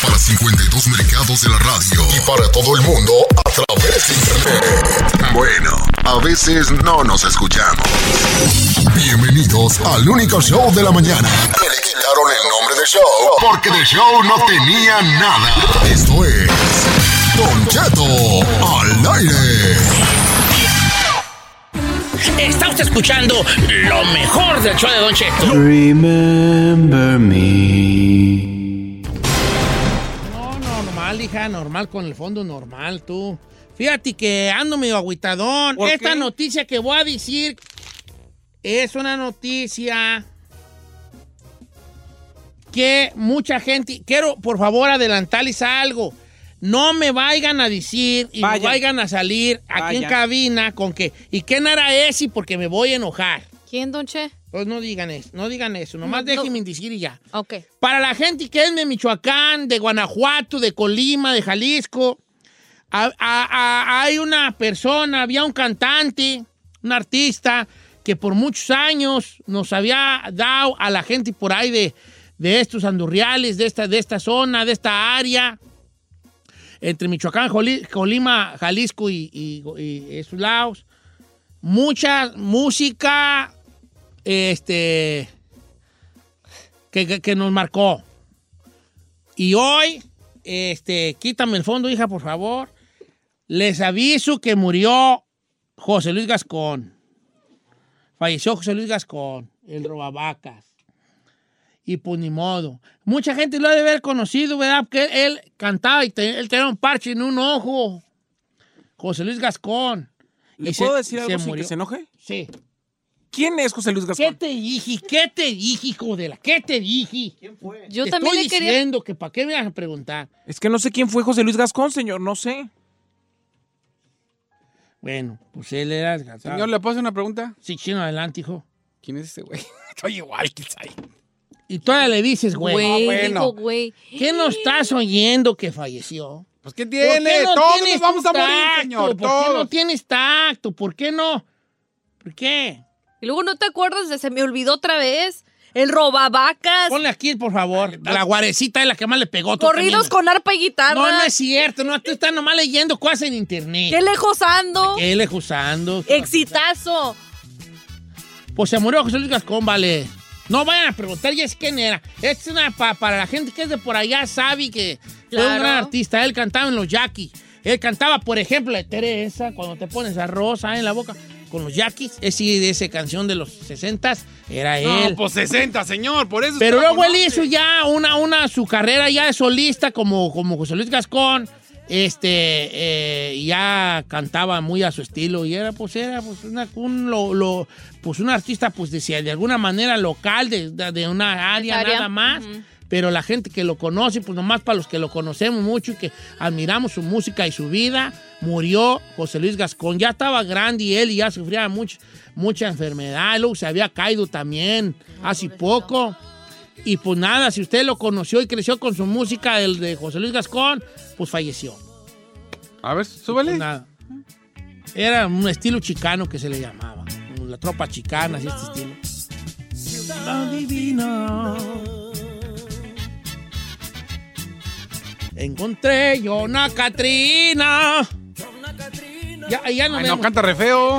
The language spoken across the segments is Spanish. Para 52 mercados de la radio y para todo el mundo a través de internet. Bueno, a veces no nos escuchamos. Bienvenidos al único show de la mañana. Que le quitaron el nombre de show porque de show no tenía nada. Esto es Don Cheto al aire. Está usted escuchando lo mejor del show de Don Cheto. Remember me. No, no, normal, hija, normal, con el fondo normal, tú. Fíjate que ando medio aguitadón. ¿Por Esta qué? noticia que voy a decir es una noticia que mucha gente... Quiero, por favor, adelantarles algo. No me vayan a decir y Vaya. me vayan a salir aquí en Vaya. cabina con que... ¿Y qué nara es? Y porque me voy a enojar. ¿Quién, Don Che? Pues no digan eso, no digan eso. Nomás No, no. déjenme decir y ya. Ok. Para la gente que es de Michoacán, de Guanajuato, de Colima, de Jalisco, a- a- a- hay una persona, había un cantante, un artista, que por muchos años nos había dado a la gente por ahí de, de estos andurriales, de esta, de esta zona, de esta área, entre Michoacán, Joli- Colima, Jalisco y, y- y esos lados, mucha música, este que, que- que nos marcó. Y hoy, este, quítame el fondo, hija, por favor. Les aviso que murió José Luis Gascón. Falleció José Luis Gascón, el robavacas. Y pues ni modo. Mucha gente lo ha de haber conocido, ¿verdad? Porque él cantaba y te- él tenía un parche en un ojo. José Luis Gascón. ¿Le Y puedo se- decir se algo sin murió. que se enoje? Sí. ¿Quién es José Luis ¿Qué Gascón? te dije? ¿Qué te dije, hijo de la? ¿Qué te dije? Yo Te también estoy le quería. diciendo que para qué me vas a preguntar. Es que no sé quién fue José Luis Gascón, señor, no sé. Bueno, pues él era el gatado. Señor, ¿le puedo hacer una pregunta? Sí, chino, adelante, hijo. ¿Quién es ese güey? Estoy igual que Sai. Y todavía le dices, güey, Güey, bueno. dijo, güey. Ah, ¿qué no estás oyendo que falleció? Pues ¿qué ¿Por qué tiene? no Todos tienes nos vamos tú a morir, tacto? señor. ¿Por qué no Todos. tienes tacto? ¿Por qué no? ¿Por qué? Y luego no te acuerdas de se me olvidó otra vez. El robavacas. Ponle aquí, por favor. La guarecita es la que más le pegó. tú Corridos también. con arpa y guitarra. No, no es cierto. No, tú estás nomás leyendo cosas en internet. Qué lejos ando. ¿Qué le usando? Exitazo. Pues se murió José Luis Gascón, vale. No vayan a preguntar ya es quién era. Esta es una pa- para la gente que es de por allá, sabe que fue un Claro. gran artista. Él cantaba en los yaquis. Él cantaba, por ejemplo, de Teresa, cuando te pones a rosa en la boca, con los yaquis. Es de esa canción de los 60 era él. No, pues 60, señor. Por eso. Pero usted la luego él conoce. hizo ya una, una, su carrera ya de solista como, como José Luis Gascón. Este, eh, ya cantaba muy a su estilo y era pues, era pues, una, un, lo- lo- pues un artista, pues decía, de alguna manera local, de, de- de una área área. nada más. Ujú. Pero la gente que lo conoce, pues nomás para los que lo conocemos mucho y que admiramos su música y su vida, murió José Luis Gascón. Ya estaba grande y él y ya sufría mucho, mucha enfermedad. Luego se había caído también hace poco. Y pues nada, si usted lo conoció y creció con su música, el de José Luis Gascón, pues falleció. A ver, Pues súbele. nada. Era un estilo chicano que se le llamaba. La tropa chicana, así este estilo. Ciudad divina. Encontré yo una Catrina. Ya, ya no Ay, me pues, no, canta re feo.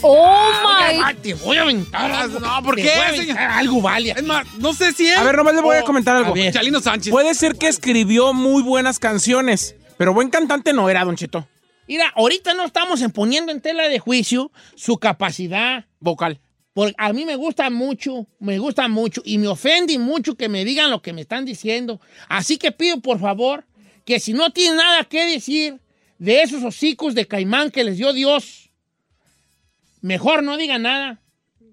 ¡Oh, Ay, my! ay, Ah, Te voy a aventar. algo. Ah, No, ¿por Te qué, voy a aventar señor? Algo vale. Es más, no sé si es. A ver, nomás le voy a o- comentar algo. a ver. Chalino Sánchez. Puede ser que escribió muy buenas canciones, pero buen cantante no era, Don Cheto. Mira, ahorita no estamos en poniendo en tela de juicio su capacidad. Vocal. Porque a mí me gusta mucho, me gusta mucho y me ofende mucho que me digan lo que me están diciendo. Así que pido por favor que si no tienen nada que decir de esos hocicos de caimán que les dio Dios, mejor no digan nada.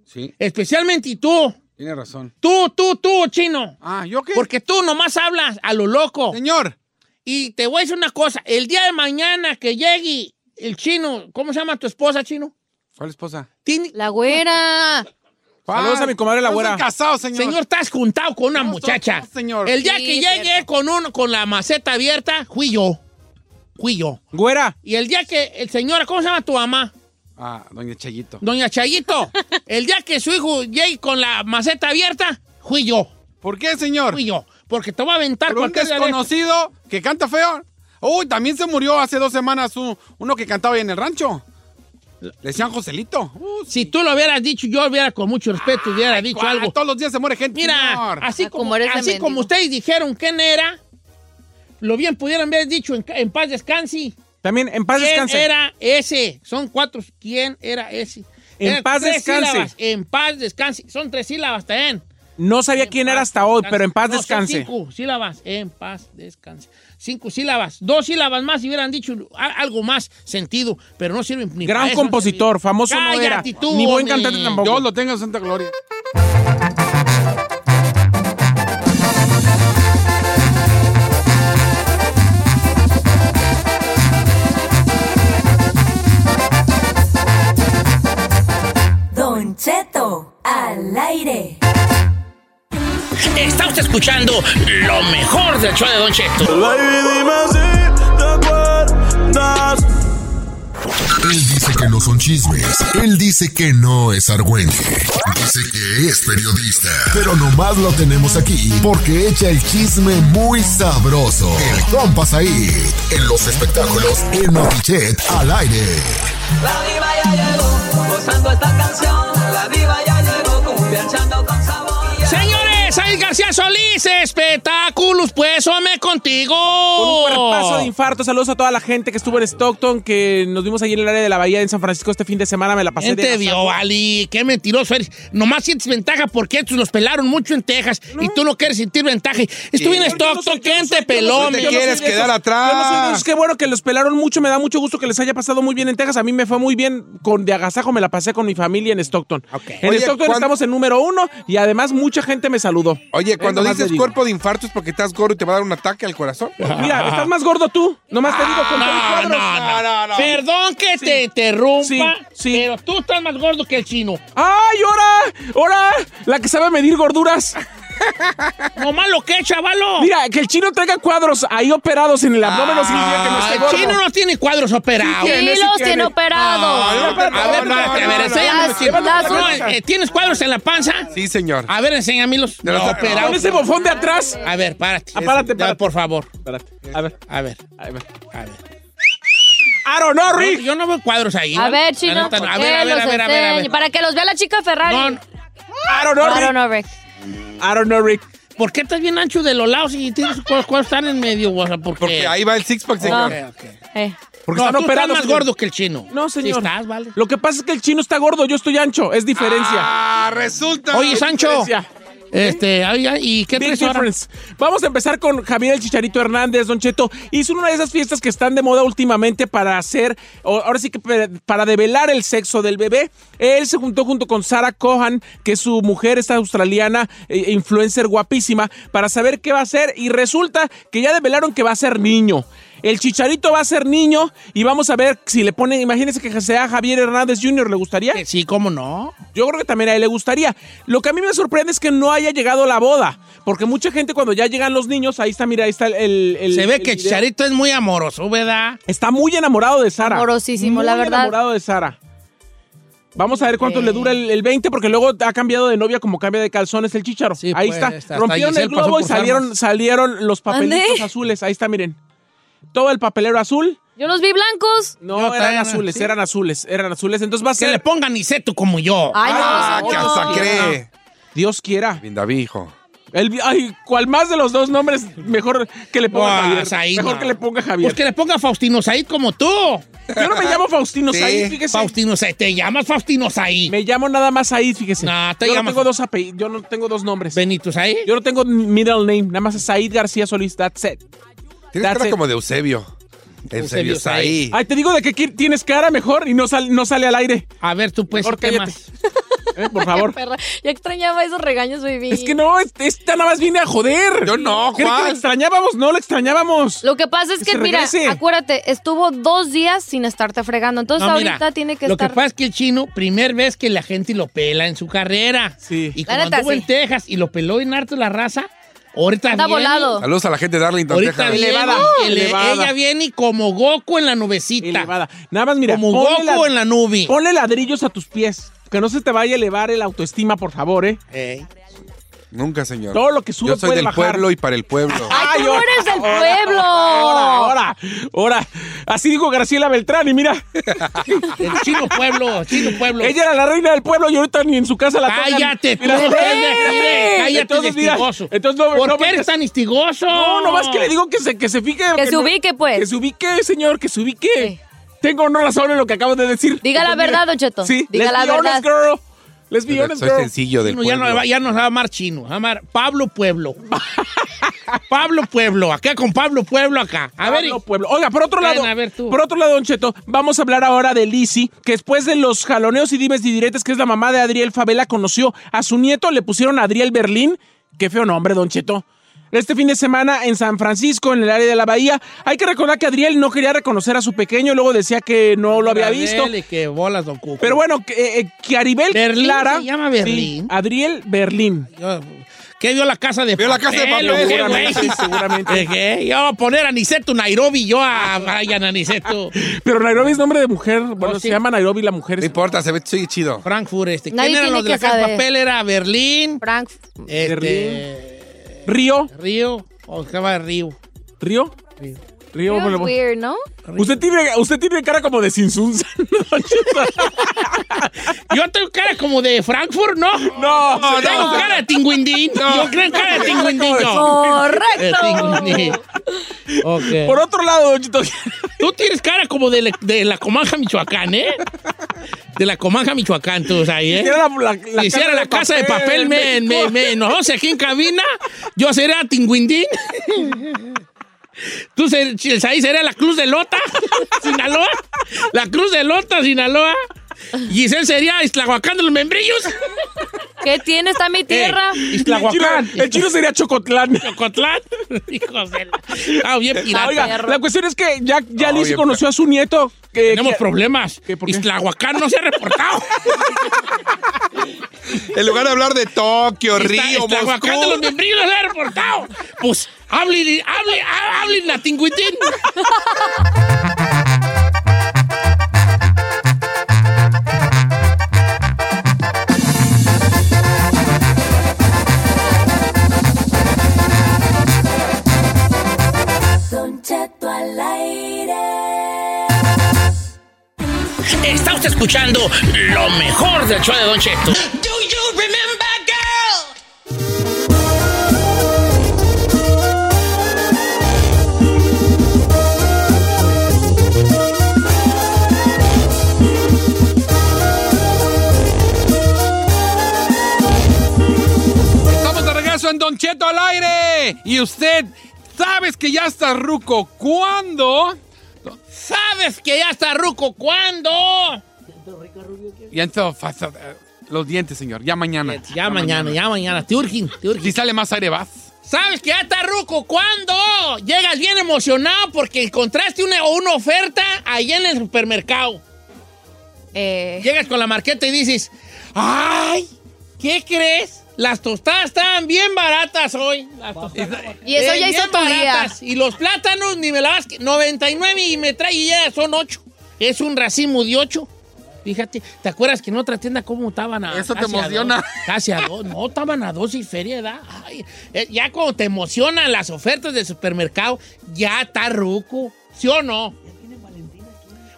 Sí, Especialmente y tú, tiene razón. tú, tú, tú, chino. Ah, ¿yo qué? Porque tú nomás hablas a lo loco. Señor. Y te voy a decir una cosa, el día de mañana que llegue el chino, ¿cómo se llama tu esposa, chino? ¿Cuál esposa? Tiene- La güera. ¿Cuál? Saludos a mi comadre la No güera. soy casado, señor. Señor, estás juntado con una No, muchacha. no, señor. El día Sí, que llegue cierto. con, un, con la maceta abierta, fui yo. Fui yo. Güera. Y el día que el señor, ¿cómo se llama tu mamá? Ah, doña Chayito. Doña Chayito. el día que su hijo llegue con la maceta abierta, fui yo. ¿Por qué, señor? Fui yo. Porque te voy a aventar Por un cualquier día de- desconocido que canta feo. Uy, también se murió hace dos semanas un- uno que cantaba ahí en el rancho. Le decían Joselito. Uh, Si tú lo hubieras dicho, yo hubiera con mucho respeto hubiera dicho cuál, algo. Todos los días se muere gente, Mira, señor. así, Ah, como, como eres de así como mendigo. ustedes dijeron quién era, lo bien pudieran haber dicho en, en paz descanse. También, en paz ¿Quién descanse. era ese? Son cuatro. ¿Quién era ese? En Eran paz tres descanse. sílabas. En paz descanse. Son tres sílabas también. No sabía quién era hasta hoy, Oh, pero en paz No, son descanse. Cinco sílabas. En paz descanse. Cinco sílabas. Dos sílabas más si hubieran dicho a- algo más sentido, pero no sirven ni para Gran eso, no compositor, famoso no era. Cállate tú, Ni buen hombre. cantante tampoco. Dios lo tenga en Santa Gloria. Don Cheto, al aire. Está usted escuchando lo mejor del show de Don Cheto. Él dice que no son chismes. Él dice que no es argüente. Dice que es periodista. Pero nomás lo tenemos aquí porque echa el chisme muy sabroso. El compa Said. En los espectáculos en Notichet al aire. La diva ya llegó, gozando esta canción. La diva ya llegó, cumbianchando con sabor. Señores, ahí García Solís, espectáculos, pues, home contigo. Con un cuerpazo de infarto. Saludos a toda la gente que estuvo en Stockton, que nos vimos allí en el área de la Bahía en San Francisco este fin de semana. Me la pasé ¿Quién te de vio, Ali? Qué mentiroso eres. Nomás sientes ventaja porque estos los pelaron mucho en Texas y tú no quieres sentir ventaja. Estuve en Yo no soy- Stockton, yo ¿quién no soy- te yo no soy- peló? yo no te no soy men? quiero. quieres de esos. quedar atrás. Yo no soy de esos. Qué bueno que los pelaron mucho. Me da mucho gusto que les haya pasado muy bien en Texas. A mí me fue muy bien con de agasajo. Me la pasé con mi familia en Stockton. Ok. En Oye, Stockton ¿cuán- estamos en número uno y además mucha gente me saludó. Oye, cuando nomás le dices digo. cuerpo de infarto es porque estás gordo y te va a dar un ataque al corazón. Mira, estás más gordo tú. Nomás te digo con tres No, cuadros. no, no, No, no, no. Perdón que te interrumpa, Sí, sí. pero tú estás más gordo que el chino. ¡Ay, hora! ¡Hora! La que sabe medir gorduras. Nomás lo que es, chavalo. Ah, Mira, que el chino traiga cuadros ahí operados en el abdomen no significa que no esté el gordo. chino no tiene cuadros operados. tiene, Y sí los tiene. tiene No, operados. no, A ver, espérate, a ver, no, no, enséñame. no, chino. no, no, no, No, no. eh, ¿Tienes cuadros en la panza? Sí, señor. A ver, enséñamelos. No, No, no, Con operados. ese bofón de atrás. A ver, párate. Ah, párate, párate. Por favor, Espérate. A ver, a ver, a ver. a ver. ¡Aaron Yo, Norris! yo no veo cuadros ahí. A ver, La chino. neta, no. A ¿por ver, qué a ver, los a ver, a ver, a enseñe? ver. Este, Para que los vea la chica No, Ferrari. no. ¡Aaron Claro, Norris! no, Rick. ¡Aaron Norris! ¿por qué estás bien ancho de los lados y tienes cuadros están en medio? O sea, ¿por qué? Porque ahí va el six pack, señor. No. Ok. Eh. Porque no, están tú estás operados, más señor. gordo que el chino. No, Sí señor. estás, vale. Lo que pasa es que el chino está gordo, yo estoy ancho. Es diferencia. Ah, resulta. Oye, Sancho. diferencia. Este, ay, ay, ¿y qué Big traes ahora? difference. Vamos a empezar con Javier el Chicharito Hernández, Don Cheto. Hizo una de esas fiestas que están de moda últimamente para hacer, o- ahora sí que pe- para develar el sexo del bebé. Él se juntó junto con Sarah Cohan, que es su mujer, esta australiana, eh, influencer guapísima, para saber qué va a hacer. Y resulta que ya develaron que va a ser niño. El Chicharito va a ser niño y vamos a ver si le ponen, imagínense que sea Javier Hernández Jr., ¿le gustaría? sí, ¿cómo no? Yo creo que también a él le gustaría. Lo que a mí me sorprende es que no haya llegado la boda, porque mucha gente cuando ya llegan los niños, ahí está, mira, ahí está el... el- Se ve el que video. Chicharito es muy amoroso, ¿verdad? Está muy enamorado de Sara. Amorosísimo, Muy la verdad. enamorado de Sara. Vamos a ver cuánto le dura el, el 20, porque luego ha cambiado de novia como cambia de calzones el chicharo. ahí pues, está. hasta- hasta Rompieron el Giselle pasó globo y por salieron, Sarmas. salieron los papelitos ¿Ande? azules. Ahí está, miren. Todo el papelero azul. Yo los vi blancos. No, eran azules, eran azules, eran azules. Entonces va a ser. Que le pongan Iseto como yo. Ay, no, Ah, señor. que hasta cree. Dios quiera. Vindavijo. El- ay, cual más de los dos nombres, mejor que le ponga Guas, Javier. ahí mejor no. que le ponga Javier. Pues que le ponga Faustino Said como tú. Yo no me llamo Faustino Sí, Said, fíjese. Faustino Said, te llamas Faustino Said. Me llamo nada más Said, fíjese. Nah, te yo no llamas- tengo dos apellidos, yo no tengo dos nombres. ¿Benito Said? Yo no tengo middle name, nada más es Said García Solís, that's it. Tienes That's cara it. como de Eusebio. Eusebio Eusebio está ahí. Ay, te digo de que qui- tienes cara mejor y no, sal- no sale al aire. A ver, tú pues, puedes Mejor cállate. Eh, por favor. Perra, ya extrañaba esos regaños, baby. Es que no, es- esta nada más viene a joder. Yo no, que Juan. lo extrañábamos? No, lo extrañábamos. Lo que pasa es que, se mira, regrese. acuérdate, estuvo dos días sin estarte fregando. Entonces No, mira, ahorita tiene que lo estar. que pasa es que el chino, primer vez que la gente lo pela en su carrera. Sí. Y La como neta, anduvo sí. en Texas y lo peló en harto la raza, ahorita Anda viene- volado. Saludos a la gente de Arlington, Ahorita Texas. viene, ele- Elevada. ella viene y como Goku en la nubecita. Nada más, mira. Como ponle Goku la- en la nube. Ponle ladrillos a tus pies. Que no se te vaya a elevar el autoestima, por favor, ¿eh? Nunca, señor. Todo lo que sube Yo soy puede del bajar. pueblo y para el pueblo. ¡Ay, tú ahora, eres del pueblo! Ahora, ahora, ahora. Así dijo Graciela Beltrán y mira. El chino pueblo, chino pueblo. Ella era la reina del pueblo y ahorita ni en su casa la Cállate, tú, tocan. Mira, eres de ¡eh! aquí, de- cállate, Entonces, mira, destigoso. entonces no, ¿Por no qué vengas- eres tan instigoso? No, nomás que le digo que se, que se fije. Que se no- ubique, pues. Que se ubique, señor, que se ubique. Tengo o no razón en lo que acabo de decir. Diga la Mira, verdad, Don Cheto. Sí, Diga let's la be honest, girl. Let's be honest, Soy girl. sencillo del Chino, ya, no, pueblo. va- ya nos va a llamar chino, va a llamar Pablo Pueblo. Pablo Pueblo, acá con Pablo Pueblo acá. A ver, Pablo Pueblo. Oiga, por otro Ven, lado, a ver tú. por otro lado, Don Cheto, vamos a hablar ahora de Lizzy, que después de los jaloneos y dimes y diretes, que es la mamá de Adriel Favela, conoció a su nieto, le pusieron Adriel Berlín. Qué feo nombre, Don Cheto. Este fin de semana en San Francisco, en el área de la Bahía, hay que recordar que Adriel no quería reconocer a su pequeño, luego decía que no lo había visto. Dale, que bolas, don Cuco. Pero bueno, que, eh, que Aribel Berlín Clara. se llama Berlín. Sí, Adriel Berlín. Yo- ¿Qué vio la casa de Vio la casa de papel, ¿o qué, güey? seguramente, seguramente. ¿Qué? Yo voy a poner a Niceto Nairobi, yo a Brian a Niceto. Pero Nairobi es nombre de mujer. Bueno, Oh, sí. se llama Nairobi la mujer. No importa, se ve sí, chido. Frankfurt, este. ¿Quién Nadie eran tiene los de la que casa de saber. papel? Era Berlín, Frank, este, Río. Río, o se llama Río. ¿Río? Río. Río, feels bueno, weird, ¿no? usted tiene, usted tiene cara como de Sinsunza. No, Yo tengo cara como de Frankfurt, ¿no? no, no, tengo cara de Tinguindín. Yo creo en cara de Tinguindín. yo. Eh, ¡Correcto! Tinguindín. Ok. Por otro lado, Don Chito, Tú tienes cara como de la, de la Comanja Michoacán, ¿eh? De la Comanja Michoacán, tú, o sea, ahí, ¿eh? hiciera la, la- la Si hiciera la casa de papel, me, me, me- no, o sea, aquí en cabina, yo sería Tinguindín. Tú ser- ahí sería la Cruz de Lota, Sinaloa. La Cruz de Lota, Sinaloa. Giselle sería Islahuacán de los Membrillos. ¿Qué tiene? Está mi tierra. Eh, El chino, Islahuacán. el chino sería Chocotlán. Cotlán. Hijos de la- Ah, bien pirata. Oiga, perro. la cuestión es que ya, ya Ah, Lizzy bien, conoció a su nieto. Que, Tenemos que- problemas. ¿Qué, por qué? Islahuacán no se ha reportado. En lugar de hablar de Tokio, Río, Está Islahuacán de los Moscú. Membrillos no se ha reportado. Pues, hable, hable, hable la Tinguindín. Está usted escuchando lo mejor del show de Don Cheto. Do you remember, girl? Estamos de regreso en Don Cheto al aire. Y usted, sabes que ya está ruco. ¿Cuándo? ¿Sabes que ya está Ruco cuándo? Ya han estado fasa- eh, los dientes, señor. Ya mañana. Ya mañana, ya mañana. Te urgen, te urgen. Si sale más aire, vas. ¿Sabes qué, Tarruco? ¿Cuándo? Llegas bien emocionado porque encontraste una, una oferta ahí en el supermercado. Llegas con la marqueta y dices, ¡ay! ¿Qué crees? Las tostadas estaban bien baratas hoy. Las tostadas. Y eso ya bien hizo tu día. Y los plátanos, ni me la vas que- 99 y me trae y ya son 8. Es un racimo de 8. Fíjate, ¿te acuerdas que en otra tienda cómo estaban a Eso te casi a dos? emociona. casi a dos. No, estaban a dos y feria, ¿verdad? Ay, eh, ya cuando te emocionan las ofertas del supermercado, ya está ruco. ¿Sí o no?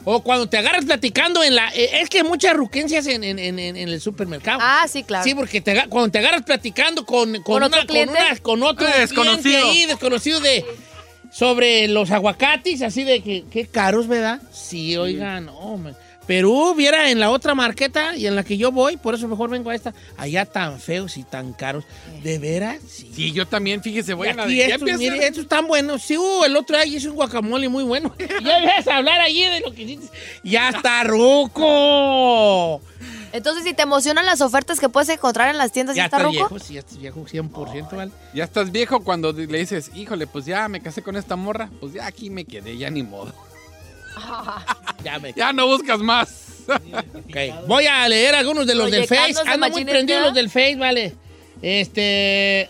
O cuando te agarras platicando en la... eh, es que hay muchas ruquencias en, en- en- en el supermercado. Ah, sí, claro. Sí, porque te aga- cuando te agarras platicando con, con, ¿Con otro una- con cliente? una- con otro Ah, desconocido. desconocido. ahí, desconocido de... Sobre los aguacates, así de que... Qué caros, ¿verdad? Sí, oigan, hombre. Perú viera en la otra marqueta y en la que yo voy, por eso mejor vengo a esta. Allá tan feos y tan caros. ¿De veras? Sí. Sí, yo también, fíjese, voy Y a la aquí de- ya estos, empieza- mire, estos están buenos. Sí, uh, el otro día hice un guacamole muy bueno. Ya empiezas a hablar allí de lo que hiciste. ¡Ya está ruco! Entonces, si te emocionan las ofertas que puedes encontrar en las tiendas, ¿ya, Ya está estás ruco? viejo, sí, ya estás viejo 100%, ¿vale? Ya estás viejo cuando le dices, híjole, pues ya me casé con esta morra, pues ya aquí me quedé, ya ni modo. Ya me... Ya no buscas más. Ok, Voy a leer algunos de los del Face. Proyectándose, Ando muy machín, prendidos ¿verdad? los del Face, vale. Este...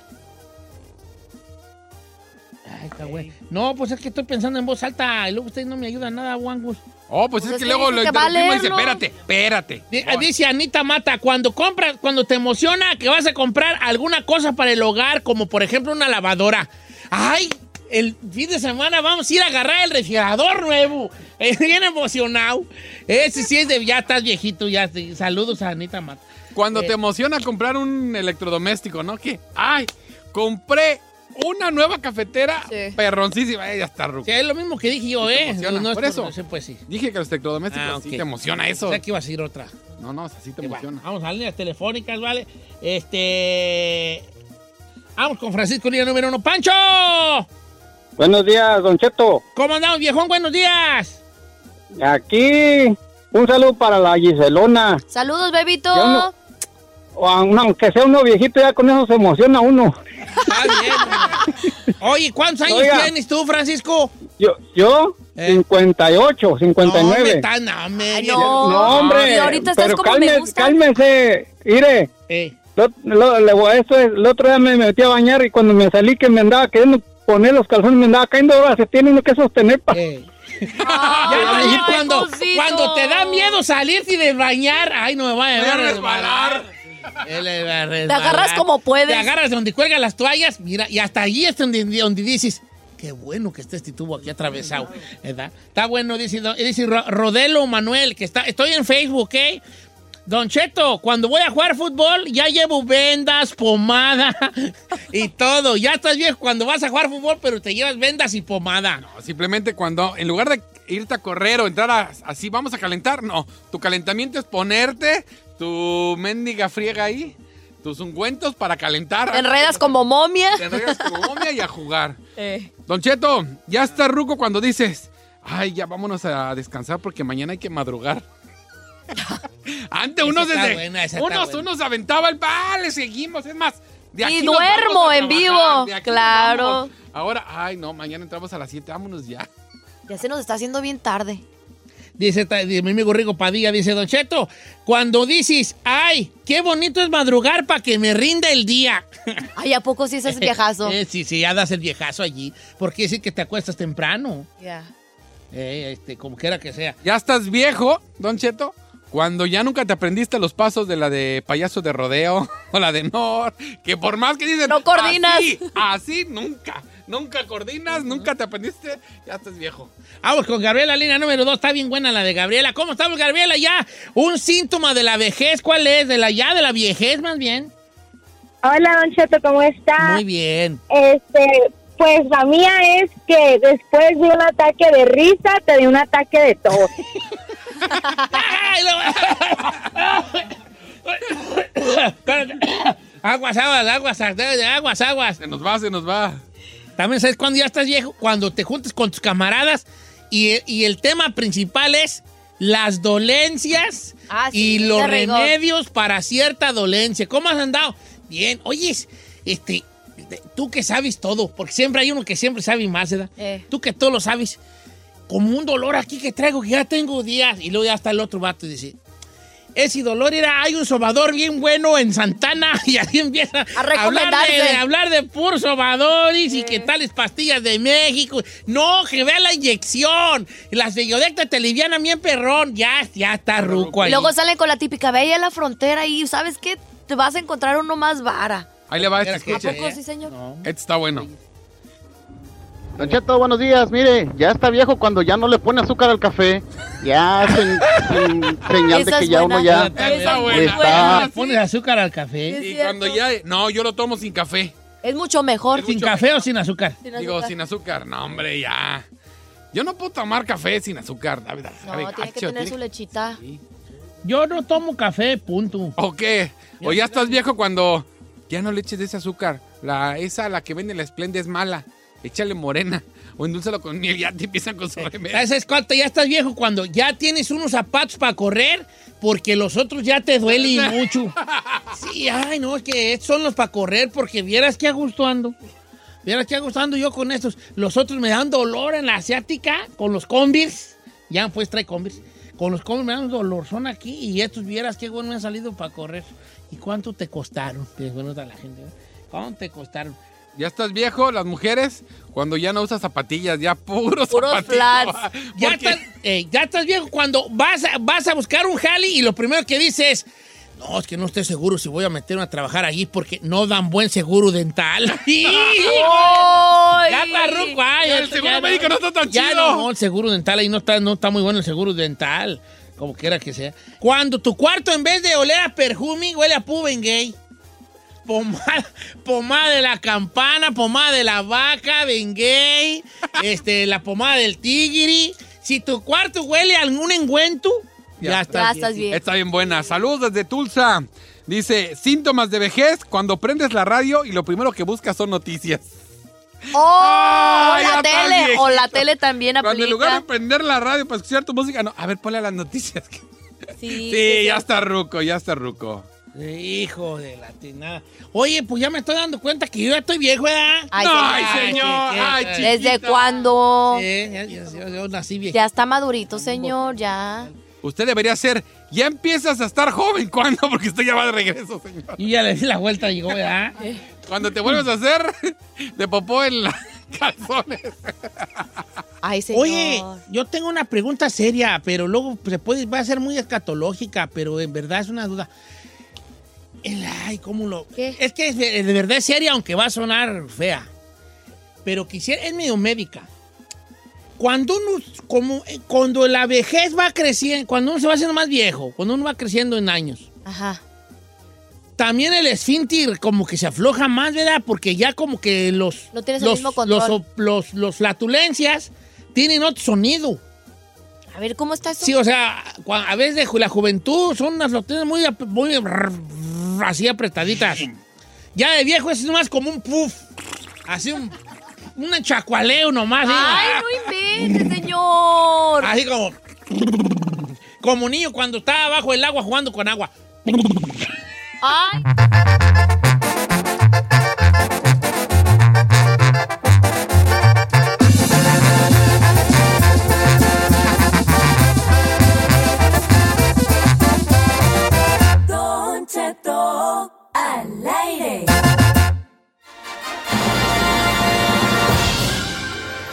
Ay, está güey. No, pues es que estoy pensando en voz alta y luego ustedes no me ayudan nada, Wangus. Oh, pues, Pues es es que que luego dice lo que va a interrumpimos y dice, leerlo. espérate, espérate. Di- Dice Anita Mata, cuando compras, cuando te emociona que vas a comprar alguna cosa para el hogar, como por ejemplo una lavadora. ¡Ay! El fin de semana vamos a ir a agarrar el refrigerador nuevo. Eh, Bien emocionado. Ese sí es de ya estás viejito, ya. sí. Saludos a Anita Mata. Cuando Eh, te emociona comprar un electrodoméstico, ¿no? Que, ay, compré una nueva cafetera perroncísima. Eh, ya está, Ruco. sí, es lo mismo que dije yo, Te ¿eh? emociona, es por eso. sí, pues sí. Dije que los electrodomésticos Ah, sí ok. te emociona eso. O sea que iba a decir otra. No, no, o sea, sí te Que va. emociona. Vamos a las líneas telefónicas, ¿vale? Este. Vamos con Francisco Lía número uno. ¡Pancho! Buenos días, Don Cheto. ¿Cómo andamos, viejón? Buenos días. Aquí, un saludo para la Giselona. Saludos, bebito. Ya no- O a- Aunque sea uno viejito, ya con eso se emociona uno. Oye, ¿cuántos años Oiga. tienes tú, Francisco? Yo, yo 58, 59. No, me está- no, me- no, hombre. pero calme- Cálmese, mire. Eh, Lo, lo- le voy- eso es, el otro día me metí a bañar y cuando me salí que me andaba queriendo poner los calzones, me andaba cayendo. Ahora se tiene uno que sostener para... Ya, Ay, ya cuando, pobrecito. cuando te da miedo salirte y desbañar, ay, no me Voy va a a llevar resbalar. Te agarras como puedes. Te agarras donde cuelgan las toallas, mira, y hasta allí es donde, donde dices, qué bueno que esté este tubo aquí atravesado, ¿verdad? Está bueno, dice, don- dice Ro- Rodelo Manuel, que está, estoy en Facebook, ¿ok? Don Cheto, cuando voy a jugar fútbol ya llevo vendas, pomada y todo. Ya estás viejo cuando vas a jugar fútbol, pero te llevas vendas y pomada. No, Simplemente cuando, en lugar de irte a correr o entrar a- así, vamos a calentar, no. Tu calentamiento es ponerte tu mendiga friega ahí, tus ungüentos para calentar. Te enredas como momia. Te enredas como momia y a jugar. Eh. Don Cheto, ya está ruco cuando dices, ay, ya vámonos a descansar porque mañana hay que madrugar. Antes Esa unos está desde, buena, esa está unos, buena. unos aventaba el pa, le seguimos, es más. De Y aquí nos vamos duermo a en trabajar, vivo, de aquí nos claro. vamos. Ahora, ay no, mañana entramos a las 7, vámonos ya. Ya se nos está haciendo bien tarde. Dice, ta- dice mi amigo Rigo Padilla, dice Don Cheto, cuando dices, ay, qué bonito es madrugar para que me rinda el día. Ay, ¿a poco sí ese es viejazo? Eh, sí, sí, ya das el viejazo allí. Porque decir que te acuestas temprano, Ya. Eh, este, como quiera que sea. Ya estás viejo, Don Cheto, cuando ya nunca te aprendiste los pasos de la de payaso de rodeo o la de no, que por más que dicen No coordinas. Así, así nunca, nunca coordinas, nunca te aprendiste, ya estás viejo. Vamos con Gabriela, línea número 2, está bien buena la de Gabriela. ¿Cómo estamos, Gabriela? Ya, un síntoma de la vejez, ¿cuál es? De la ya, de la viejez más bien. Hola, Don Cheto, ¿cómo está? Muy bien. Este, pues la mía es que después de un ataque de risa, te dio un ataque de tos. Espérate. aguas, aguas, aguas, aguas, aguas. Se nos va, se nos va. También sabes cuando ya estás viejo, cuando te juntas con tus camaradas y, y el tema principal es las dolencias Ah, sí, y los de rigor. remedios para cierta dolencia. ¿Cómo has andado? Bien. Oye, este, tú que sabes todo, porque siempre hay uno que siempre sabe más, ¿verdad? Eh. Tú que todo lo sabes, como un dolor aquí que traigo, que ya tengo días, y luego ya está el otro vato y dice, ese dolor era, hay un sobador bien bueno en Santana, y ahí empieza a, hablar, de, recomendarse. hablar de puros sobadores y que tales pastillas de México. No, que vea la inyección, las de Iodecta te liviana bien perrón, ya, ya está ruco Y ahí. luego salen con la típica, ve ahí a la frontera y ¿sabes qué? Te vas a encontrar uno más vara. Ahí le va ¿A este. escuche. poco sí, señor? Este está bueno. Don Cheto, buenos días. Mire, ya está viejo cuando ya no le pone azúcar al café. Ya es un- un señal de Esa que es ya buena. uno ya Esa es muy buena. está. ¿Le pones azúcar al café? Y cuando ya. No, yo lo tomo sin café. Es mucho mejor. ¿Sin café o sin azúcar? Digo, sin azúcar. No, hombre, ya. Yo no puedo tomar café sin azúcar, David. sabe No, tiene que gacho, tener ah, tiene- su lechita. Yo no tomo café, punto. ¿O qué? O ya estás viejo cuando ya no le eches de ese azúcar. La, esa, la que vende la esplenda es mala. Échale morena. O endulzalo con miel. Ya te empiezan con su remedio. ¿Sabes cuánto? Ya estás viejo cuando ya tienes unos zapatos para correr porque los otros ya te duelen mucho. Sí, ay, no, es que estos son los para correr porque vieras que a gusto ando. Vieras que a gusto ando yo con estos. Los otros me dan dolor en la asiática con los combis. Ya, pues trae combis. Con los combis me dan dolor. Son aquí y estos vieras qué bueno me han salido para correr. ¿Y cuánto te costaron? Pregunta la gente. ¿no? ¿Cuánto te costaron? Ya estás viejo, las mujeres, cuando ya no usas zapatillas, ya puros, zapatillos. Ya estás, eh, ya estás viejo cuando vas a, vas a buscar un jali y lo primero que dices, no, es que no estoy seguro si voy a meterme a trabajar allí porque no dan buen seguro dental. ¡Hijo! ya está ruco, ay, El esto seguro médico no está tan ya chido. no, el seguro dental ahí no está, no está muy bueno el seguro dental, como quiera que sea. Cuando tu cuarto en vez de oler a perfume huele a Pubengay. Pomada, pomada de la campana, pomada de la vaca, Bengay, este, la pomada del tigri. Si tu cuarto huele a algún engüento, ya, estás, Está bien buena. Saludos desde Tulsa. Dice, síntomas de vejez cuando prendes la radio y lo primero que buscas son noticias. ¡Oh! Ah, ya la está tele. viejito. O la tele también Cuando en lugar aplica. de prender la radio para escuchar tu música, no, a ver, ponle a las noticias. Sí, Sí, ya está ruco, ya está ruco. Hijo de la tinada. Oye, pues ya me estoy dando cuenta que yo ya estoy viejo, ¿verdad? Ay, Ay, señor. señor. Ay, ¿Desde cuándo? Sí, ya- ya- ya- yo nací viejo. Ya está madurito, señor, ya. Usted debería ser, ya empiezas a estar joven, ¿cuándo? Porque usted ya va de regreso, señor. Y ya le di la vuelta, llegó, ¿verdad? Cuando te vuelves a hacer, te popó en los calzones. Ay, señor. Oye, yo tengo una pregunta seria, pero luego se puede, va a ser muy escatológica, pero en verdad es una duda. El- ay, ¿cómo lo...? Es que es de de verdad es seria, aunque va a sonar fea. Pero quisiera, es medio médica. Cuando uno, como, eh, cuando la vejez va creciendo, cuando uno se va haciendo más viejo, cuando uno va creciendo en años, Ajá. también el esfínter como que se afloja más, ¿verdad? Porque ya como que los... No tienes el los, mismo control. los- los- los flatulencias tienen otro sonido. A ver, ¿cómo está eso? Sí, o sea, cua- a veces de ju- la juventud son unas loterías muy, ap- muy rrr, así apretaditas. Ya de viejo es más como un puff. Así un, un chacualeo nomás. ¿sí? Ay, no inventes, señor. Así como. Como un niño cuando está abajo del agua jugando con agua. Ay. Don Cheto al aire.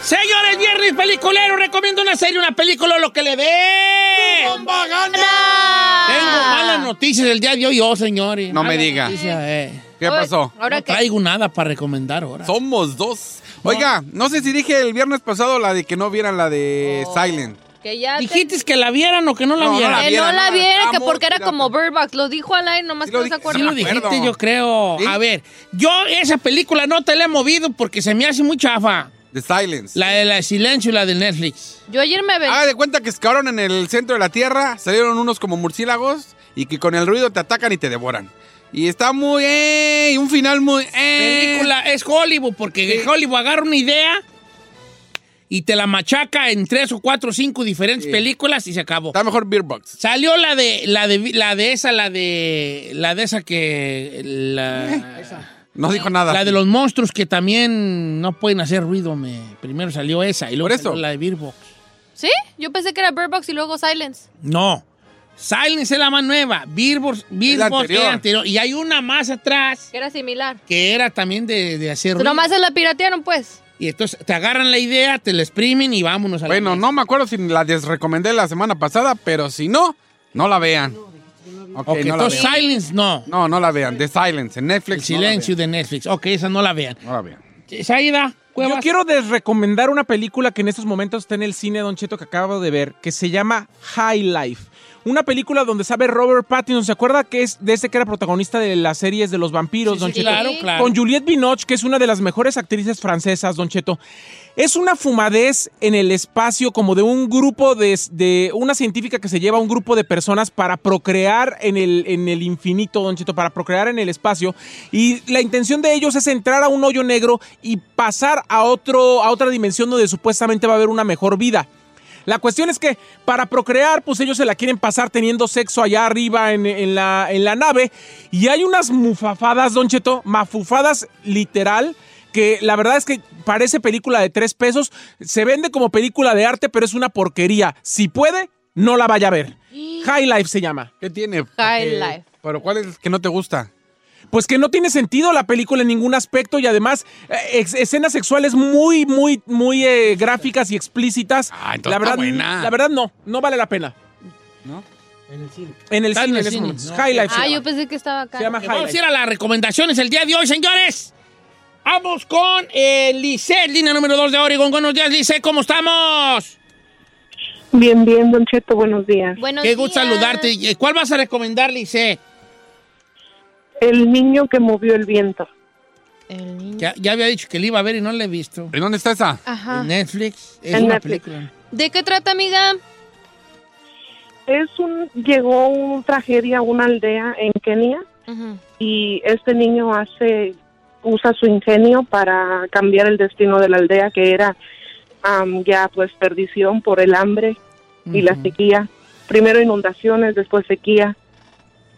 Señores, viernes peliculero, recomiendo una serie, una película, lo que le dé. bomba Tengo malas noticias el día de hoy, oh, señores. No me Malas diga. noticias, eh. ¿Qué pasó? no traigo nada para recomendar ahora. Somos dos. Oiga, no sé si dije el viernes pasado la de que no vieran la de Oh. Silent. Que ya te- Dijiste que la vieran o que no la No, no vieran. la Que no la vieran, que porque era pirata. como Bird Box. Lo dijo al aire, nomás que no se acuerda. Sí lo dijiste, yo creo. A ver, yo esa película no te la he movido porque se me hace muy chafa. The Silence. La de la silencio y la de Netflix. Yo ayer me ve. Haga de cuenta que escabaron en el centro de la Tierra, salieron unos como murciélagos y que con el ruido te atacan y te devoran. Y está muy... ¡Ey! Un final muy... ¡Ey! Película es Hollywood, porque Hollywood agarra una idea y te la machaca en tres o cuatro o cinco diferentes películas y se acabó. Está mejor Beer Box. Salió la de, la de la de esa, la de. La de esa que. La, Eh, No dijo nada. La de los monstruos que también no pueden hacer ruido. Me... Primero salió esa y luego Por eso. salió la de Birbo. ¿Sí? Yo pensé que era Bird Box y luego Silence. No. Silence es la más nueva. Billboard, Billboard anterior. era anterior. Y hay una más atrás Que era similar. que era también de, de hacer ruido. Nomás se la piratearon, pues. Y entonces te agarran la idea, te la exprimen y vámonos a la Bueno, no me acuerdo si la desrecomendé la semana pasada, pero si no, no la vean. Ok, Ok, no la entonces vean. Silence no. No, no la vean. The Silence, en Netflix. El silencio de Netflix. Ok, esa no la vean. No la vean. Saida, Yo quiero desrecomendar una película que en estos momentos está en el cine, Don Cheto, que acabo de ver, que se llama High Life. Una película donde sabe Robert Pattinson, ¿se acuerda que es de este que era protagonista de las series de los vampiros, Sí, Don sí, Cheto? claro, claro. Con Juliette Binoche, que es una de las mejores actrices francesas, Don Cheto. Es una fumadez en el espacio como de un grupo de, de una científica que se lleva a un grupo de personas para procrear en el, en el infinito, Don Cheto, para procrear en el espacio. Y la intención de ellos es entrar a un hoyo negro y pasar a, otro, a otra dimensión donde supuestamente va a haber una mejor vida. La cuestión es que para procrear, pues ellos se la quieren pasar teniendo sexo allá arriba en, en la, en la nave. Y hay unas mufafadas, Don Cheto, mafufadas literal, que la verdad es que parece película de tres pesos. Se vende como película de arte, pero es una porquería. Si puede, no la vaya a ver. High Life se llama. ¿Qué tiene? High Eh, Life. Pero ¿cuál es el que no te gusta? Pues que no tiene sentido la película en ningún aspecto y además eh, ex- escenas sexuales muy, muy, muy eh, gráficas y explícitas. Ah, entonces la verdad, está buena. la verdad no, no vale la pena. En el cine. En el Está en cine, el en esos cine, momentos. ¿no? High Life. Ah, yo pensé que estaba acá. Se llama Vamos a ir Highlight. a las recomendaciones el día de hoy, señores. Vamos con eh, Lisette, línea número 2 de Oregon. Buenos días, Lisette, ¿cómo estamos? Bien, bien, Don Cheto, buenos días. Qué gusto saludarte. Eh, ¿Cuál vas a recomendar, Lisette? El niño que movió el viento. Ya, ya había dicho que le iba a ver y no la he visto. ¿En dónde está esa? Ajá. En Netflix. Es En una Netflix. película. ¿De qué trata, amiga? Es un llegó una tragedia a una aldea en Kenia y este niño hace usa su ingenio para cambiar el destino de la aldea que era am, ya pues perdición por el hambre y la sequía. Primero inundaciones, después sequía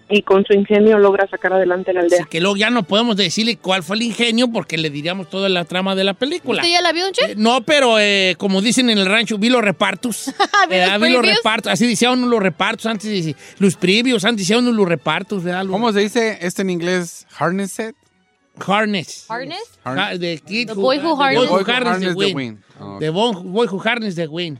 y con su ingenio logra sacar adelante la aldea. Que luego ya no podemos decirle cuál fue el ingenio porque le diríamos toda la trama de la película. ¿Usted ya la vio, Don Che? No, pero eh, como dicen en el rancho, vi los repartos. ¿Verdad? los vi los previews? repartos. Así decía uno los repartos antes. dice- Los previos, antes decía uno los repartos. ¿verdad? ¿Cómo se dice este en inglés? Harnessed. Harness. ¿Harness? Ha- The Ah, Kid Ah, The Boy Who the Harnessed- The Boy Who Harnessed the Wind. Oh, The Bon- Boy Who Harnessed the Wind.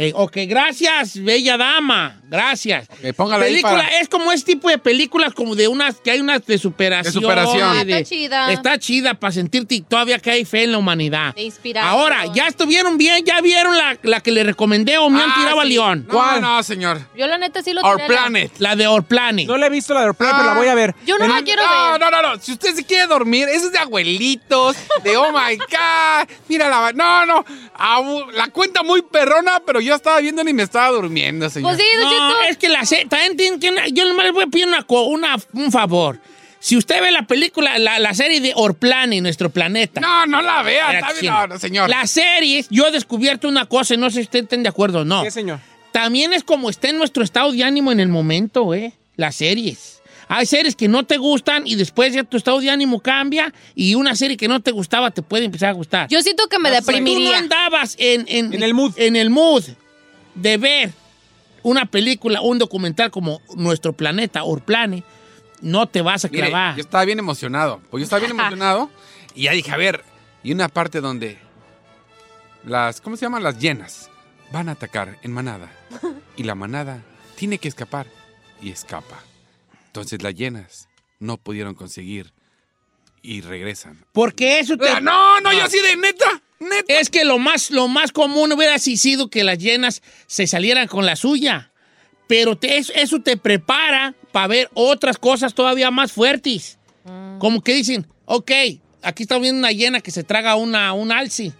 Eh, ok, gracias, bella dama. Gracias. Ok, póngala ahí película, para- Es como ese tipo de películas, como de unas que hay unas de superación. De superación. de- Ah, está chida. Está chida para sentirte todavía que hay fe en la humanidad. Te inspiraste. Ahora, ya estuvieron bien, ya vieron la, la que le recomendé o me han Ah, tirado a sí. León. No, ¿Cuál? no, señor. Yo la neta sí lo Our tiraría. Planet. La de Our Planet. No la he visto la de Orpea, pero la voy a ver. Yo no En- la quiero No, ver. no, no, no. Si usted se quiere dormir, eso es de abuelitos, de oh my god. Mira la. No, no. Abu- La cuenta muy perrona, pero yo estaba viendo y me estaba durmiendo, señor. Pues sí, Don No, Cheto. es que la sé. También tienen que. Yo nomás les voy a pedir una, co- una- un favor. Si usted ve la película, la, la serie de Orplane, nuestro planeta. No, no la vea. Era Está bien. chino. No, no, señor. Las series, yo he descubierto una cosa y no sé si ustedes estén de acuerdo o no. ¿Qué, señor? También es como está en nuestro estado de ánimo en el momento, ¿eh? Las series. Hay series que no te gustan y después ya tu estado de ánimo cambia y una serie que no te gustaba te puede empezar a gustar. Yo siento que me O sea, Tú no deprimiría. andabas en, en- En el mood. en el mood de ver una película, un documental como Nuestro Planeta, Orplane, no te vas a Mire, clavar. yo estaba bien emocionado. Pues yo estaba bien emocionado. Y ya dije, a ver, y una parte donde las, ¿cómo se llaman? Las llenas van a atacar en manada. Y la manada tiene que escapar. Y escapa. Entonces las llenas no pudieron conseguir. Y regresan. Porque eso te... Ah, Ah. No, no, yo así de neta. Neta. Es que lo más, lo más común hubiera sí sido que las llenas se salieran con la suya. Pero te- es- eso te prepara para ver otras cosas todavía más fuertes. Como que dicen, ok, aquí está viendo una hiena que se traga una, un alce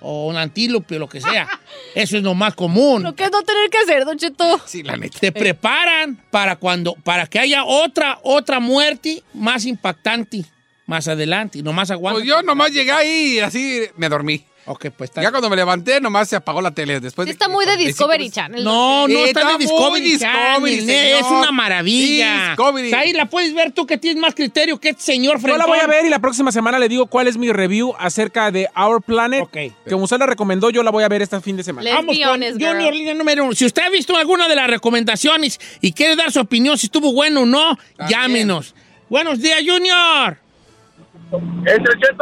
o un antílope o lo que sea. Eso es lo más común. Lo que es no tener que hacer, Don Cheto. Sí, la neta. Te preparan para cuando, para que haya otra, otra muerte más impactante más adelante. Y nomás aguanta. Pues yo nomás llegué ahí y así me dormí. Ok, pues Ya cuando me levanté, nomás se apagó la tele. Después Sí de- está muy de Discovery Channel. No, Eh, no está, en el muy Discovery, Discovery, Channel, ne- es señor. una maravilla. Discovery. Ahí la puedes ver tú que tienes más criterio que este señor Yo la frentón. voy a ver y la próxima semana le digo cuál es mi review acerca de Our Planet. Que usted la recomendó, yo la voy a ver este fin de semana. Vamos con Junior Línea número uno. Si usted ha visto alguna de las recomendaciones y quiere dar su opinión si estuvo bueno o no, llámenos. Buenos días, Junior.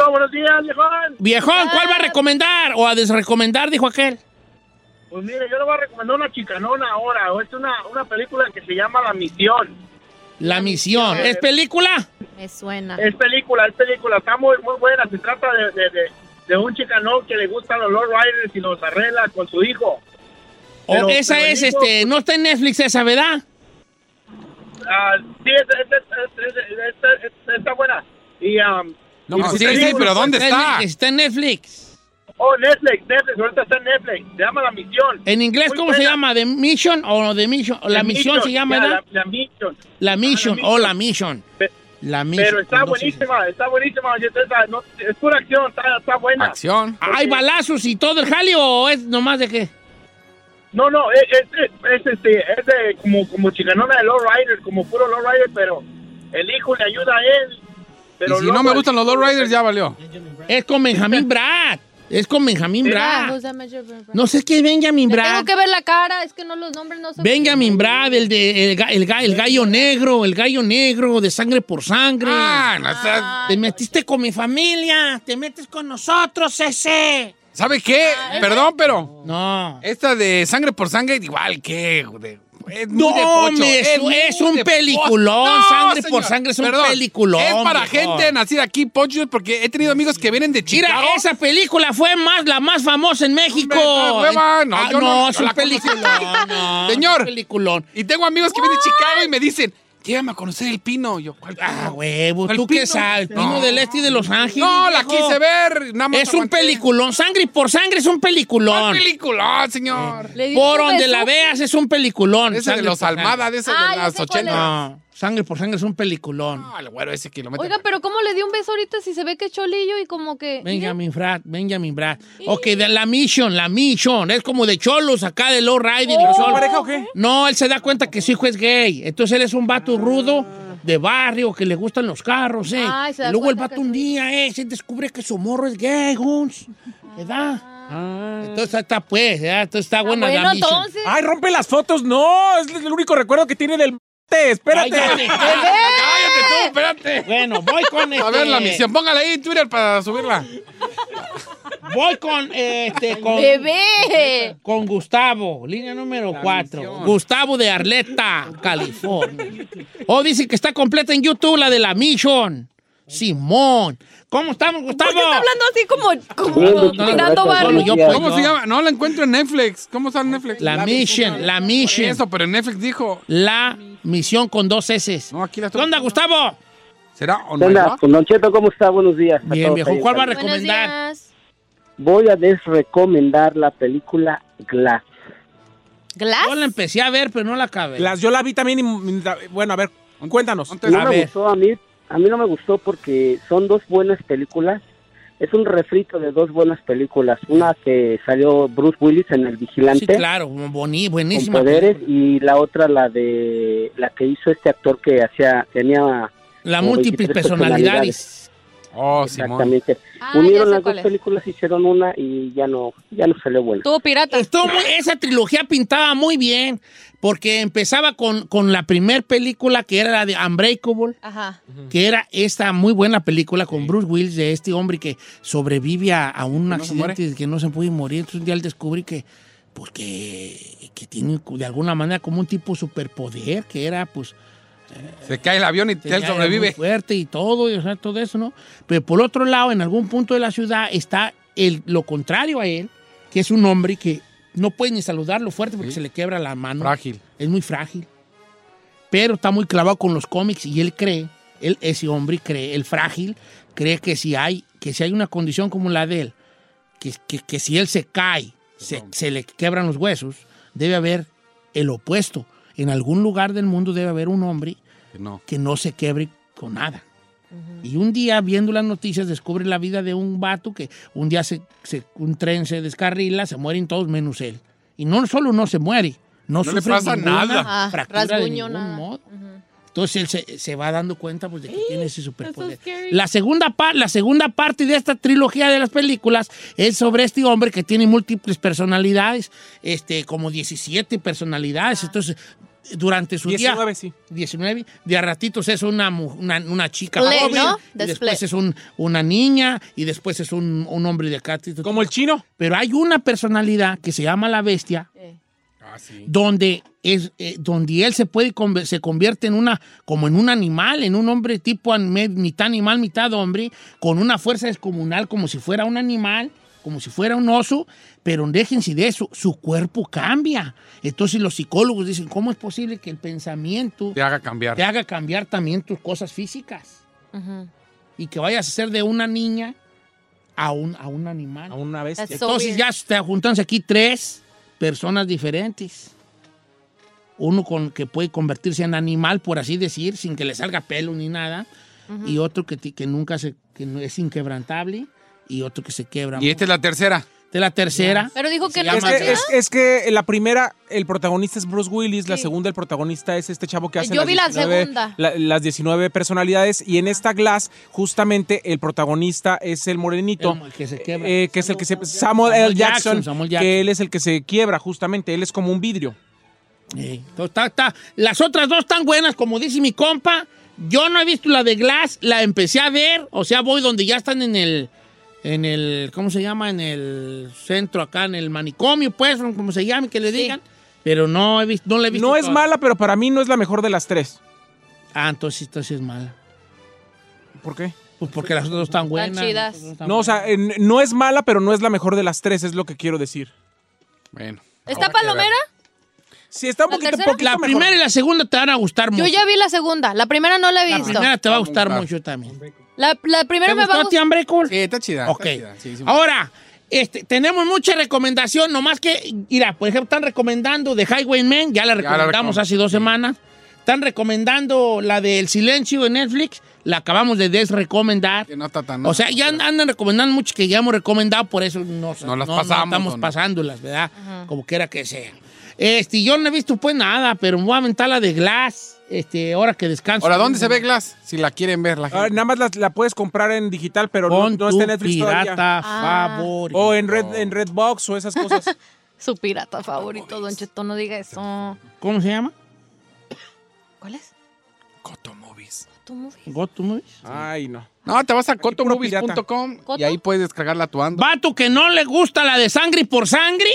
buenos días, viejón. Viejón, ¿cuál va a recomendar o a desrecomendar? Dijo aquel. Pues mire, yo le voy a recomendar una chicanona ahora. o Es una, una película que se llama La Misión. La misión. ¿Es película? Me suena. Es película, es película. Está muy, muy buena. Se trata de, de, de- de un chicanón que le gustan los Lord Riders y los arregla con su hijo. O Pero- Oh, esa pero el es, hijo- este, no está en Netflix esa, ¿verdad? Ah, sí, es- es- es- es- es- es- es- está buena. Y, am, y- pues pues sí, sí, pero ¿dónde está? en- Está en Netflix. Oh, Netflix, Netflix. Ahorita está en Netflix. Se llama La Misión. ¿En inglés Muy cómo se buena. llama? ¿The Mission o no, The Mission? O la The misión, se llama, ya, ¿verdad? La, la Mission. La, Mission, o la Mission. La Mission. Pero está no sé. buenísima, está buenísima. oye, está- no- es pura acción, está, está buena. Acción. ¿Hay balazos y todo el jale o es nomás de qué? No, no, e- es, es, es, este, es de como, como chicanona de Low Rider, como puro Low Rider, pero el hijo le ayuda a él. Pero y si no me gustan los Lord Riders, ya valió. Es con Benjamín Brad. Es con Benjamín Ah, Brad. who's that measure, bro, bro? No sé qué es Benjamin Le Brad. Tengo que ver la cara, es que no los nombres no se Benjamin Brad, el de el, ga- el ga- el gallo negro, el gallo negro de sangre por sangre. Ah, Te metiste con mi familia, te metes con nosotros, ese. ¿Sabe qué? Ah, Perdón, pero. No. Esta de sangre por sangre, igual que. de- es muy No, de pocho, hombre, es, muy es un de peliculón. pocho. No, sangre señor, por sangre es un perdón, peliculón. Es para viejo. gente nacida aquí, pocho, porque he tenido amigos que vienen de Chicago. Mira, esa película fue más, la más famosa en México. Hombre, hueva, no, Ah, yo no- es yo un la conocí. peliculón. no, es un Señor. peliculón. Y tengo amigos que vienen de Chicago y me dicen, llévame a conocer el pino. Yo, ¿cuál pino? Ah, huevo, ¿Cuál ¿tú pino? qué sabes? El Pino No. del Este y de Los Ángeles. No, la viejo. quise ver. Nada más Es un aguanté. peliculón. Sangre por sangre es un peliculón. Peliculón, señor. Le dio Eh, Por un donde beso. la veas es un peliculón. Ese Sangre de los por sangre. Almada, de ese Ah, de ya las sé cuál 80. es. No, sangre por sangre es un peliculón. Ah, el güero ese que lo mete. Oiga, pero ¿cómo le di un beso ahorita si se ve que es cholillo y como que. Benjamin Brad, Benjamin Brad. Ok, de la Mission, la Mission. Es como de cholos acá de Low Rider. Oh, los cholos. ¿pareja o qué? No, él se da cuenta que su hijo es gay. Entonces él es un vato rudo de barrio que le gustan los carros, ¿eh? Ay, Ah, se da y luego el cuenta vato un día, ¿eh? Se descubre que su morro es gay, Guns. ¿Verdad? Entonces ahí está pues, ¿verdad? Entonces está buena la Ah. bueno, Mission. entonces. Ay, rompe las fotos. No, es el único recuerdo que tiene del. Espérate. Ay, ya sé. Cállate tú, espérate. Bueno, voy con A este- ver la misión, póngala ahí en Twitter para subirla. Voy con este con, ¡Bebé! con Gustavo, línea número 4. Gustavo de Arleta, California. Oh, dice que está completa en YouTube la de la Mission. Simón. ¿Cómo estamos, Gustavo? ¿Por qué está hablando así como, como Bien, muchas tirando gracias. barrio? Solo yo, pues, ¿Cómo yo. se llama? No la encuentro en Netflix. ¿Cómo está en Netflix? La Mission, la Mission. Eso, pero en Netflix dijo. La Misión con dos S. No, aquí la ¿Qué onda, Gustavo? ¿Será o ¿Qué onda? no? Pues, Don Cheto, ¿cómo está? Buenos días. a Bien, todos viejo. ahí. ¿Cuál va a Buenos recomendar? días. Voy a desrecomendar la película Glass. Yo la ¿Glass? empecé a ver, pero no la acabé. Las, yo la vi también. y- bueno, a ver, cuéntanos. No A me ver. gustó a mí, a mí no me gustó porque son dos buenas películas. Es un refrito de dos buenas películas. Una que salió Bruce Willis en El Vigilante Sí, claro, boni, con buenísima. poderes y la otra la de la que hizo este actor que hacía tenía La como múltiples 23 personalidades. Oh, Simón. Exactamente. Ah, ya Unieron sé las cuál dos es. películas, hicieron una y ya no ya no salió buena. Tuvo pirata. Estuvo muy- esa trilogía pintaba muy bien, porque empezaba con, con la primer película que era la de Unbreakable, Uh-huh. Ajá. que era esta muy buena película con Bruce Willis, de este hombre que sobrevive a, a un no se accidente que no se puede morir. Entonces un día él descubre que, pues que, que tiene de alguna manera como un tipo superpoder, que era pues Se cae el avión y él Tenía muy sobrevive. fuerte y todo, y, o sea, todo eso, ¿no? Pero por otro lado, en algún punto de la ciudad está el, lo contrario a él, que es un hombre que no puede ni saludarlo fuerte porque se le quiebra la mano. Frágil. Es muy frágil. Pero está muy clavado con los cómics y él cree, él, ese hombre cree, el frágil, cree que si hay, que si hay una condición como la de él, que, que- que si él se cae, se, se le quebran los huesos, debe haber el opuesto. En algún lugar del mundo debe haber un hombre No. que no se quiebre con nada. Y un día, viendo las noticias, descubre la vida de un vato que un día se, se- un tren se descarrila, se mueren todos menos él. Y no solo no se muere, no, No le sufre pasa ninguna nada. Ah, Ajá, fractura de rasguño, ningún nada. modo. Entonces él se, se va dando cuenta pues, de que tiene ese superpoder. scary. La segunda, pa- la segunda parte de esta trilogía de las películas es sobre este hombre que tiene múltiples personalidades, este, como 17 personalidades. Entonces, durante su día. 19, sí. 19. De a ratitos es una, mu- una, una chica Split, joven. ¿no? y The después split. es un- una niña y después es un, un hombre de acá. Como el chino. Pero hay una personalidad que se llama la bestia Ah, donde es eh, donde él se puede conver- se convierte en una como en un animal en un hombre tipo an- me- mitad animal mitad hombre con una fuerza descomunal como si fuera un animal como si fuera un oso pero déjense de eso su cuerpo cambia entonces los psicólogos dicen cómo es posible que el pensamiento Te haga cambiar. te haga cambiar también tus cosas físicas y que vayas a ser de una niña a un, a un animal. A una bestia. That's so Entonces weird. ya se juntanse aquí tres personas diferentes. Uno con que puede convertirse en animal, por así decir, sin que le salga pelo ni nada. Y otro que, ti- que nunca se, que no- es inquebrantable. Y otro que se quiebra. Y esta es la tercera. Esta es la tercera. Pero dijo que no Es que, sabía. es, es que la primera, el protagonista es Bruce Willis, la segunda, el protagonista es este chavo que hace. Yo vi la 19 segunda. la- las 19 personalidades, y en esta Glass, justamente el protagonista es el morenito. El que se quiebra. eh, que es el que se. Samuel L. Samuel Jackson, Jackson, Samuel Jackson. que él es el que se quiebra, justamente. Él es como un vidrio. Sí. Entonces, está- está- Las otras dos tan buenas, como dice mi compa. Yo no he visto la de Glass, la empecé a ver. O sea, voy donde ya están en el. En el. ¿Cómo se llama? En el centro acá, en el manicomio, pues, o como se llame, que le digan. Pero no he visto, no la he visto. No es toda. mala, pero para mí no es la mejor de las tres. Ah, entonces esta sí es mala. ¿Por qué? Pues porque las otras dos están buenas. chidas. las otras dos están No, o sea, eh, no es mala, pero no es la mejor de las tres, es lo que quiero decir. Bueno. ¿Está palomera? Sí, está un ¿La poquito, tercera? poquito La mejor. primera y la segunda te van a gustar Yo mucho. ya vi la segunda. La primera no la he La visto. primera te va a gustar mucho también. La, la primera ¿Te me va a gustó, gustar. tía Ambrecol? Sí, está chida. Ok. Está chida. Sí, sí. Ahora, este, tenemos mucha recomendación, nomás que, mira, por ejemplo, están recomendando de Highwaymen, ya la la recomendamos recom- hace dos semanas. Están recomendando la de El Silencio de Netflix, la acabamos de desrecomendar. Que no está tan. O sea, ya andan recomendando mucho que ya hemos recomendado, por eso no, No las pasamos, estamos don. pasándolas, ¿verdad? Como quiera que sea. Este, yo no he visto pues nada, pero me voy a aventar la de Glass, este, ahora que descanso. Ahora, ¿dónde se ve Glass? Si la quieren ver, la Ah, gente. nada más la, la puedes comprar en digital, pero no, Con no está en tu Netflix pirata todavía. Ah. favorito. O en Red en Redbox o esas cosas. Su pirata favorito, Don Cheto, no diga eso. ¿Cómo se llama? ¿Cuál es? Coto Movies. ¿Goto Movies? Ay, no. No, te vas a pirata. cotomovies.com y ahí puedes descargar la tuanda. Vato que no le gusta la de sangre por sangre.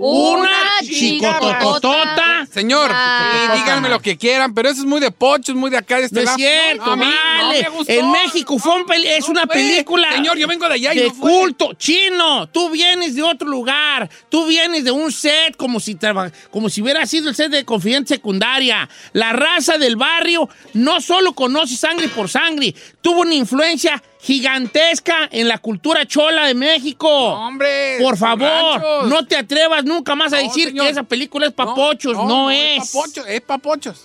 Una chicototota. Señor, Ah. sí, díganme lo que quieran, pero eso es muy de pocho, es muy de acá, de este No es lado. No, cierto, a mí no vale. me gustó. en México fue un peli- es una fue. película. Señor, yo vengo de allá y de no fue. culto. Chino, tú vienes de otro lugar. Tú vienes de un set como si, traba- como si hubiera sido el set de confidente secundaria. La raza del barrio no solo conoce sangre por sangre, tuvo una influencia gigantesca en la cultura chola de México. Hombre, Por favor, borrachos. no te atrevas nunca más a No, decir señor. que esa película es papochos. No, es. papochos, es papochos.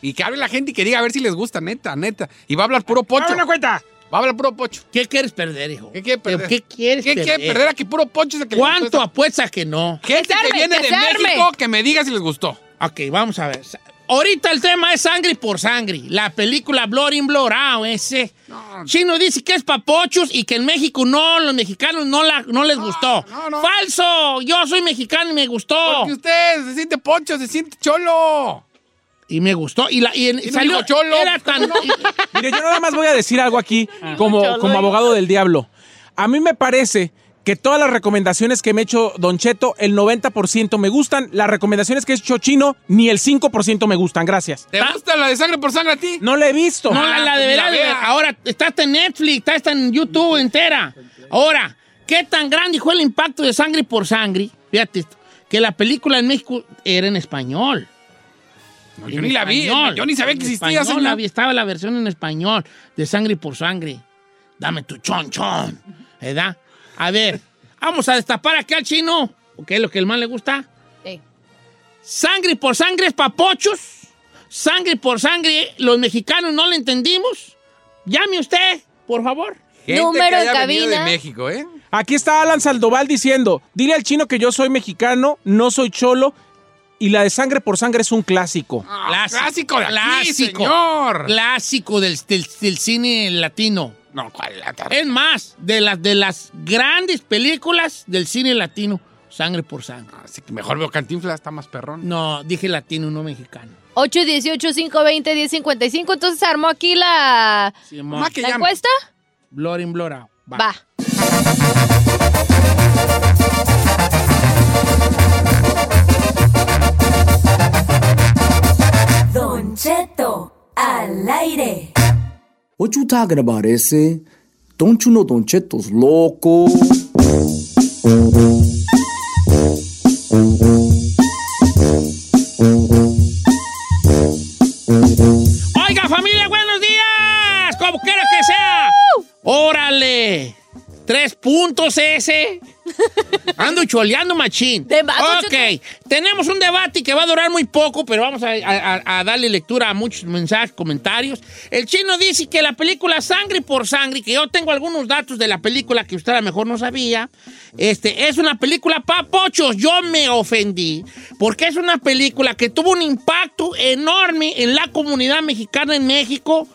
Y que hable la gente y que diga a ver si les gusta, neta, neta. Y va a hablar puro pocho. una cuenta! Va a hablar puro pocho. ¿Qué quieres perder, hijo? ¿Qué quiere perder? ¿Qué quieres ¿Qué perder? quiere perder? Aquí puro pocho es el que le gustó ¿Cuánto esa- apuestas que no? Pues, Gente que arme, viene que de se arme. México que me diga si les gustó. Ok, vamos a ver. Sa- Ahorita el tema es sangre por sangre. La película Blur in Blur Out, ese. Chino dice que es papochos y que en México no, los mexicanos no, la, no les gustó. ¡Falso! Yo soy mexicano y me gustó. Porque usted se siente pocho, se siente cholo. Y me gustó. Y, la, y, en- Y no salió. dijo cholo. Era tan. Mire, yo nada más voy a decir algo aquí como, como abogado del diablo. A mí me parece que todas las recomendaciones que me ha hecho Don Cheto, el 90% me gustan. Las recomendaciones que he hecho Chino, ni el 5% me gustan. Gracias. ¿Te gusta la de sangre por sangre a ti? Ah, pues No la he visto. No, la, la de verdad, de verdad. Ahora está hasta en Netflix, está hasta en YouTube entera. Ahora, ¿qué tan grande fue el impacto de Sangre por Sangre? Fíjate esto, que la película en México era en español. No, En yo ni la vi, español. yo ni sabía que En existía. español, señor. la vi, estaba la versión en español de Sangre por Sangre. Dame tu chon chon, ¿verdad? A ver, vamos a destapar aquí al chino, que es lo que el man le gusta. Sí. Sangre por sangre es papochos. Sangre por sangre, los mexicanos no le entendimos. Llame usted, por favor. Gente Número que en haya cabina. venido de México, ¿eh? Aquí está Alan Saldoval diciendo, dile al chino que yo soy mexicano, no soy cholo, y la de sangre por sangre es un clásico. Ah. clásico de aquí, señor. Clásico del, del- del cine latino. No, ¿cuál? La tar- Es más, de las, de las grandes películas del cine latino, sangre por sangre. Así Ah, que mejor veo Cantinflas, está más perrón. No, dije latino, no mexicano. 818-520-1055. Entonces se armó aquí la, Simón. la Ma, que llame. encuesta. Blur in, blur out. Va. Va. Don Cheto, al aire. What you talking about, ese? Don't you know Don Cheto's loco? Oiga, familia, buenos días. Como quiera que sea. Órale. Tres puntos ese. Ando choleando, machín. Ok, tenemos un debate que va a durar muy poco, pero vamos a, a- a darle lectura a muchos mensajes, comentarios. El chino dice que la película Sangre por Sangre, que yo tengo algunos datos de la película que usted a lo mejor no sabía, este, es una película papochos. Yo me ofendí porque es una película que tuvo un impacto enorme en la comunidad mexicana en México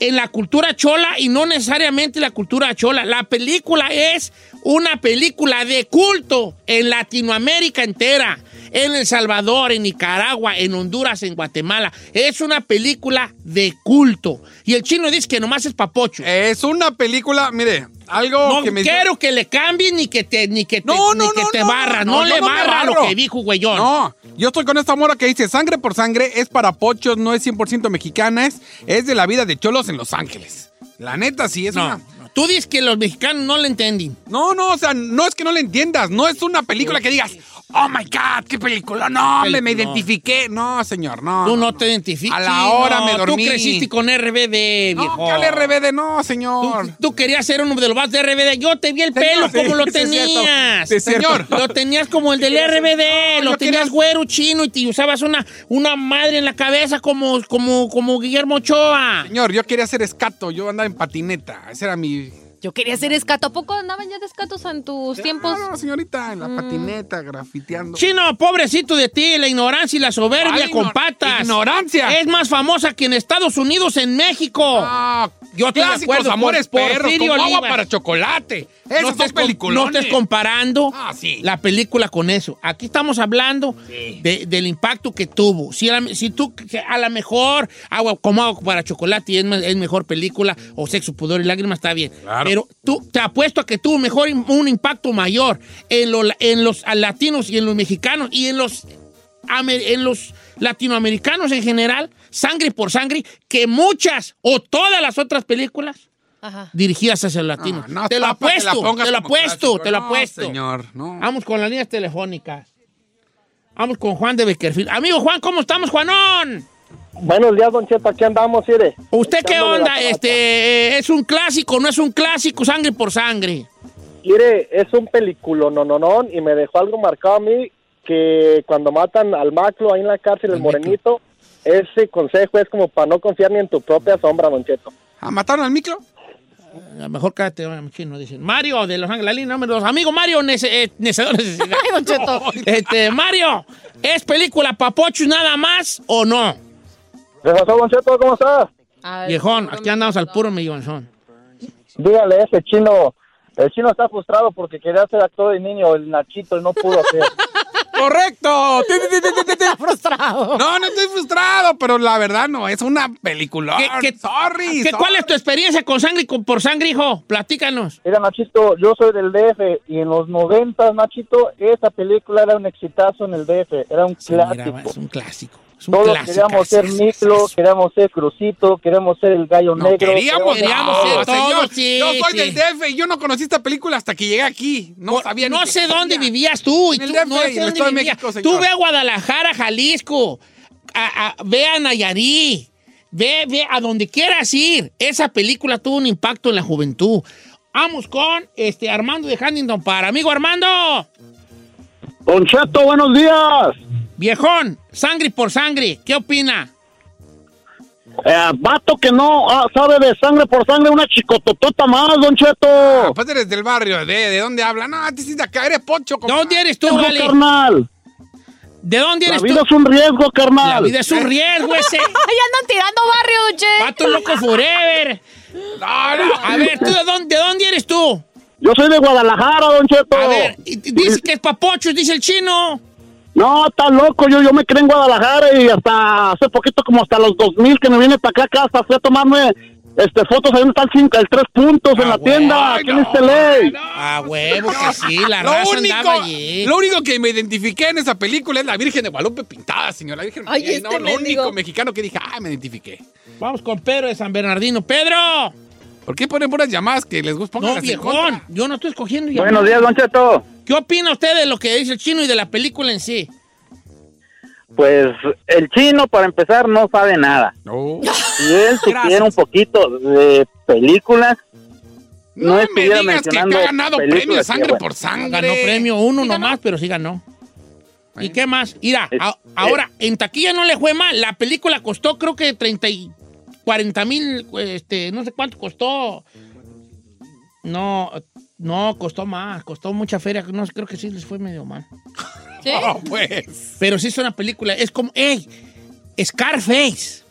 en la cultura chola y no necesariamente la cultura chola. La película es una película de culto en Latinoamérica entera, en El Salvador, en Nicaragua, en Honduras, en Guatemala. Es una película de culto. Y el chino dice que nomás es papocho. Es una película, mire, algo No que me... quiero que le cambien ni que te, ni que te, ni que te barra. No, le yo me barra lo barro. que dijo, güeyón. No, yo estoy con esta mora que dice sangre por sangre, es para pochos, no es 100% mexicana, es, es de la vida de cholos en Los Ángeles. La neta sí es No, una... Tú dices que los mexicanos no le entienden. No, no, o sea, no es que no le entiendas, no es una película que digas, oh my god, qué película, no, hombre, me No. identifiqué. No, señor, no. Tú no, no te identificas. A la hora me dormí. Tú creciste con RBD, viejo. No, que al RBD no, señor. Tú, tú querías ser uno de los más de RBD. Yo te vi el pelo sí, como lo sí, es cierto. tenías. Sí, es cierto. Señor, lo tenías como el del RBD. No, lo yo tenías quería- güero chino y te usabas una, una madre en la cabeza como, como, como Guillermo Ochoa. Señor, yo quería ser escato, yo andaba en patineta, ese era mi... Yo quería ser escato. ¿A poco andaban ya de escatos en tus tiempos? Mm. No, señorita, en la patineta, grafiteando. Chino, pobrecito de ti, la ignorancia y la soberbia ¿Cuál con ignor- patas. ignorancia? Es más famosa que en Estados Unidos, en México. Yo estoy de clásicos, acuerdo con amores perros, Porfirio como agua Olivas. para chocolate. Esos son estés com- peliculones. no estés comparando Ah, sí. la película con eso. Aquí estamos hablando de- del impacto que tuvo. Si, a la- si tú, que a lo mejor, agua, como agua para chocolate y es, me- es mejor película, o sexo, pudor y lágrimas, está bien. Claro. Pero tú, te apuesto a que tuvo mejor, im- un impacto mayor en, lo- en los latinos y en los mexicanos y en los amer- en los latinoamericanos en general, sangre por sangre, que muchas o todas las otras películas Ajá. dirigidas hacia el latino. te lo tapa, apuesto, la pongas te lo como apuesto, clásico. te lo No, apuesto. señor, no. Vamos con las líneas telefónicas. Vamos con Juan de Beckerfield. Amigo Juan, ¿cómo estamos, Juanón? Buenos días, Don Cheto. Aquí andamos, mire. ¿Usted qué onda? Este, eh, ¿Es un clásico no es un clásico? Sangre por sangre. Mire, es un película, no, no, no. Y me dejó algo marcado a mí que cuando matan al Maclo ahí en la cárcel, el morenito, ese consejo es como para no confiar ni en tu propia sombra, Don Cheto. ¿Ah, mataron al micro? A lo mejor cállate, chino, dicen. Mario de Los Ángeles, la línea número dos. Amigo Mario, nece, eh, necedor de necesidad. Este, Mario, ¿es película papocho nada más o no? ¿Qué pasó, Don Cheto? ¿Cómo estás? Viejón, aquí andamos al puro millonzón. Dígale a ese chino. El chino está frustrado porque quería ser actor de niño, el Nachito, y no pudo hacer. ¡Correcto! frustrado. No, no estoy frustrado, pero la verdad no, es una película. ¿Qué- qué- sorry, ¿Qué- sorry. ¿Cuál es tu experiencia con sangre y con- por sangre, hijo? Platícanos. Mira, Nachito, yo soy del DF y en los 90, Nachito, esa película era un exitazo en el DF, era un clásico. Es un clásico. Es un Todos clásico. queríamos ser Miclo, queríamos ser Crucito, queríamos ser el Gallo No, Negro. queríamos, queríamos no, ser todos, señor, sí, Yo soy sí. del DF y yo no conocí esta película hasta que llegué aquí. No sabía ni No que sé existía. dónde vivías tú. Y En el tú DF, no en sé el dónde Estado de vivías. México, señor. Tú ve a Guadalajara, Jalisco. A, a- ve a Nayarí. Ve, ve a donde quieras ir. Esa película tuvo un impacto en la juventud. Vamos con este Armando de Huntington para. Amigo Armando. Don Cheto, buenos días. Viejón, sangre por sangre. ¿Qué opina? Eh, vato que no ah, sabe de sangre por sangre, una chicototota más, Don Cheto. Ah, Pues eres del barrio, ¿de, de dónde hablan? No, te sientes acá, eres pocho. ¿De dónde eres tú, Riesgo, vale? carnal. ¿De dónde La eres vida tú? es un riesgo, carnal. La vida es un riesgo ese. Ay, andan tirando barrio, Don Cheto. Pato loco forever. No, no. A ver, ¿tú de dónde, de dónde eres tú? Yo soy de Guadalajara, Don Cheto. A ver, y- y dice que es papocho, dice el chino. No, está loco, yo, yo me crié en Guadalajara y hasta hace poquito, como hasta los 2000 que me vine para acá, hasta fui a tomarme este, fotos, ahí está el, cinco, el tres puntos Ah, en la tienda, aquí en este ley. A Ah, huevo que sí, la lo raza único, andaba allí. Lo único que me identifiqué en esa película es la Virgen de Guadalupe pintada, señor. La Virgen Ay, María, este no, lo mendigo. único mexicano que dije, ah, me identifiqué. Vamos con Pedro de San Bernardino. ¡Pedro! ¿Por qué ponen puras llamadas que les gusta? No, Pónganlas en viejón, yo no estoy escogiendo llamadas. Buenos días, Don Cheto. ¿Qué opina usted de lo que dice el chino y de la película en sí? Pues el chino, para empezar, no sabe nada. Y él, si Gracias. quiere un poquito de películas, no, estuviera mencionando películas, tía, bueno. Ganó premio uno nomás, pero sí ganó. ¿Y qué más? Mira, a- ahora, en taquilla no le fue mal. La película costó, creo que 30 y 40 mil, este, no sé cuánto costó. No, no, costó más, costó mucha feria. No, creo que sí les fue medio mal. ¿Sí? Oh, pues. Pero sí es una película, es como, ¡ey! Scarface.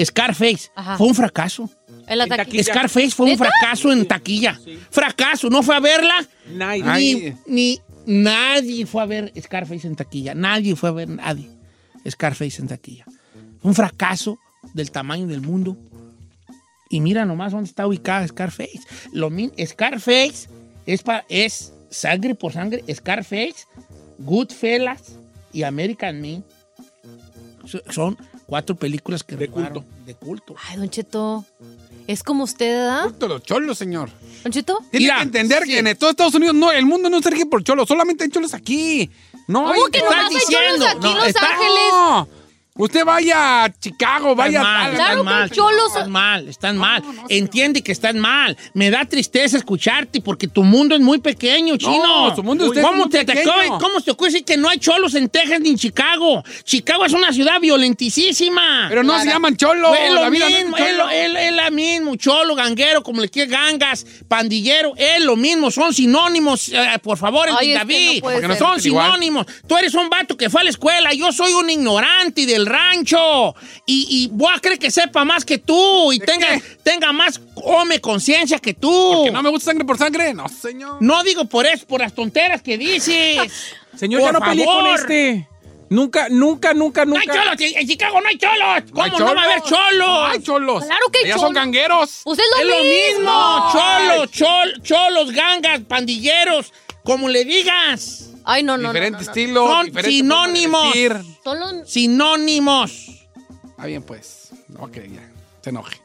Scarface. Ajá. Fue un fracaso. El ataque. Scarface fue un fracaso en taquilla. Fracaso, no fue a verla. Ni, Nadie. ni nadie fue a ver Scarface en taquilla. Nadie fue a ver nadie Scarface en taquilla. Un fracaso del tamaño del mundo. Y mira nomás dónde está ubicada Scarface. Lo mi- Scarface es, pa- es sangre por sangre. Scarface, Goodfellas y American Me. So- Son cuatro películas que de culto. De culto. Ay, Don Cheto. Es como usted, ¿verdad? Culto los cholos, señor. Don Cheto. Tiene que entender que en todos Estados Unidos no, el mundo no se rige por cholos, solamente hay cholos aquí. No ¿Cómo hay- que nomás hay cholos aquí en Los Ángeles? No. Usted vaya a Chicago, vaya están a mal, están mal, están mal, están mal. Entiende que están mal. Me da tristeza escucharte porque tu mundo es muy pequeño, chino. su mundo de ustedes ¿Cómo es muy te, te pequeño. acaba- ¿Cómo se te ocurre decir que no hay cholos en Texas ni en Chicago? Chicago es una ciudad violentísima. Pero no se llaman cholos, Es lo la vida no es mismo, de es lo- cholo. es- es la mismo, cholo, ganguero, como le quieras, gangas, pandillero, es lo mismo, son sinónimos, eh, por favor, Ay, es que David. no puede Porque no ser. son se tratan igual. sinónimos sinónimos. Tú eres un vato que fue a la escuela, yo soy un ignorante y del rancho. Y, y voy a creer que sepa más que tú y tenga, tenga más come conciencia que tú. Porque no me gusta sangre por sangre, no, señor. No digo por eso, por las tonteras que dices. Señor, Por ya no peleé con favor. este. Nunca, nunca, nunca, No hay nunca. cholos, en en Chicago no hay cholos. ¿Cómo hay no va a haber cholos. cholos? No hay cholos. Claro que hay Ellas son cholos. gangueros. Pues es lo mismo. Cholos, chol- cholos, gangas, pandilleros, como le digas. Ay, no, no. Diferente no, no, no. estilo. Son diferente sinónimos. forma de vestir. Son los- Sinónimos. Ah, bien, pues. No, que ya. Se enoje.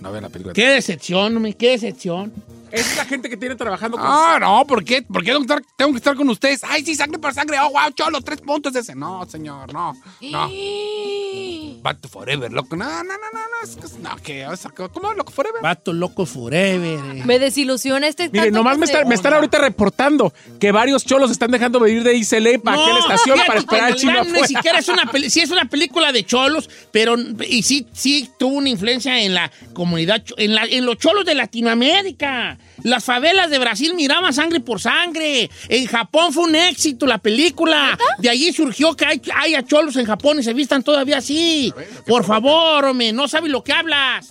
No vea la película. Qué decepción, hombre, qué decepción. Esa es la gente que tiene trabajando con Ah, no, ¿por qué? ¿Por qué tengo que, estar, tengo que estar con ustedes? Ay, sí, sangre por sangre. Oh, wow, cholo, tres puntos ese. No, señor, no. No. Back to forever, loco. No, no, no, no. no, es que- no que, o sea, ¿Cómo, loco, forever? Vato loco forever. eh. Me desilusiona este. Mire, tanto nomás que me, se- está- me están ahorita reportando que varios cholos están dejando venir de ICL para No, aquella estación fíjate para que esperar en al chino realidad afuera. Ni siquiera es una, peli- sí es una película de cholos, pero y sí, sí tuvo una influencia en la comunidad, cho- en, la- en los cholos de Latinoamérica. Las favelas de Brasil miraban sangre por sangre. En Japón fue un éxito la película. De allí surgió que hay, haya cholos en Japón y se vistan todavía así. Por favor, hombre, no sabes lo que hablas.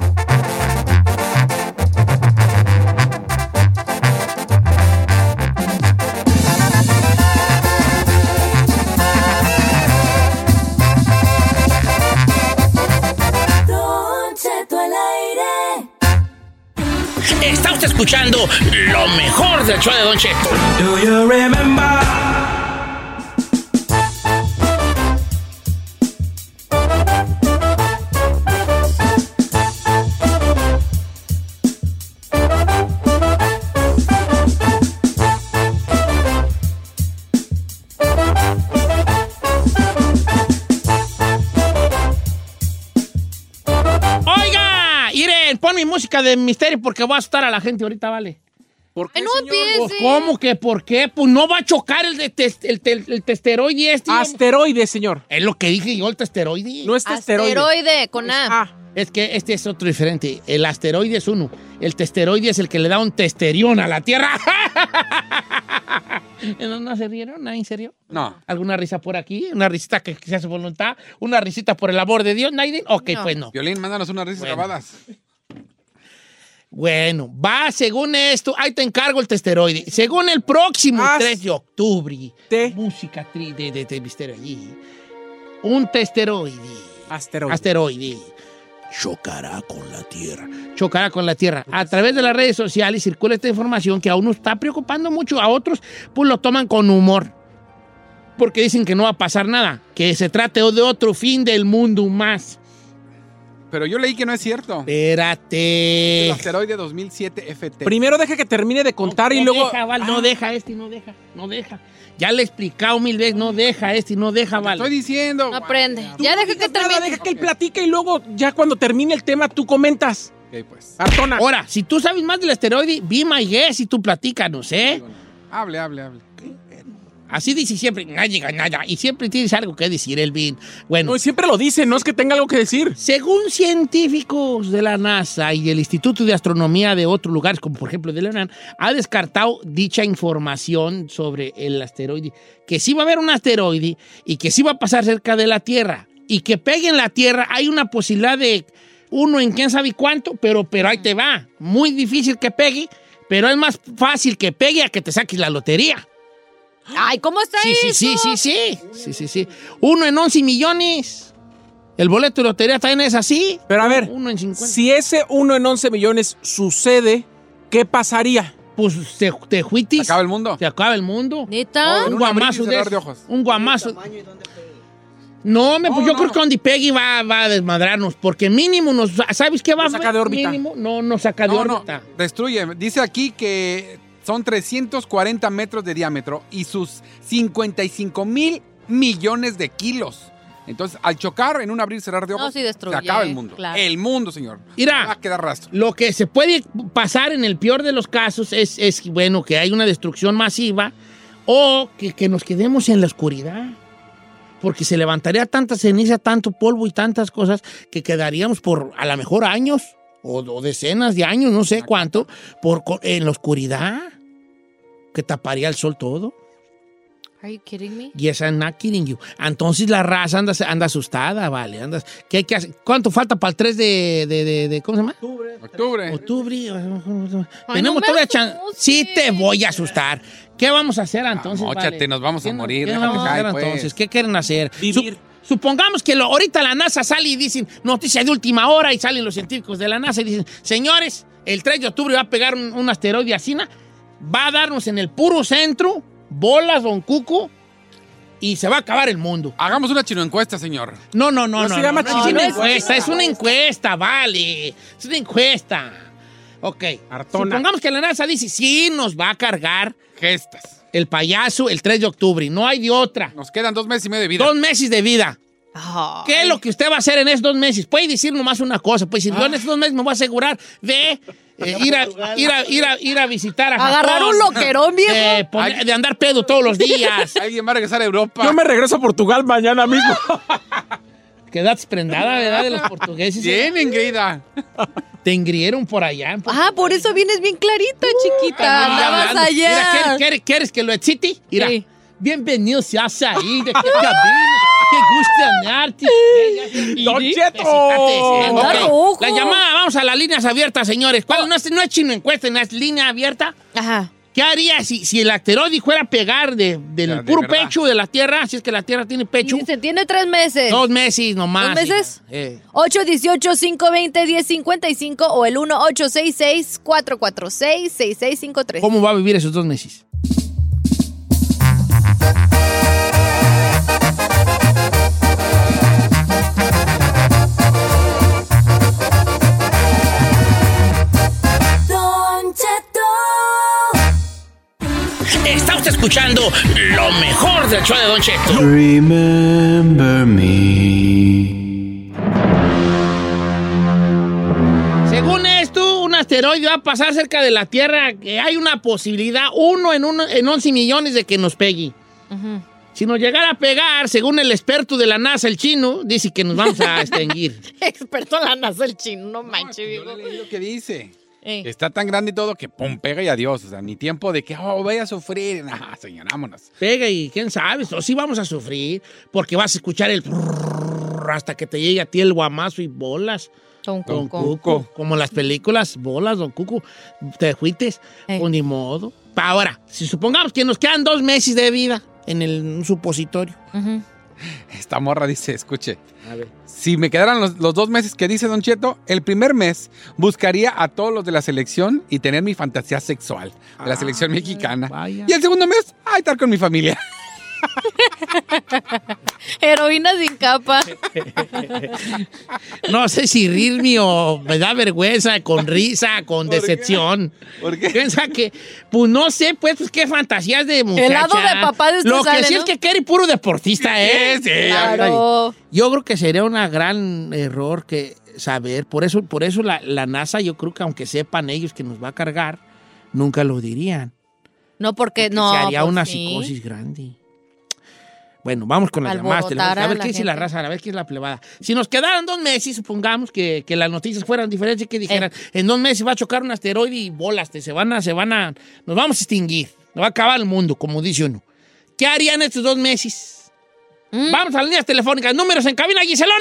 Don Cheto al aire. Está usted escuchando lo mejor del show de Don Cheto. Do you remember? ¿Ah, Oiga, Irene, pon mi música de misterio porque voy a asustar a la gente ahorita, vale. ¿Por qué, no señor? empieces. ¿Cómo que por qué? Pues no va a chocar el, de tes- el, tel- el testeroide este. Asteroide, señor. Es lo que dije yo, el testeroide. No es testeroide. Ah. Asteroide, con Pues, A. Es que este es otro diferente. El asteroide es uno. El testeroide es el que le da un testerión a la Tierra. ¿No, no se rieron? ¿Ah, ¿Nadie se rió? No. ¿Alguna risa por aquí? ¿Una risita que, que sea su voluntad? ¿Una risita por el amor de Dios? ¿Nadie? Ok, pues no. Violín, mándanos unas risas grabadas. Bueno, va según esto. Ahí te encargo el testeroide. Según el próximo Ah, 3 de octubre. Música tri- de, de, de misterio allí. Un testeroide. Asteroide. Asteroide. Chocará con la Tierra. Chocará con la Tierra. A través de las redes sociales circula esta información que a unos está preocupando mucho, a otros pues lo toman con humor. Porque dicen que no va a pasar nada, que se trate de otro fin del mundo más. Pero yo leí que no es cierto. Espérate. El asteroide 2007 FT. Primero deja que termine de contar y no luego. Ah. deja, Val, Ah. no deja este, no deja, no deja. Ya le he explicado mil veces, no deja este, no deja, Val. Estoy diciendo. No aprende. Ya deja que termine. Deja que él platique y luego, ya cuando termine el tema, tú comentas. Ok, pues. Artona. Ahora, si tú sabes más del asteroide, be my guest y tú platícanos, ¿eh? Hable, hable, hable. Así dice siempre, nada llega nada, y siempre tienes algo que decir, Elvin. Bueno, No, siempre lo dice, no es que tenga algo que decir. según científicos de la NASA y del Instituto de Astronomía de otros lugares, como por ejemplo de la UNAM, ha descartado dicha información sobre el asteroide, que sí va a haber un asteroide y que sí va a pasar cerca de la Tierra, y que pegue en la Tierra, hay una posibilidad de uno en quién sabe cuánto, pero, pero ahí te va. Muy difícil que pegue, pero es más fácil que pegue a que te saques la lotería. Ay, ¿cómo está Sí, sí, eso? sí, sí, sí. Sí, sí, sí. Uno en 11 millones. El boleto de lotería también es así. Pero a ver, Uno en 50. si ese uno en 11 millones sucede, ¿qué pasaría? Pues te, te juitis, Acaba el mundo. se acaba el mundo. ¿Neta? Oh, En Un un abrir y guamazo de, cerrar esos, de ojos. Un guamazo. No, me, pues No, yo no. creo que Andy Peggy va, va a desmadrarnos, porque mínimo nos... ¿Sabes qué va a Nos saca de órbita. Mínimo, no, nos saca de No, no, órbita. destruye. Dice aquí que son 340 metros de diámetro y sus 55 mil millones de kilos. Entonces, al chocar en un abrir y cerrar de ojos, No, sí se destruye, acaba el mundo. claro. El mundo, señor. Mira. Va a quedar rastro. Lo que se puede pasar en el peor de los casos es, es, bueno, que hay una destrucción masiva o que, que nos quedemos en la oscuridad. Porque se levantaría tanta ceniza, tanto polvo y tantas cosas que quedaríamos por a lo mejor años o, o decenas de años, no sé cuánto, por, co- en la oscuridad que taparía el sol todo. Are you kidding me? Y esa not kidding you. Entonces la raza anda, anda asustada, vale. Andas, ¿qué hay que hacer? ¿Cuánto falta para el 3 de, de- de- de- ¿Cómo se llama? Octubre. Octubre. Ay, Tenemos no me todavía chan- asustes. Sí te voy a asustar. ¿Qué vamos a hacer entonces? Amóchate, vale? Ah, nos vamos a ¿Qué no- morir, ¿Qué déjate vamos a caer, hacer pues. entonces? ¿Qué quieren hacer? Vivir. Sup- supongamos que lo- ahorita la NASA sale y dicen noticia de última hora y salen los científicos de la NASA y dicen, señores, el 3 de octubre va a pegar un, un asteroide así, na, va a darnos en el puro centro, bolas, don Cuco, y se va a acabar el mundo. Hagamos una chino encuesta, señor. No, no, no, No no. se llama no, no, es chino una encuesta. encuesta, es una encuesta, vale. Es una encuesta. Ok. Artona. Supongamos que la NASA dice, sí, nos va a cargar Gestas. el payaso el 3 de octubre. No hay de otra. Nos quedan dos meses y medio de vida. Dos meses de vida. Ay. ¿Qué es lo que usted va a hacer en esos dos meses? Puede decir nomás una cosa. Puede decir, yo Ah. en esos dos meses me voy a asegurar de eh, ir, a, ir, a, ir, a, ir a visitar a Japón. Agarrar un loquerón, viejo. De, poner- de andar pedo todos los días. Alguien Eh, va a regresar a Europa. Yo me regreso a Portugal mañana mismo. Quedas prendada, ¿verdad? De los portugueses. ¿eh? Bien, Ingrida. Te engrieron por allá. en Ah, por eso vienes bien clarita, Uh, chiquita. Mira, Andabas hablando. allá. Mira, ¿quieres, quieres, quieres que lo excite? Mira. Sí. Bienvenido se hace ahí, de qué cabina, qué gusto en arte. Don Y- Cheto. Felicidades. Está Ok. rojo. Oh. La llamada, vamos a las líneas abiertas, señores. ¿Cuál? No, es, no es chino encuesta, no es línea abierta. Ajá. ¿Qué haría si, si el asteroide fuera a pegar de- del Ya, de puro verdad. pecho de la Tierra? Si es que la Tierra tiene pecho. Y se tiene tres meses. Dos meses ¿Dos nomás. meses? hija. Eh. 818-520-1055 o el 1-866-446-6653. ¿Cómo va a vivir esos dos meses? Don Cheto. Está usted escuchando lo mejor del show de Don Cheto. Remember me. Según esto, un as- asteroide va a pasar cerca de la Tierra, que hay una posibilidad, uno en, uno, en 11 millones de que nos pegue. Si nos llegara a pegar, según el experto de la NASA, el chino, dice que nos vamos a extinguir. Experto en la NASA, el chino, no manches, Eh, viejo. lo que dice. Está tan grande y todo que pum, pega y adiós. O sea, ni tiempo de que oh, voy a sufrir. Nah, señor, vámonos. Pega y quién sabe, o sí vamos a sufrir, porque vas a escuchar el prrrr hasta que te llegue a ti el guamazo y bolas. Don Don Cuco. Cuco. Como las películas, bolas, Don Cuco. Te fuites, Eh. o ni modo. Pa' Ahora, si supongamos que nos quedan dos meses de vida en el un supositorio. Esta morra dice, escuche. A ver. Si me quedaran los, los dos meses que dice Don Cheto, el primer mes buscaría a todos los de la selección y tener mi fantasía sexual de la Ah, selección mexicana. Y el segundo mes, a estar con mi familia. Heroína sin capa. No sé si rirme o me da vergüenza, con risa, con decepción. ¿Por qué? Piensa que, pues no sé, pues, pues, qué fantasías de muchacha. lado de papá de usted Lo que sale, sí ¿no? es que quiere puro deportista, ¿eh? Sí, sí, Claro. Yo creo que sería un gran error que saber. Por eso, por eso la, la NASA, yo creo que aunque sepan ellos que nos va a cargar, nunca lo dirían. No, porque no. Se haría pues una sí. psicosis grande. Bueno, vamos con las llamadas. Alborotar telefónicas. A a ver la qué dice la gente. raza, a ver qué es la plebada. Si nos quedaran dos meses, supongamos que, que las noticias fueran diferentes y que dijeran, en dos meses va a chocar un asteroide y bolas, te- se van a, se van a, nos vamos a extinguir, nos va a acabar el mundo, como dice uno. ¿Qué harían estos dos meses? Mm. Vamos a las líneas telefónicas, números en cabina, Giselona.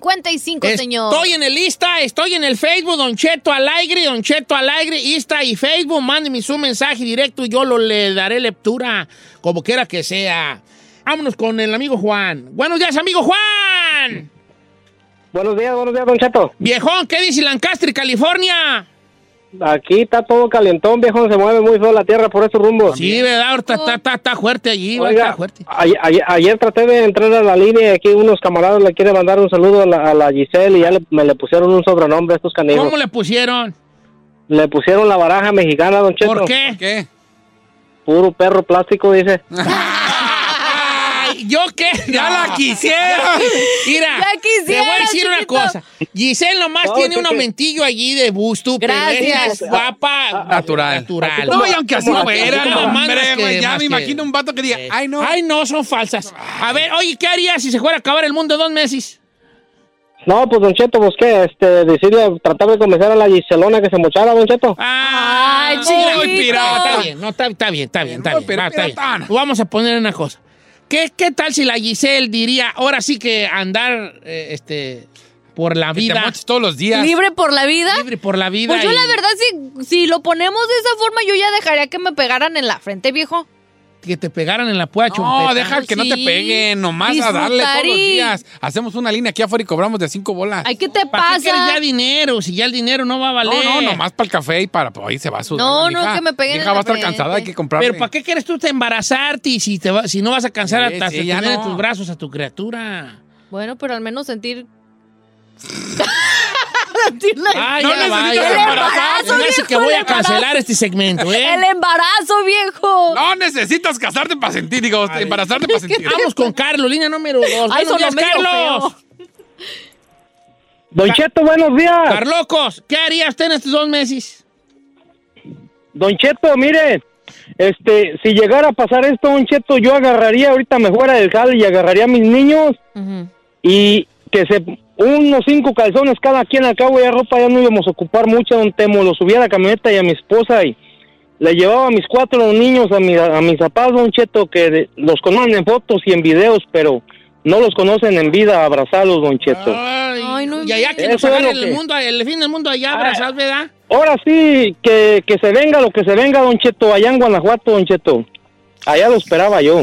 818-520-1055, señor. Estoy en el Insta, estoy en el Facebook, Don Cheto Alegre, Don Cheto Alegre, Insta y Facebook. Mándeme su mensaje directo y yo lo, le daré lectura, como quiera que sea. Vámonos con el amigo Juan. Buenos días, amigo Juan. Buenos días, buenos días, Don Cheto. Viejón, ¿qué dice Lancaster, California? Aquí está todo calentón, viejo, se mueve muy feo la tierra por esos rumbos. Sí, ¿verdad? Ahorita está, está- está fuerte allí, va, Oiga, está fuerte. Ayer, ayer- ayer traté de entrar a la línea y aquí unos camaradas le quieren mandar un saludo a la, a la Giselle y ya le- me le pusieron un sobrenombre a estos canijos. ¿Cómo le pusieron? Le pusieron la baraja mexicana, Don Cheto. ¿Por qué? ¿Qué? Puro perro plástico, dice. Ay, ¿Yo qué? Ya la quisiera. Mira, Ya quisiera, te voy a decir una chiquito. cosa. Giselle nomás No, tiene ¿qué, un qué? Ah, aumentillo allí de busto. pero Gracias. ella es guapa, natural. Ah, natural. No, y aunque así fuera, Nada más hombre, que- güey, ya más me que- imagino un vato que diga, ay, no. Ay, no, son falsas. A ver, oye, ¿qué harías si se fuera a acabar el mundo en dos meses? No, pues Don Cheto, pues qué, este, decirle, tratar de convencer a la Giselona que se mochara, Don Cheto. Ah. ¡Ay, chiquito. Está bien, no, está, está bien, está bien, está bien. va, está bien. Vamos a poner una cosa. ¿Qué, ¿Qué tal si la Giselle diría, ahora sí que andar eh, este, por la Que te vida? moches todos los días. ¿Libre por la vida? Libre por la vida. Pues yo y- la verdad, si, si lo ponemos de esa forma, yo ya dejaría que me pegaran en la frente, viejo. que te pegaran en la pueda No, chompeta. deja que no te Sí. peguen, nomás a Disfrutar darle todos los y- días. Hacemos una línea aquí afuera y cobramos de cinco bolas. Ay, ¿qué te ¿Para qué quieres pasa? ya dinero? Si ya el dinero no va a valer. No, no, nomás para el café y para, pues ahí se va a sudar. la No, no, mija. que me peguen Mija en la va a estar frente. cansada, hay que comprarle. Pero ¿para qué quieres tú te embarazarte y si, te va- si no vas a cansar Sí, hasta sí, hasta ya tener en no. tus brazos a tu criatura? Bueno, pero al menos sentir. Ay, no ya necesitas vaya. el embarazo, Se me hace viejo, que voy el a embarazo. cancelar este segmento, ¿eh? El embarazo, viejo. No necesitas casarte para sentir, digo, embarazarte para sentir. Vamos con Carlos, línea número dos. Ay, Buenos sonó días, medio Carlos. Don Cheto, buenos días. Carlocos, ¿qué haría usted en estos dos meses? Don Cheto, mire, este, si llegara a pasar esto, Don Cheto, yo agarraría ahorita me fuera del jale y agarraría a mis niños y que se unos cinco calzones cada quien al cabo ya ropa ya no íbamos a ocupar mucha don Temo, lo subía a la camioneta y a mi esposa y le llevaba a mis cuatro niños a, mi- a mis papás don Cheto que de- los conocen en fotos y en videos pero no los conocen en vida abrazarlos don Cheto Ay, y allá que Eso es nos agarre lo el que- Ah. mundo, el fin del mundo allá, abrazar, ¿verdad? ahora sí que, que se venga lo que se venga don Cheto allá en Guanajuato don Cheto allá lo esperaba yo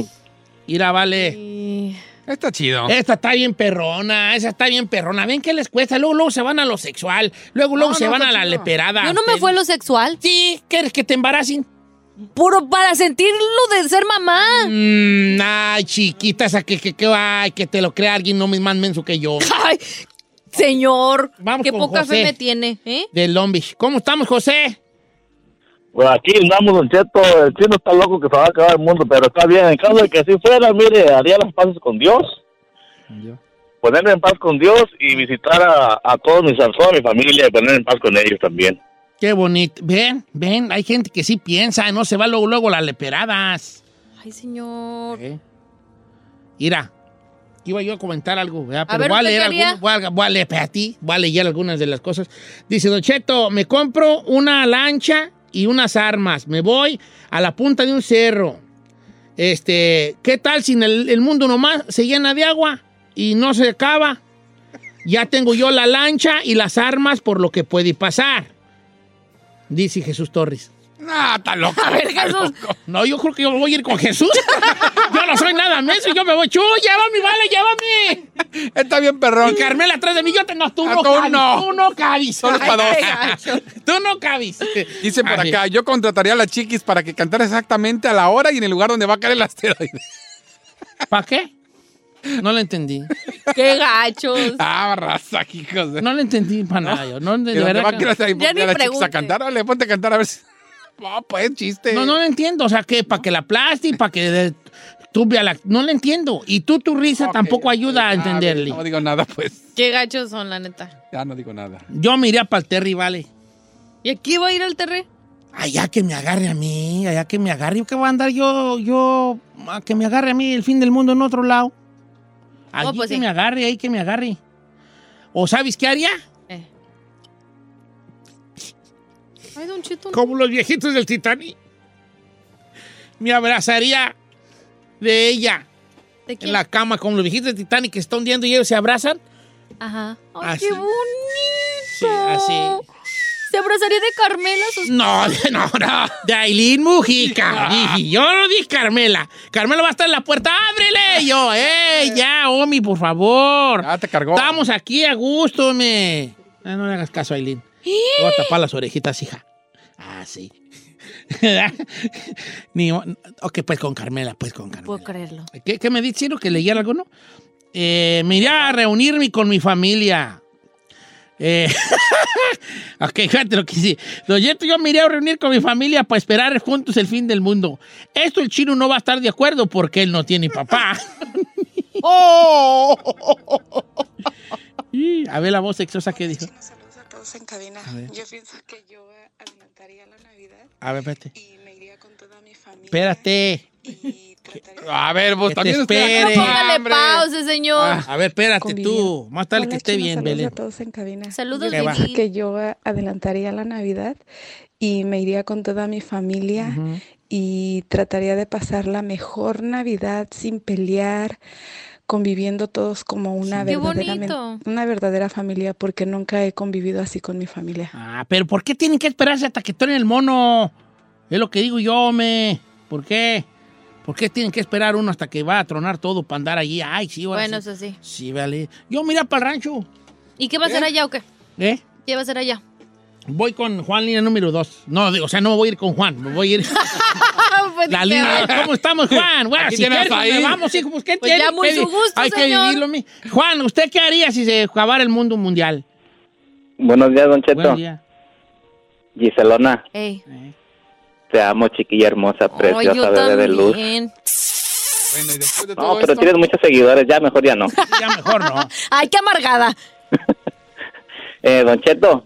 Mira, vale. Está chido. Esta está bien perrona, esa está bien perrona. ¿Ven qué les cuesta? Luego, luego se van a lo sexual, luego, luego se no, van a está la chido. leperada. Yo no me fue lo sexual. Sí, ¿quieres que te embaracen? Puro para sentir lo de ser mamá. Mm, ay, chiquita, esa que, que, que, ay, que te lo crea alguien no más menso que yo. Ay, señor. qué con poca José. fe me tiene, ¿eh? De Long Beach. ¿Cómo estamos, José? Pues aquí andamos, Don Cheto. El chino está loco que se va a acabar el mundo, pero está bien. En caso de que así fuera, mire, haría las paces con Dios. ponerme en paz con Dios y visitar a, a todos mis, a toda mi familia y ponerme en paz con ellos también. Qué bonito. Ven, ven, hay gente que sí piensa, no se va luego, luego las leperadas. Ay, señor. ¿Eh? Mira, iba yo a comentar algo, ¿verdad? A pero ver, voy a ¿usted leer qué haría? algunas, voy a, voy a leer, para ti, voy a leer algunas de las cosas. Dice, Don Cheto, me compro una lancha y unas armas, me voy a la punta de un cerro. Este, ¿qué tal si en el, el mundo nomás se llena de agua y no se acaba? Ya tengo yo la lancha y las armas por lo que puede pasar. Dice Jesús Torres. Ah, está loco. A ver, Jesús. No, yo creo que yo voy a ir con Jesús. yo no soy nada meso, yo me voy. ¡Chu, llévame, vale, llévame! Está bien, perrón. Y Carmela atrás de mí, yo te... No, tú Ah, no tú cabes, no. tú no cabes. Solo para Ay, dos. qué gacho. tú no cabes. Dice por Así. acá, yo contrataría a la chiquis para que cantara exactamente a la hora y en el lugar donde va a caer el asteroide. ¿Para qué? No lo entendí. ¡Qué gachos! Ah, raza, hijos. de- No lo entendí para nada. yo. No, de Que donde verdad va a caer que no. el asteroide, Ya ponte a ni la chiquis a pregunte. cantar, dale, ponte a cantar a ver si... No, pues, chiste. No, no lo entiendo. O sea, que para que la aplaste y para que de- tuve a la... No lo entiendo. Y tú, tu risa tampoco ayuda a entenderle. No digo nada, pues. ¡Qué gachos son, la neta! Ya no digo nada. Yo me iría para el Terry, vale. ¿Y aquí voy a ir al terreno? Allá que me agarre a mí, allá que me agarre. ¿Qué voy a andar yo, yo, a que me agarre a mí el fin del mundo en otro lado? Allí No, pues que sí. me agarre, ahí que me agarre. ¿O sabes qué haría? Ay, Don Cheto. Como los viejitos del Titanic. Me abrazaría de ella ¿De quién? en la cama, como los viejitos del Titanic que están hundiendo y ellos se abrazan. Ajá. ¡Ay, Así. qué bonito! Sí, así. ¿Se abrazaría de Carmela? Sus... No, de- no, no. De Ailín Mujica. Dije, yo no dije Carmela. Carmela va a estar en la puerta. ¡Ábrele! Y Yo, ¡eh! Ya, Omi, por favor. Ah, te cargó. Estamos aquí a gusto, me. Ah, no le hagas caso, Ailín. ¿Eh? Te Voy a tapar las orejitas, hija. Ah, sí. Ni, mo- ok, pues con Carmela, pues con Carmela. Puedo creerlo. ¿Qué, qué me dice, Ciro, que leyera alguno? Eh, me iría a reunirme con mi familia. Eh, ok, fíjate lo que sí. Lo cierto, yo me iría a reunir con mi familia para esperar juntos el fin del mundo. Esto el chino no va a estar de acuerdo porque él no tiene papá. ¡Oh! Y, a ver la voz sexosa que dijo. todos en cadena. A ver. Yo pienso que yo adelantaría la Navidad A ver, espérate. Espérate. A ver, vos Que te también usted acá, espere. Póngale hombre. pausa, señor. A ver, espérate tú. Más tarde Hola, que esté Chino, bien, saludos Belén. a todos en cabina. Saludos, yo pienso Vivi. que yo eh, adelantaría la Navidad y me iría con toda mi familia y trataría de pasar la mejor Navidad sin pelear, conviviendo todos como una Qué verdadera men- bonito. una verdadera familia porque nunca he convivido así con mi familia. Ah, pero ¿por qué tienen que esperarse hasta que en el mono? Es lo que digo yo, me. ¿Por qué? ¿Por qué tienen que esperar uno hasta que va a tronar todo para andar allí? Ay, sí, ahora Bueno, sí. eso sí. Sí, vale. Yo mira para el rancho. ¿Y qué va a hacer allá o qué? ¿Eh? ¿Qué va a hacer allá? Voy con Juan, línea número 2. No, digo, o sea, no voy a ir con Juan, me voy a ir. Pues la ni línea. pedo. ¿Cómo estamos, Juan? Bueno, Aquí si tenemos quieres, ahí. nos vamos, hijo, pues ¿qué Pues tiene? ya muy que- su gusto, Hay señor. que vivirlo, mi. Juan, ¿usted qué haría si se acabara el mundo mundial? Buenos días, Don Cheto. Buen día. Giselona, Ey. te amo, chiquilla Ay, hermosa, preciosa, yo bebé de luz. también. Bueno, y después de todo No, pero esto- tienes muchos seguidores, ya mejor ya no. Ya mejor no. Ay, qué amargada. Eh, don Cheto,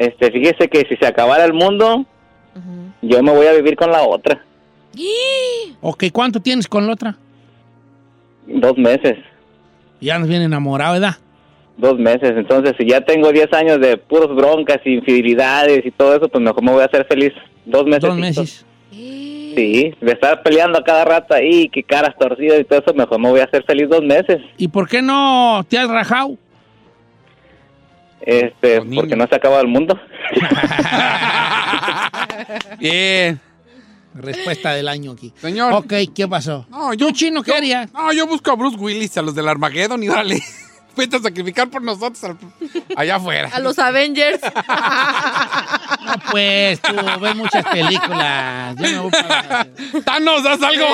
este, fíjese que si se acabara el mundo, yo me voy a vivir con la otra, Ok, ¿cuánto tienes con la otra? dos meses, Ya nos viene enamorado, ¿verdad? dos meses. Entonces, si ya tengo 10 años de puros broncas, infidelidades y todo eso, pues mejor me voy a hacer feliz dos meses. Dos meses. Sí, de estar peleando a cada rato ahí, que caras torcidas y todo eso, mejor me voy a hacer feliz dos meses. ¿Y por qué no te has rajado? Este, porque no se acaba el mundo. Bien. Respuesta del año aquí. Señor. Ok, ¿qué pasó? No, yo chino, ¿qué haría? No, yo busco a Bruce Willis, a los del Armageddon y órale. Vete a sacrificar por nosotros al- allá afuera. A los Avengers. No, pues, tú ves muchas películas. Yo me voy para... ¡Thanos, haz algo!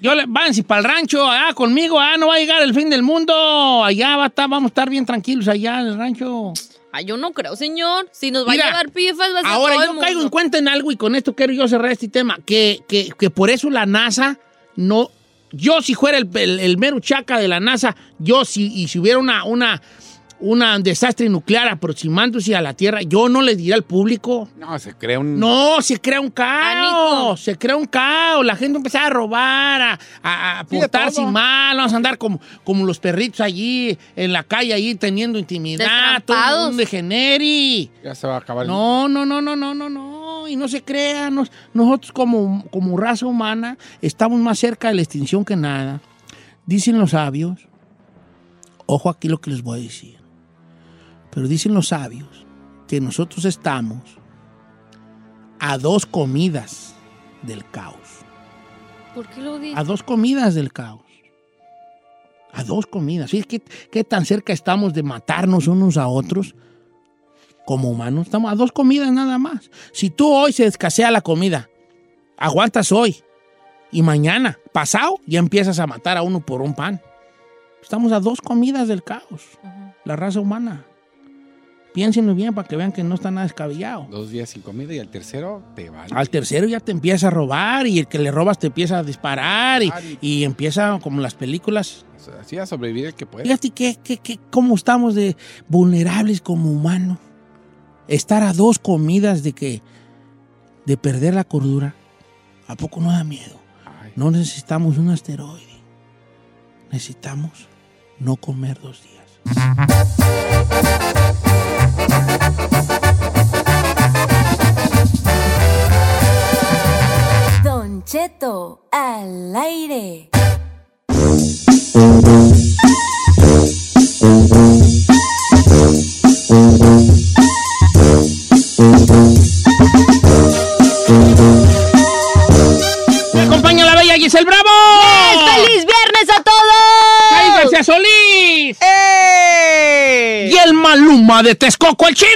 Yo le... Vansi, para el rancho, allá conmigo, ah, no va a llegar el fin del mundo. Allá va a estar, vamos a estar bien tranquilos allá en el rancho. Ay, yo no creo, señor. Si nos va Mira, a llevar pifas, va a ser Ahora todo el yo mundo. caigo en cuenta en algo y con esto quiero yo cerrar este tema, que, que, que por eso la NASA no yo si fuera el, el- el mero chaca de la NASA, yo si, y si hubiera una, una, una- un desastre nuclear aproximándose a la Tierra, yo no le diría al público. No, se crea un... No, se crea un caos. Se crea un caos. La gente empezaba a robar, a, a, a de portarse todo. mal. Vamos a andar como, como los perritos allí en la calle, allí teniendo intimidad. Todo Destrampados. un degeneri. Ya se va a acabar. el- No, no, no, no, no, no, no. Y no se crea. nos- nosotros como, como raza humana estamos más cerca de la extinción que nada. Dicen los sabios, ojo aquí lo que les voy a decir, pero dicen los sabios que nosotros estamos a dos comidas del caos. ¿Por qué lo dices? A dos comidas del caos. A dos comidas. Fíjate qué, qué tan cerca estamos de matarnos unos a otros como humanos. Estamos a dos comidas nada más. Si tú hoy se escasea la comida, aguantas hoy y mañana, pasado, ya empiezas a matar a uno por un pan. Estamos a dos comidas del caos. La raza humana. Piénsenlo bien para que vean que no está nada descabellado. Dos días sin comida y al tercero te vale. Al tercero ya te empieza a robar y el que le robas te empieza a disparar y, y empieza como las películas. Así a sobrevivir el que Pues. puede. Fíjate que, que- que- cómo estamos de vulnerables como humanos. Estar a dos comidas de que de perder la cordura, ¿a poco no da miedo? No necesitamos un asteroide. Necesitamos no comer dos días. Don Cheto al aire. ¡Me acompaña la bella Giselle Bravo! ¡Feliz viernes a todos! ¡Ay, García Solís! ¡Eh! ¡Y el Maluma de Texcoco, el chino!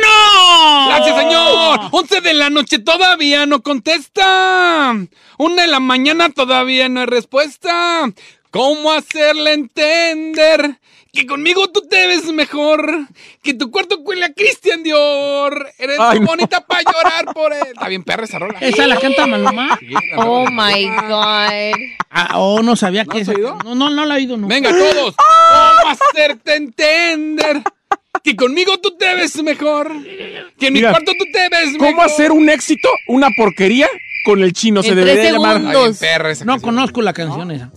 Gracias, señor. 11 de la noche todavía no contesta. Una de la mañana todavía no hay respuesta. ¿Cómo hacerle entender que conmigo tú te ves mejor? Que tu cuarto huele a Christian Dior. Eres Ay, muy no. bonita para llorar por él. Está bien, perra esa rola. ¿Esa la canta Maluma? Oh, my God. Ah, oh, no sabía que esa- No, no, no la he oído nunca. Venga, todos. ¿Cómo hacerte entender que conmigo tú te ves mejor? Que en mi Mira, cuarto tú te ves mejor. ¿Cómo hacer un éxito, una porquería, con el chino? Se En debería tres llamar. segundos. No conozco la canción esa.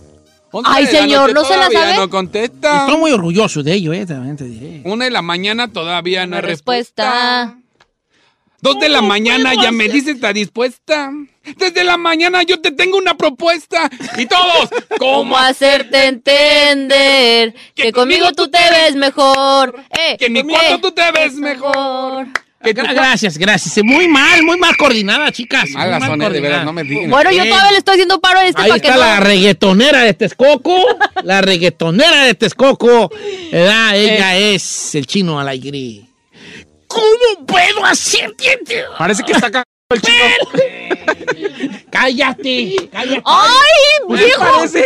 Once de la noche todavía No contesta. Estoy muy orgulloso de ello, eh, también te diré. Una de la mañana todavía no hay respuesta. Respuesta. Dos de la mañana ya me dices está dispuesta. Desde la mañana yo te tengo una propuesta. Y todos, ¿cómo ¿Cómo hacerte entender que conmigo tú te ves mejor? Eh, Que en mi cuarto tú te ves mejor. Gra- Gracias, gracias. Eh, Muy mal, muy mal coordinada, chicas. Muy Malas mal son, eh, de veras, no me digan. Bueno, yo todavía le estoy haciendo paro a este Ahí pa' que está la no- reggaetonera de Texcoco. la reggaetonera de Texcoco. ¿verdad? Ella Eh. es el chino alegre. ¿Cómo puedo hacerte entender? Parece que está acá el chino. Cállate, cállate. ¡Ay, Pues, ¿qué viejo! parece?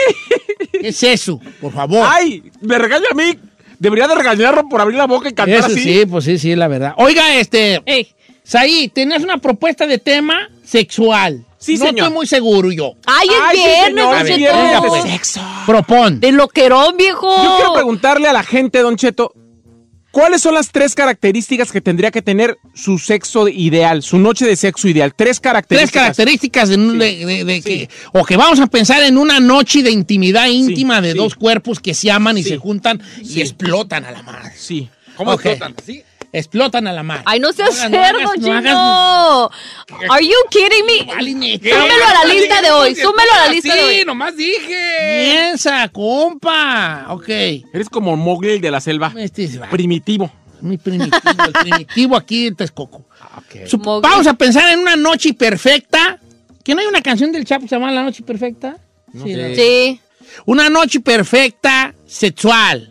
¿Qué es eso? Por favor. ¡Ay! Me regaña a mí. Debería de regañarlo por abrir la boca y cantar Eso así. sí, pues sí, sí, la verdad. Oiga, este. Saí, tenés una propuesta de tema sexual. Sí, no señor. estoy muy seguro yo. Ay, es Ay, sí, viernes, señor, don es Cheto. viernes de sexo. pues. Propón. De loquerón, viejo. Yo quiero preguntarle a la gente, Don Cheto, ¿cuáles son las tres características que tendría que tener su sexo ideal, su noche de sexo ideal? Tres Tres características. características de, un- de- de- de que. O que vamos a pensar en una noche de intimidad íntima de dos cuerpos que se aman y se juntan y explotan a la madre. Sí. ¿Cómo explotan? Explotan a la madre. Ay, no seas No hagas- cerdo, no chino. hagas- no Are you kidding me? ¿Qué? Súmelo a la lista de hoy. Sí, Súmelo a la lista de Sí, hoy. nomás dije. Piensa, compa. Ok. Este Eres como Mowgli el de la selva. Primitivo. Mi primitivo, el primitivo aquí en Texcoco. Ah, Sup- Vamos a pensar en una noche perfecta. ¿Que no hay una canción del Chapo que se llama La Noche Perfecta? Sí. ¿no? Sí. Una noche perfecta sexual.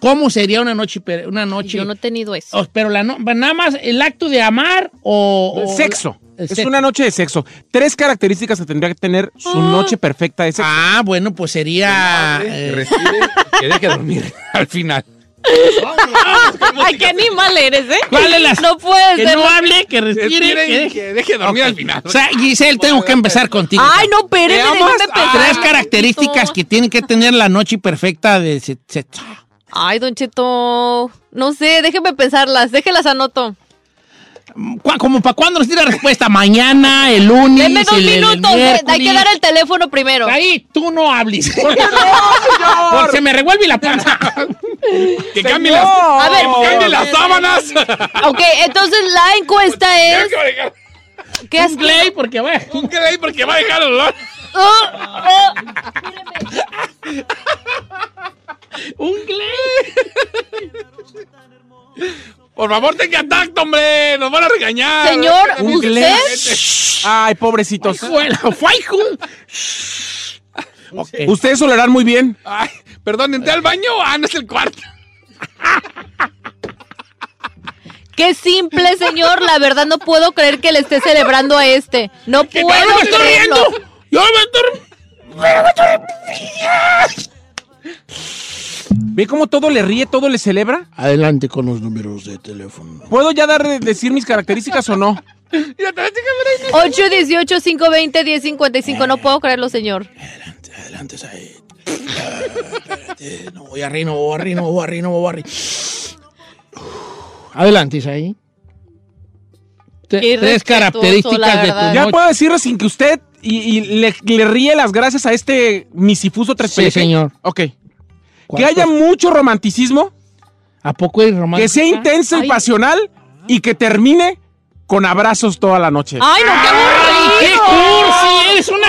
¿Cómo sería una noche per- una noche? Yo no he tenido eso. Oh, pero la no- nada más el acto de amar o, o- Oh, Sexo. Oh, el Es sexo. una noche de sexo. Tres características que tendría que tener su Ah. noche perfecta de sexo. Ah, bueno, pues sería. eh, Que deje dormir al final. Ay, qué animal eres, ¿eh? ¿Cuál es las- No puedes que ser- no hable, que respire, Respire y que deje, que deje dormir Ok. al final. O sea, Giselle, tengo que empezar contigo. Ay, no, espérame, Te amo. déjame pensar, Tres tantito. características que tiene que tener la noche perfecta de se- se- Ay, Don Cheto. No sé, déjeme pensarlas, déjelas anoto. ¿Cuá- como para cuándo nos tiene la respuesta? Mañana, el lunes, Deme dos el- el, minutos, eh, hay que miércoles. dar el teléfono primero. Ahí, tú no hables. Porque se me revuelve la panza. Que Señor. cambie las, A ver, que cambie las sábanas. Ok, entonces la encuesta es. ¿Qué Un clay porque va. Un clay porque va a dejar el olor. Oh. Ah, ah. Un Por favor, tenga tacto, hombre. Nos van a regañar. Señor, ¿usted? Ay, pobrecitos. Ustedes lo harán muy bien. Ay, perdón, entré al baño. Ah, no es el cuarto. Qué simple, señor. La verdad no puedo creer que le esté celebrando a este. No puedo yo me estoy creerlo. riendo. Yo me estoy ¿Ve cómo todo le ríe, todo le celebra? Adelante con los números de teléfono. ¿Puedo ya dar, decir mis características o no? 818-520-1055. No puedo creerlo, señor. Adelante, Said. Espérate, no voy a reír, no voy a reír, no voy a reír, no voy a reír. Adelante, Isaí. Te- Qué tres respetuoso, características la de tu verdad. Ya noche. puedo decirle sin que usted y, y le, le ríe las gracias a este misifuso tres Sí, señor. Ok. Que haya mucho romanticismo, ¿A poco es romántico? que sea intenso y pasional y que termine con abrazos toda la noche. ¡Ay, no, qué ¡Ay, qué aburrido! cursi! Eres una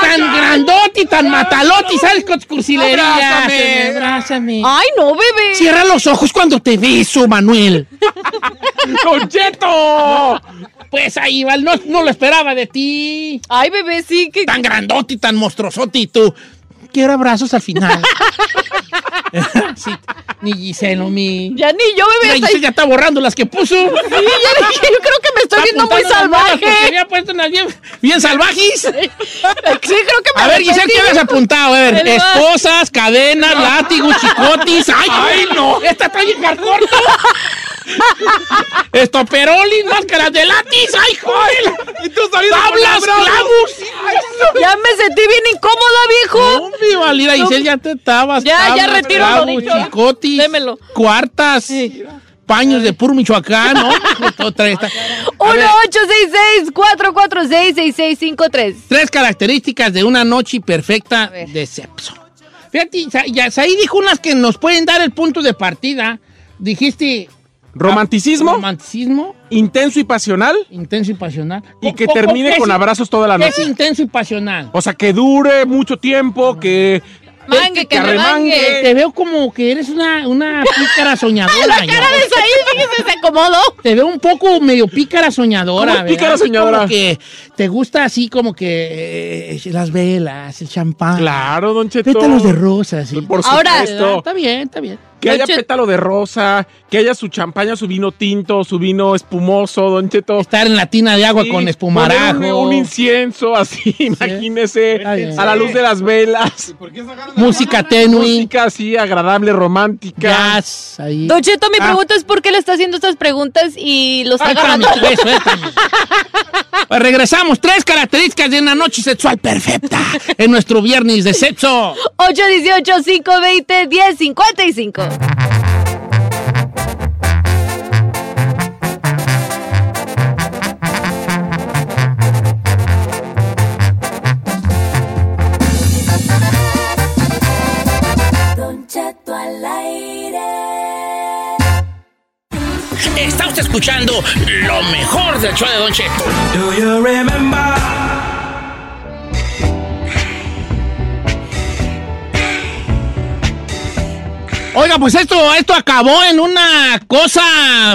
tan grandote y tan matalote y sales con tus cursilerías. Abrázame. abrázame. Ay, no, bebé. Cierra los ojos cuando te beso, Manuel. ¡Concheto! Pues ahí va, no, no lo esperaba de ti. Ay, bebé, sí que. Tan grandote y tan monstruosote y tú. Quiero abrazos al final. Sí, ni Giselle, no mi. Ya ni yo, bebé. Mira, estoy- Giselle ya está borrando las que Sí, puso. ya dije, yo creo que me estoy viendo muy apuntando las manos porque salvaje. había puesto unas bien, bien salvajes. Sí, creo que me A ver, arrepentí. Giselle, ¿qué habías apuntado? A ver, El bar. esposas, cadenas, látigos, chicotis. ¡Ay, Ay, no! Esta está bien corto. Estoperolis, máscaras de latis. ¡Ay, joder! Y tú saliendo con ¡Tablas, abrazos. clavos! Ya me sentí bien incómoda, viejo. Hombre, Valida, Giselle, ya te estabas. Ya, ya tablas, retiro lo clavos, dicho. chicotis. Démelo. Cuartas. Paños de puro Michoacán, ¿no? Otra esta. 1-866-446-6653. Tres características de una noche perfecta de sexo. Fíjate, Sa- ya, ahí dijo unas que nos pueden dar el punto de partida. Dijiste Romanticismo, romanticismo, intenso y pasional intenso y pasional. y que ¿Cómo- cómo- termine qué con es- abrazos toda la qué Es noche. intenso y pasional. O sea, que dure mucho tiempo, Este, que... Mangue, que me Te, mangue. te veo como que eres una, una pícara soñadora. La cara yo. de Said, fíjese, se acomodó. Te veo un poco medio pícara soñadora. ¿Cómo es ¿verdad? pícara Así soñadora? Como que te gusta así como que eh, las velas, el champán. Claro, Don Cheto. Pétalos de rosas. y- Por Ahora- supuesto. Está bien, está bien. Que Don haya Chet- pétalo de rosa, que haya su champaña, su vino tinto, su vino espumoso, Don Cheto. Estar en la tina de agua Sí, con poner espumarajo. Un, un incienso así, imagínese, Está bien. a la luz de las velas. música tenue. Música así agradable, romántica. Gas. Ahí. Don Cheto, mi Ah. pregunta es por qué le está haciendo estas preguntas y lo Ah, está Suéltame, agarrando. güey, suéltame. Pues regresamos. Tres características de una noche sexual perfecta en nuestro viernes de sexo. 818-520-1055. Don Cheto al aire. Está usted escuchando lo mejor del show de Don Cheto. Do you remember? Oiga, pues esto, esto acabó en una cosa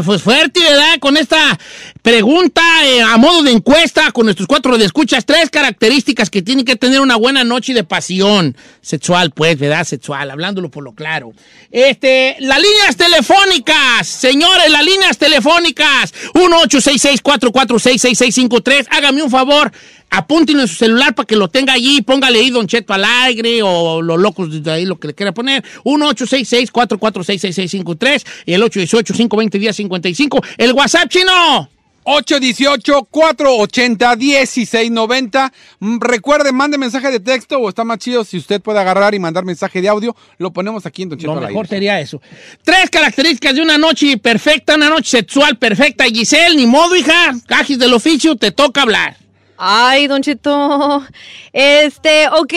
pues, fuerte, ¿verdad? Con esta pregunta eh, a modo de encuesta con nuestros cuatro de escuchas. Tres características que tienen que tener una buena noche de pasión sexual, pues, ¿verdad? Sexual, hablándolo por lo claro. Este, las líneas telefónicas, señores, las líneas telefónicas. 1 866 446 6653 Hágame un favor. apúntenlo en su celular para que lo tenga allí, póngale ahí Don Cheto Alegre o los locos de ahí, lo que le quiera poner, 1-866-446-6653 y el 818-520-1055, el WhatsApp chino. 818-480-1690. Mm, Recuerde, mande mensaje de texto o está más chido si usted puede agarrar y mandar mensaje de audio. Lo ponemos aquí en Don Cheto Lo al mejor aire. sería eso. Tres características de una noche perfecta, una noche sexual perfecta. Giselle, ni modo, hija. Cajis del oficio, te toca hablar. Ay, Don Cheto. Este, ok.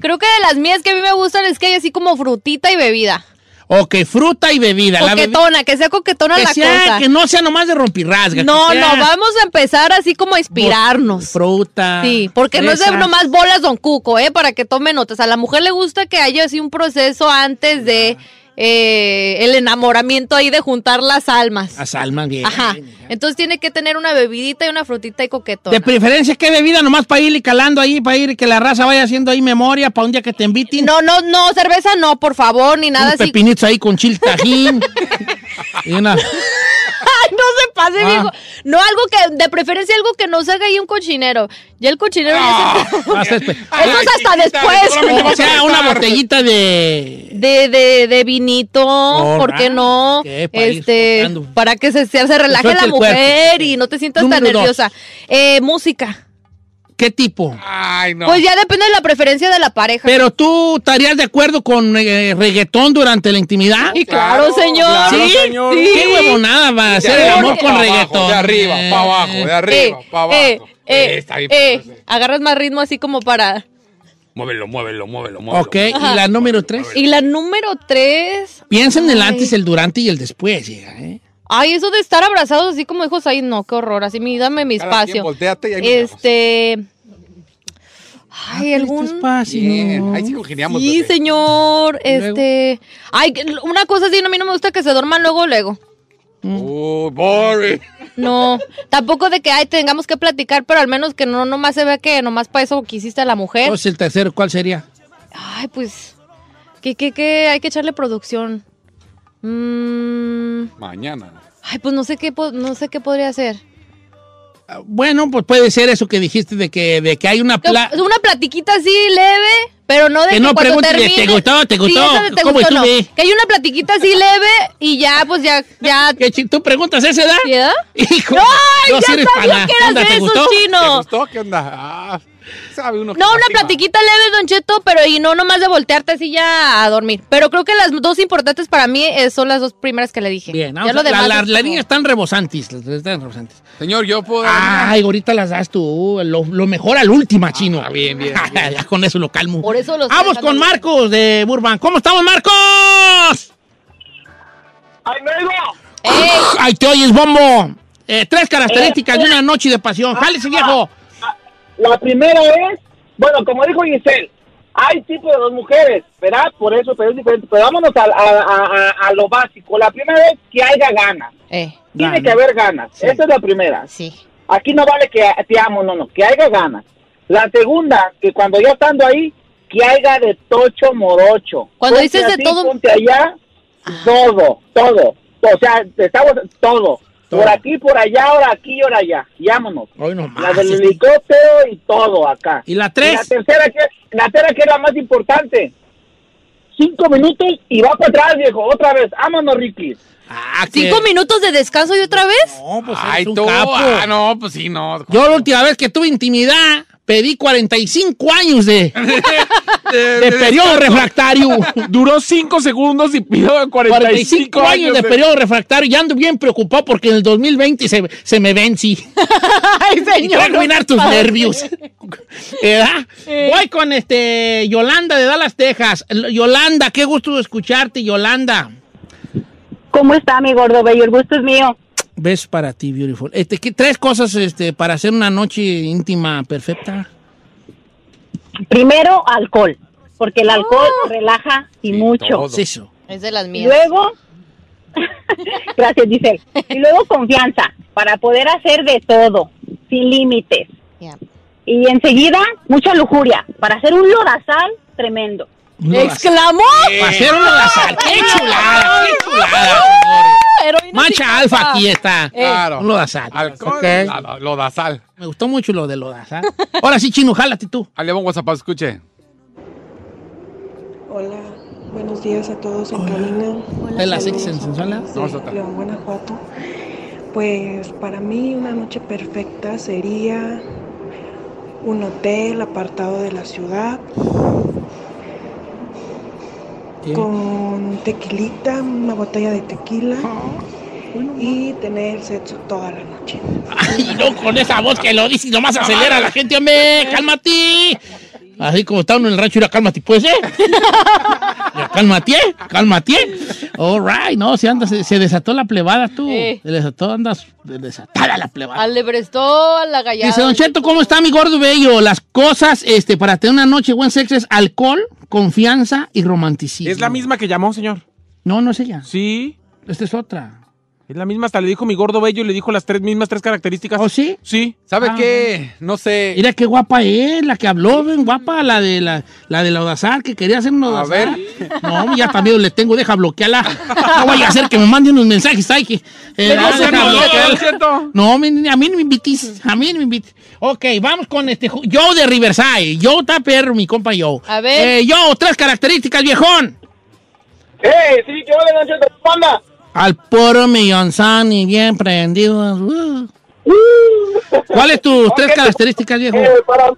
Creo que de las mías que a mí me gustan es que hay así como frutita y bebida. Ok, fruta y bebida. La bebi- Coquetona, que sea coquetona que, la sea- cosa. que no sea nomás de rompirrasga. no, no, vamos a empezar así como a inspirarnos. Fruta. Sí, porque no es de fresas. nomás bolas Don Cuco, ¿eh? Para que tome notas. A la mujer le gusta que haya así un proceso antes de eh, el enamoramiento ahí de juntar las almas. A Salma, bien. Ajá. Entonces tiene que tener una bebidita y una frutita y coquetona. De preferencia, ¿qué bebida nomás para ir calando ahí, para ir que la raza vaya haciendo ahí memoria para un día que te inviten? No, no, no, cerveza no, por favor, ni nada Unos así. pepinitos ahí con chil tajín. y una... Ay, no se pase, Ah. viejo. No, algo que, de preferencia algo que no salga ahí un cochinero. Ya el cochinero ya se... Ah, se- Eso es hasta después. o sea, una botellita de... de, de, de vinito, Oh, ¿por qué ah, no? ok, para ir este, soltando. para que se, se, se relaje suelte la el cuerpo, mujer y no te sientas tan Número dos. nerviosa. Eh, música. ¿Qué tipo? Ay, no. Pues ya depende de la preferencia de la pareja. Eh, Pero tú estarías de acuerdo con eh, reggaetón durante la intimidad? Y claro, Claro, señor. claro, ¿Sí? señor. Sí. Qué Sí. huevonada va a De hacer el arriba amor pa' con abajo, reggaetón. de arriba Eh. pa' abajo, de arriba pa' abajo. Eh, eh, Eh, está bien, eh, agarras más ritmo así como para... Muévelo, muévelo, muévelo, muévelo. Ok, y la número tres. Y la número tres... Piensa en el antes, Ay. el durante y el después, hija, ¿eh? Ay, eso de estar abrazados así como hijos ahí, no, qué horror. Así, mi- dame mi Cada espacio. quien volteate y ahí miramos. este... Ay, algún... Bien, ahí sí congeniamos. Sí, bebé. señor. Este. Ay, que- una cosa así, no, a mí no me gusta que se duerman luego, luego. Mm. Oh, ¿Eh? boring. No, tampoco de que ay, tengamos que platicar, pero al menos que no nomás se vea que nomás para eso quisiste a la mujer. Entonces, el tercero, ¿cuál sería? Ay, pues. Que, que, que hay que echarle producción. Mm, Mañana. ay, pues no sé qué po- no sé qué podría hacer. Bueno, pues puede ser eso que dijiste de que, de que hay una... Que- pla- una platiquita así leve, pero no de Que que, no cuando pregunte de, termine- ¿te gustó, te Sí, gustó? eso de te ¿Cómo gustó, no. estuve? Que hay una platiquita así leve y ya pues ya ya ¿Qué chi- ¿Tú preguntas esa edad? ¿Sí, eh? Hijo, ¡No! no ¡Ya sirves para sabía nada. que eras Anda, de ¿te esos, gustó? ¿Te chino! gustó? ¿Qué onda? Ah, sabe uno que No, una lastima. platiquita leve, Don Cheto, pero y no nomás de voltearte así ya a dormir. Pero creo que las dos importantes para mí eh, son las dos primeras que le dije. Bien, ya vamos lo a- la, demás la, es la como- niña están rebosantes, las- están rebosantes. Señor, yo puedo. Ay, ahorita las das tú, lo, lo mejor al última, chino. Ah, bien, bien. ya con eso lo calmo. Por eso los Vamos con Marcos de Burbank. ¿Cómo estamos, Marcos? ¡Eh! Ay, te oyes, bombo. Eh, tres características de una noche de pasión. ah, Jálese, viejo. La primera es, bueno, como dijo Giselle, hay tipos de dos mujeres, ¿verdad? Por eso, pero es diferente. Pero vámonos a, a- a- a- a lo básico. La primera es que haya ganas. Tiene Ganas. que haber ganas. Sí. Esa es la primera. Eh, Sí. Aquí no vale que te amo, no, no, que haya ganas. La segunda, que cuando ya estando ahí, que haya de tocho morocho. Cuando Ponte dices de así, todo- Ah. Ponte allá, todo, todo. O sea, estamos todo. Por aquí, por allá, ahora aquí y ahora allá. Llámonos. ah. Hoy eh. nomás. La del helicóptero y todo acá. este. ¿Y la tres? la tercera que la tercera que es la más importante. Cinco minutos y va para atrás, viejo. Otra vez. Ámonos, Ricky. Ah, ¿Cinco minutos de descanso y otra vez? No, pues Ay, eres un tú. capo. Ah, no, pues sí, no. Yo la última vez que tuve intimidad, pedí 45 años de, de, periodo refractario. Duró 5 segundos y pidió 45, 45 años de periodo refractario y ando bien preocupado porque en el 2020 se, se me vence. Ay, Y va a arruinar tus padre. nervios. ¿Verdad? Voy con este Yolanda de Dallas, Texas. L- Yolanda, qué gusto escucharte, Yolanda. ¿Cómo está mi gordo bello? El gusto es mío. Beso para ti, beautiful. Este, ¿qué- tres cosas este, para hacer una noche íntima perfecta. Primero, alcohol, porque el alcohol relaja y mucho. todo. Eso. Es de las mías. Luego, gracias Giselle. Y luego confianza, para poder hacer de todo, sin límites. Y enseguida, mucha lujuria, para hacer un lorazal tremendo. Un lodazal. Eh, ¡Exclamó! Para hacer un lodazal. ¡Qué chulada! ¡Qué chulada! Pero Mancha alfa aquí Eh. Eh, está. Claro. Un lodazal. Alcohol, Ok. la- lodazal. Me gustó mucho lo de lodazal. Ahora sí, chino, jálate tú. Ahí Ah, le va un WhatsApp, escuche. Hola, buenos días a todos en cabina. ¿De las Saludos. ex en Sensuala? Sí, No, Sota. León, Guanajuato. Pues para mí una noche perfecta sería un hotel apartado de la ciudad con tequilita, una botella de tequila y tener sexo toda la noche. Y no con esa voz que lo dice y nomás acelera a la gente, hombre. ¡Cálmate! Así como está uno en el rancho, mira, cálmate, pues, ¿eh? Ya, cálmate, ¿eh? cálmate. All right, no, se anda, se, se desató la plebada tú. Eh. Se desató, andas desatada la plebada. Al Lebrestó, a la gallada. Dice, Don Cheto, ¿cómo está mi gordo bello? Las cosas este, para tener una noche buen sexo es alcohol, confianza y romanticismo. ¿Es la misma que llamó, señor? No, no es ella. Sí. Esta es otra. Es la misma, hasta le dijo mi gordo bello, le dijo las tres mismas tres características. ¿Oh, sí? Sí. ¿Sabe Ah, qué? No sé. Mira qué guapa es, la que habló, ven, guapa, la de la, la de la Odazar, que quería hacer un Odazar. No, ya también le tengo, deja bloquearla. No vaya a hacer que me mande unos mensajes, ay, que. eh, Pero ah, se deja enojó, bloquearla. Don Cheto. No, men, a mí no me invites, a mí no me invites. Ok, vamos con este ju- Joe de Riverside. Joe está perro, mi compa Joe. A ver. Eh, Joe, tres características, viejón. ¡Eh! Sí, que vale, Don Cheto. ¡Panda! Al puro millonzán y bien prendido. Uh. Uh. ¿Cuál es tus tres características, viejo? Eh, para,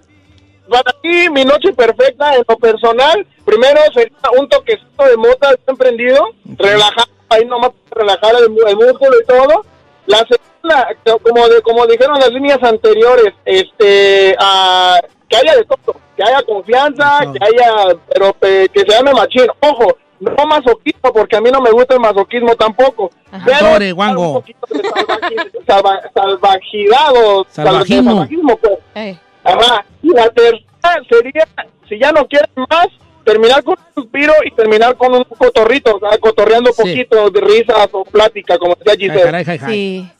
para mí, mi noche perfecta en lo personal, primero sería un toquecito de mota bien prendido, relajado, ahí nomás para relajar el, mu- el músculo y todo. La segunda, co- como, de, como dijeron las líneas anteriores, este, ah, que haya de todo, que haya confianza, que haya, pero eh, que se llame machín. Ojo, no masoquismo, porque a mí no me gusta el masoquismo tampoco. Pero Sobre, guango. salva- salvajidad o Salvajismo. salvajismo, pues. Ajá. Y la tercera sería, si ya no quieren más, terminar con un suspiro y terminar con un cotorrito, o sea, cotorreando poquito de risas o plática, como decía Giselle. caray, jai, jai.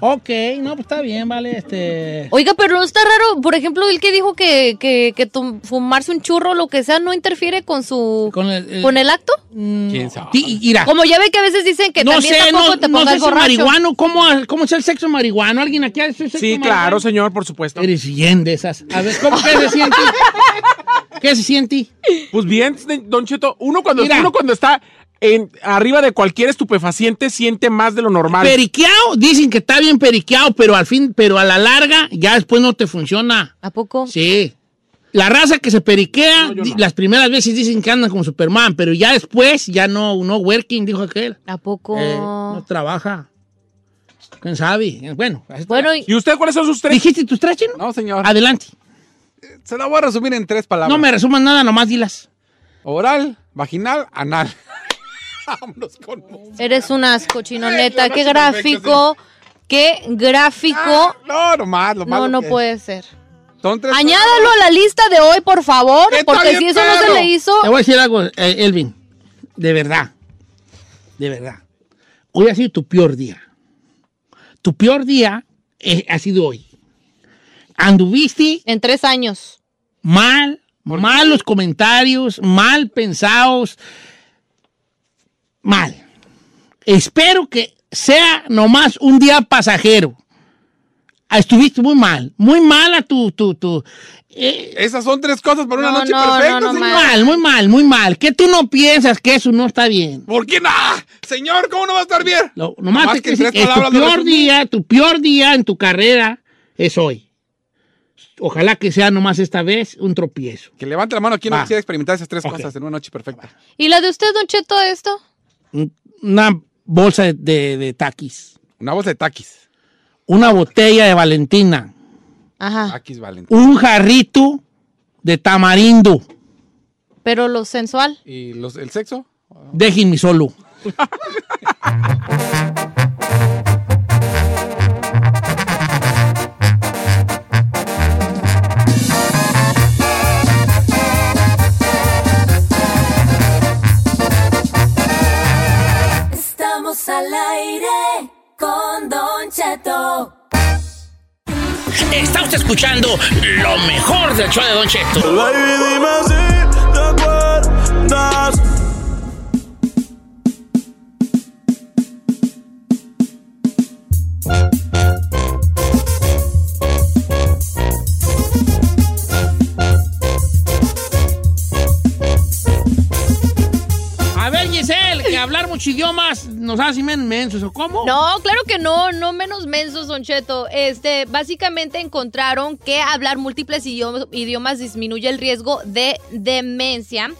Ok, no, pues está bien, vale, este... Oiga, pero no está raro, por ejemplo, el que dijo que, que, que tom- fumarse un churro o lo que sea no interfiere con su Con el, el- con el acto. ¿Quién sabe? Sí, mira. Como ya ve que a veces dicen que no también sé, tampoco no, te no pongas sé si borracho. marihuano, ¿cómo, ¿cómo es el sexo marihuano? ¿Alguien aquí ha hecho sexo Sí, claro, señor, por supuesto. Eres bien de esas. A ver, ¿cómo que se siente? ¿Qué se siente? Pues bien, Don Cheto, uno cuando, Mira. uno cuando está en, arriba de cualquier estupefaciente siente más de lo normal. Periqueado, dicen que está bien periqueado, pero al fin, pero a la larga, ya después no te funciona. ¿A poco? Sí. La raza que se periquea, di- las primeras veces dicen que andan como Superman, pero ya después, ya no, no working, dijo aquel. ¿A poco? Eh, no trabaja. ¿Quién sabe? Eh, Bueno. Bueno, y- ¿Y usted cuáles son sus tres? ¿Dijiste tus tres, Chino? No, señor. Adelante. Se la voy a resumir en tres palabras. No me resumas nada, nomás dilas. Oral, vaginal, anal. Vámonos con... Eres un asco, chino, neta. la Qué noche gráfico. Qué gráfico. Ah, No, lo más, lo más. no, no puede ser. Son tres Añádalo a la lista de hoy, por favor, Está porque bien, si eso no se perro. le hizo... Te voy a decir algo, eh, Elvin. De verdad. De verdad. Hoy ha sido tu peor día. Tu peor día eh, ha sido hoy. Anduviste En tres años. mal, malos comentarios, mal pensados, mal. Espero que sea nomás un día pasajero. Ah, Estuviste muy mal, muy mala tu, tu, tu. Esas son tres cosas para una No, noche no, perfecta, no, no, señor. muy mal, muy mal, muy mal. ¿Qué tú no piensas que eso no está bien? ¿Por qué no? Señor, ¿cómo no va a estar bien? No, nomás Más te- que es, tres es tu palabras lo peor resumí. día, tu peor día en tu carrera es hoy. Ojalá que sea nomás esta vez un tropiezo. Que levante la mano quien no Va. quiera experimentar esas tres cosas en una noche perfecta. ¿Y la de usted, Don Cheto, esto? Un- Una bolsa de, de- de taquis. Una bolsa de taquis. Una botella de Valentina. Ajá. Taquis Valentín. Un jarrito de tamarindo. Pero lo sensual. ¿Y los, el sexo? Déjenme solo. Estamos al aire con Don Cheto. Está usted escuchando lo mejor del show de Don Cheto. el que hablar muchos idiomas nos hace men- mensos, ¿o cómo? No, claro que no, no menos mensos, Don Cheto. Este, básicamente encontraron que hablar múltiples idiomas, idiomas disminuye el riesgo de demencia.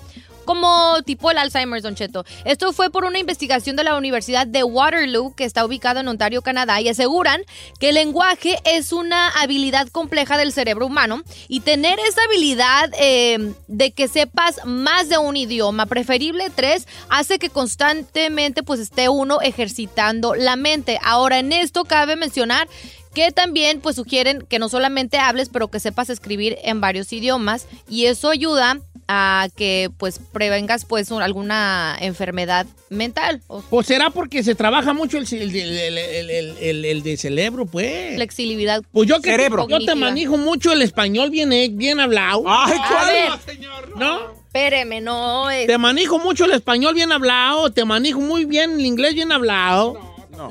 Como tipo el Alzheimer, Don Cheto. Esto fue por una investigación de la Universidad de Waterloo, que está ubicada en Ontario, Canadá, y aseguran que el lenguaje es una habilidad compleja del cerebro humano y tener esa habilidad eh, de que sepas más de un idioma, preferible tres, hace que constantemente pues esté uno ejercitando la mente. Ahora en esto cabe mencionar que también pues sugieren que no solamente hables, pero que sepas escribir en varios idiomas y eso ayuda a que pues prevengas pues un- alguna enfermedad mental o ¿O Pues será porque se trabaja mucho el, ce- el, el- el- el- el- el de cerebro, pues? flexibilidad. Pues yo que yo te cognitiva. manejo mucho el español bien, he- bien hablado. Ay, A ¿cuál? ver. señor! ¿No? Espéreme, no es- Te manejo mucho el español bien hablado, te manejo muy bien el inglés bien hablado.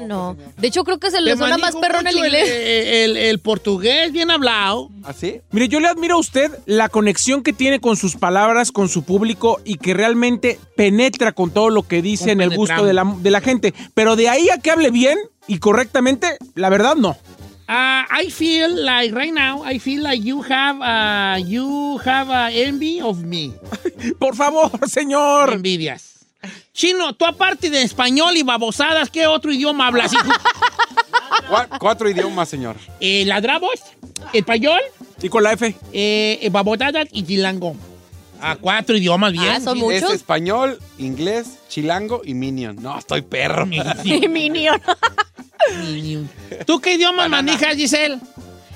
No. De hecho, creo que se le Te suena más manejo perro en el mucho inglés. El, el portugués bien hablado. ¿Ah, ¿Así? Mire, yo le admiro a usted la conexión que tiene con sus palabras, con su público y que realmente penetra con todo lo que dice en el gusto de la, de la gente. Pero de ahí a que hable bien y correctamente, la verdad no. Ah, I feel like right now, I feel like you have ah, you have ah, envy of me. Por favor, señor. envidias. Chino, tú aparte de español y babosadas, ¿qué otro idioma hablas? hijo? Cua- cuatro idiomas, señor. Eh, ladravos, español. Y con la F. Eh, babosadas y chilango. A cuatro idiomas, bien. Es español, inglés, chilango y minion. No, estoy perro. Minion. ¿Tú qué idioma manejas, Giselle?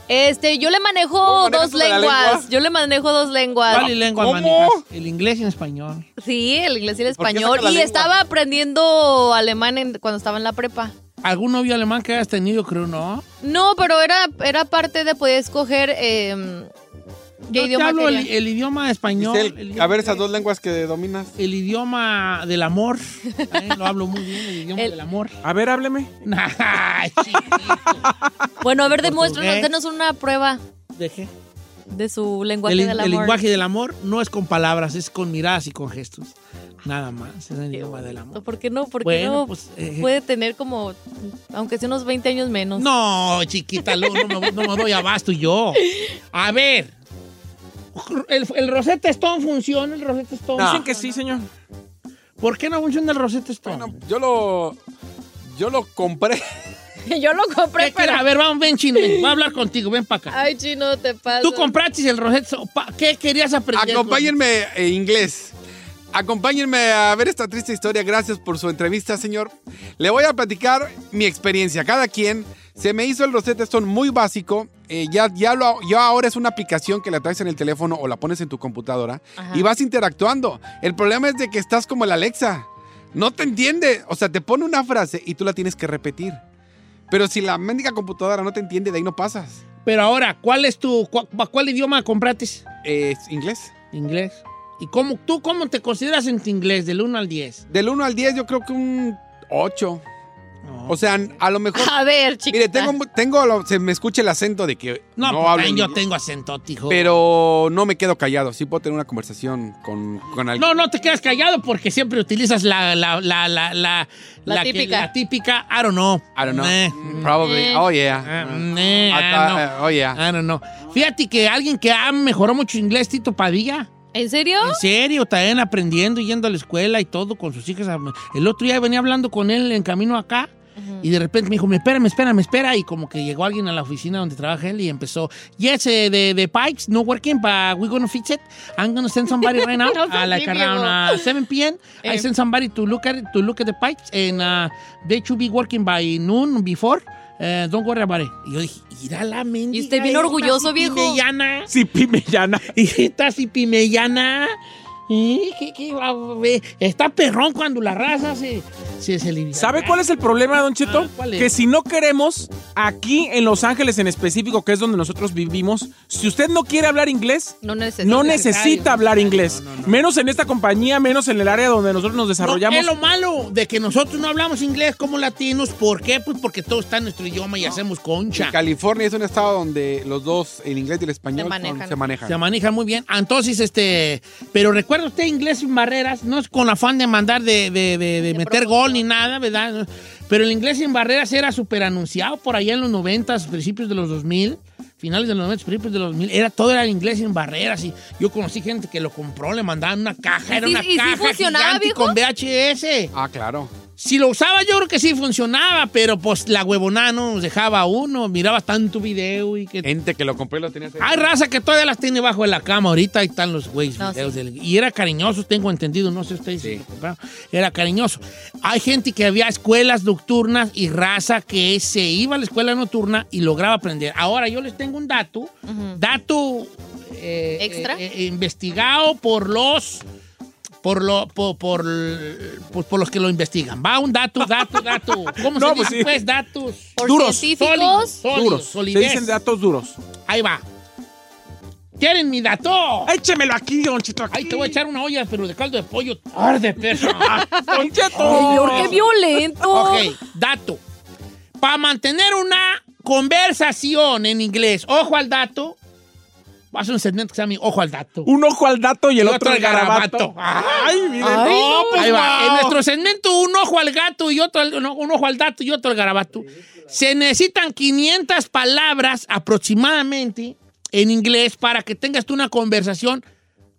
Este, yo le manejo dos la lenguas. lengua? Yo le manejo dos lenguas. ¿Cuál lengua manejas? El inglés y el español. Sí, el inglés y el ¿Por qué español. saca la Y lengua? estaba aprendiendo alemán en- cuando estaba en la prepa. ¿Algún novio alemán que hayas tenido, creo, no? No, pero era, era parte de poder escoger eh, qué Yo te idioma hablo el, quería. el idioma español. Giselle, a ver esas dos lenguas que dominas. El idioma del amor. Eh, lo hablo muy bien, el idioma del amor. A ver, hábleme. Bueno, a ver, Portugués. demuéstranos, denos una prueba ¿De qué? de su lenguaje El, del amor. el lenguaje del amor no es con palabras, es con miradas y con gestos. Nada más. Es el idioma del amor. ¿Por qué no? ¿Por qué Bueno, no? pues, eh. Puede tener como, aunque sea unos 20 años menos. No, chiquita, no, no me, no me doy abasto yo. A ver. El, el Rosetta Stone funciona, el Rosetta Stone. Dicen que sí, señor. ¿Por qué no funciona el Rosetta Stone? Yo lo. Yo lo compré. Yo lo compré, ¿Qué quieres? A ver, vamos, ven, chino, ven, voy a hablar contigo, ven para acá. Ay, chino, te pasa. Tú compraste el Rosetta Stone. pa- ¿Qué querías aprender? Acompáñenme, eh, inglés. Acompáñenme a ver esta triste historia. Gracias por su entrevista, señor. Le voy a platicar mi experiencia. Cada quien se me hizo el Rosetta Stone muy básico. Eh, ya, ya, lo, ya ahora es una aplicación que la traes en el teléfono o la pones en tu computadora Ajá. y vas interactuando. El problema es de que estás como el Alexa. No te entiende. O sea, te pone una frase y tú la tienes que repetir. Pero si la mendiga computadora no te entiende, de ahí no pasas. Pero ahora, ¿cuál es tu. cua- pa- ¿Cuál idioma compraste? inglés. Inglés. ¿Y cómo, tú cómo te consideras en tu inglés, del 1 al 10? Del 1 al 10 yo creo que un 8. O sea, a lo mejor... A ver, chiquita. Mire, tengo, tengo lo- se me escucha el acento de que No, no, pues, hablo ay, yo inglés, tengo acento, tijo. Pero no me quedo callado. Sí puedo tener una conversación con, con alguien. No, no te quedas callado porque siempre utilizas la. La, la, la, la, La que- típica. la típica, I don't know. I don't know. Eh. Mm, Probably. Eh. Oh, yeah. Ah, Mm. eh, I ah, thought- no. oh, yeah. I don't know. Fíjate que alguien que ha mejorado mucho inglés, Tito Padilla. ¿En serio? En serio, también aprendiendo, yendo a la escuela y todo con sus hijas. El otro día venía hablando con él en camino acá. Y de repente me dijo, me espera, me espera, me espera. Y como que llegó alguien a la oficina donde trabaja él y empezó, yes, eh, the, the pipes no working, but we gonna fix it. I'm gonna send somebody right now, No uh, seas like tímido. around uh, 7 p.m. I Eh. send somebody to look at it, to look at the pipes and uh, they should be working by noon before. Uh, don't worry about it. Y yo dije, irá la mente. Y usted bien orgulloso, viejo. Sí, pimellana. Esta cipimellana. ¿Eh? ¿Qué, qué va a ver? Está perrón cuando la raza se, Sí, es el idiota. ¿Sabe cuál es el problema, Don Cheto? ¿cuál es? Que si no queremos, aquí en Los Ángeles en específico, que es donde nosotros vivimos, si usted no quiere hablar inglés, No necesito. no necesita hablar inglés. Menos en esta compañía, menos en el área donde nosotros nos desarrollamos. No, es lo malo de que nosotros no hablamos inglés como latinos. ¿Por qué? Pues porque todo está en nuestro idioma y hacemos concha. Y California es un estado donde los dos, el inglés y el español, Se son- manejan. se manejan. Se maneja muy bien. Ah, Entonces, este. Pero recuerda usted, inglés sin barreras, no es con afán de mandar de, de- de- de meter gol ni nada, ¿verdad? No. Pero el inglés sin barreras era súper anunciado por allá en los 90, principios de los 2000, finales de los 90, principios de los 2000. Era, todo era inglés sin barreras. Y yo conocí gente que lo compró, le mandaban una caja, era ¿Y si- una y si caja funcionaba, gigante viejo? con VHS. Ah, claro. Si lo usaba yo creo que sí funcionaba, pero pues la huevonada no nos dejaba a uno, mirabas tanto video y que... Gente que lo compré y lo tenía. Hay raza que todavía las tiene bajo de la cama. Ahorita ahí están los güeyes. No, videos sí. del- Y era cariñoso, tengo entendido. No sé ustedes si lo compraron. Era cariñoso. Hay gente que había escuelas nocturnas y raza que se iba a la escuela nocturna y lograba aprender. Ahora yo les tengo un dato. Dato eh, ¿Extra? eh, eh, investigado por los. Por, lo, por, por, pues, por los que lo investigan. Va un dato, dato, dato. ¿Cómo No, se pues dice, sí. pues, datos? Por Duros. científicos. Sólidos, sólidos, duros. solidez. Se dicen datos duros. Ahí va. ¿Quieren mi dato? Échemelo aquí, Don Cheto. Ay, te voy a echar una olla, pero de caldo de pollo. ¡Arde, perro! Ah, ¡Don Cheto! Señor, qué violento. Ok, dato. Para mantener una conversación en inglés, ojo al dato. Va a ser un segmento que se llama Ojo al dato. Un ojo al dato y el otro, al al garabato. Ay, miren. no, pues, Ahí va. wow. En nuestro segmento, un ojo al gato y otro al, no, un ojo al dato y otro al garabato. Se necesitan 500 palabras aproximadamente en inglés para que tengas tú una conversación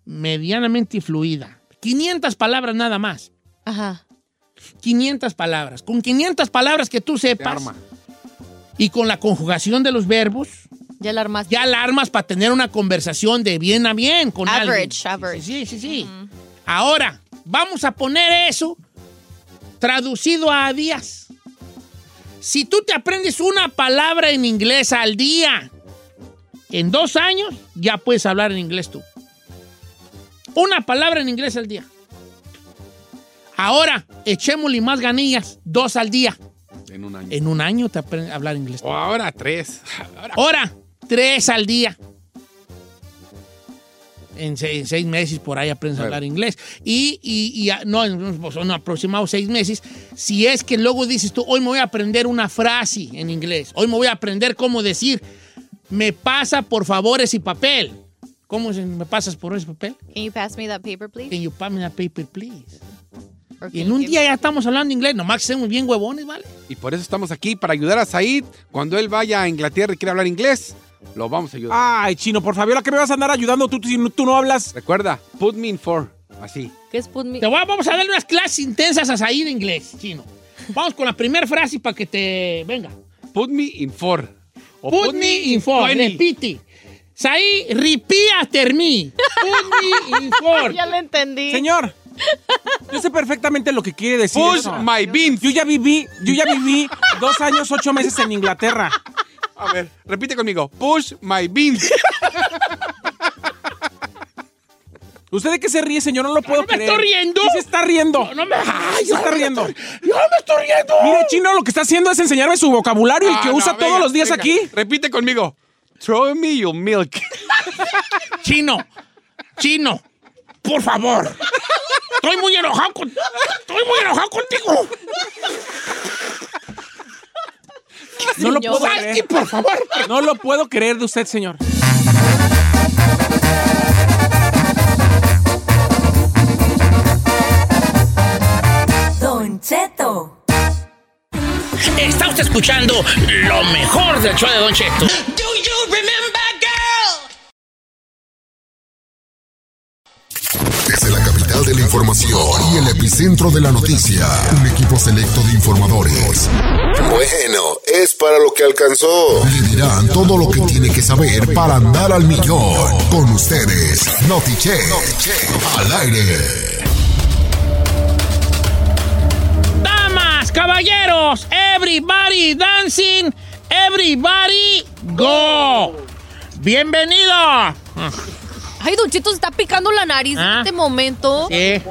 medianamente fluida. 500 palabras nada más. Ajá. 500 palabras. Con 500 palabras que tú sepas y con la conjugación de los verbos, Ya la armaste. ya la armas para tener una conversación de bien a bien con alguien. Average, average. Sí, sí, sí. sí. Ahora, vamos a poner eso traducido a días. Si tú te aprendes una palabra en inglés al día, en dos años ya puedes hablar en inglés tú. Una palabra en inglés al día. Ahora, echémosle más ganillas, dos al día. En un año. En un año te aprendes a hablar inglés. O ahora tres. Ahora. Ahora, tres al día. En se- en seis, meses por ahí aprendes a Bueno. hablar inglés. Y, y- y a- no, en unos- pues, son aproximados seis meses. Si es que luego dices tú, hoy me voy a aprender una frase en inglés. Hoy me voy a aprender cómo decir, me pasa por favor ese papel. ¿Cómo se, me pasas por ese papel? Can you pass me that paper, please? Can you pass me that paper, please? Or can Y en you un give- día ya estamos hablando inglés. Nomás que seamos bien huevones, ¿vale? Y por eso estamos aquí, para ayudar a Said. Cuando él vaya a Inglaterra y quiera hablar inglés, lo vamos a ayudar. Ay, chino, por favor, ¿a qué me vas a andar ayudando tú si no- tú no hablas? Recuerda, put me in for. Así. ¿Qué es put me? Te voy a- vamos a darle unas clases intensas a Said de inglés, chino. Vamos con la primera frase para que te venga. Put me in for. O Put, me in for. twenty. Repite. Saí, repeat after me. Put me in Ah, for. Ya lo entendí. Señor, yo sé perfectamente lo que quiere decir. Push eso. my beans. Yo ya viví, yo ya viví dos años, ocho meses en Inglaterra. A ver, repite conmigo. Push my beans. ¿Usted de qué se ríe, señor? No lo puedo me creer. estoy riendo. Sí se está riendo. No me. Sí Ay, se está riendo. yo me estoy riendo. Mire, chino, lo que está haciendo es enseñarme su vocabulario, el que Ah, no, usa venga, todos los días venga. aquí. Repite conmigo. Throw me your milk. Chino. Chino. Por favor. Estoy muy enojado con. Estoy muy enojado contigo. No lo puedo Saí, creer. por favor. No lo puedo creer de usted, señor. Don Cheto. Está usted escuchando lo mejor del show de Don Cheto. Do you remember, girl? Desde la capital de la información y el epicentro de la noticia, un equipo selecto de informadores. Bueno, es para lo que alcanzó. Le dirán todo lo que tiene que saber para andar al millón. Con ustedes, Notiche, al aire. Damas, caballeros, everybody dancing, everybody go. Bienvenido. Ay, Don Cheto se está picando la nariz Ah. en este momento. Sí.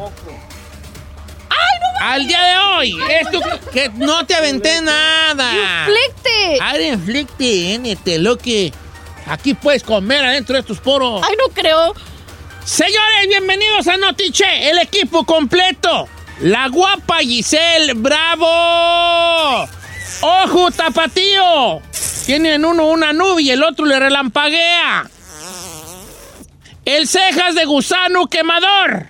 ¡Ay, no Al día de hoy, esto que no te aventé nada. Inflicte. Ay, inflicte, NT, lo que aquí puedes comer adentro de estos poros. Ay, no creo. Señores, bienvenidos a Notiche, el equipo completo. La guapa Giselle Bravo. Ojo, tapatío. Tienen uno una nube y el otro le relampaguea. El cejas de gusano quemador.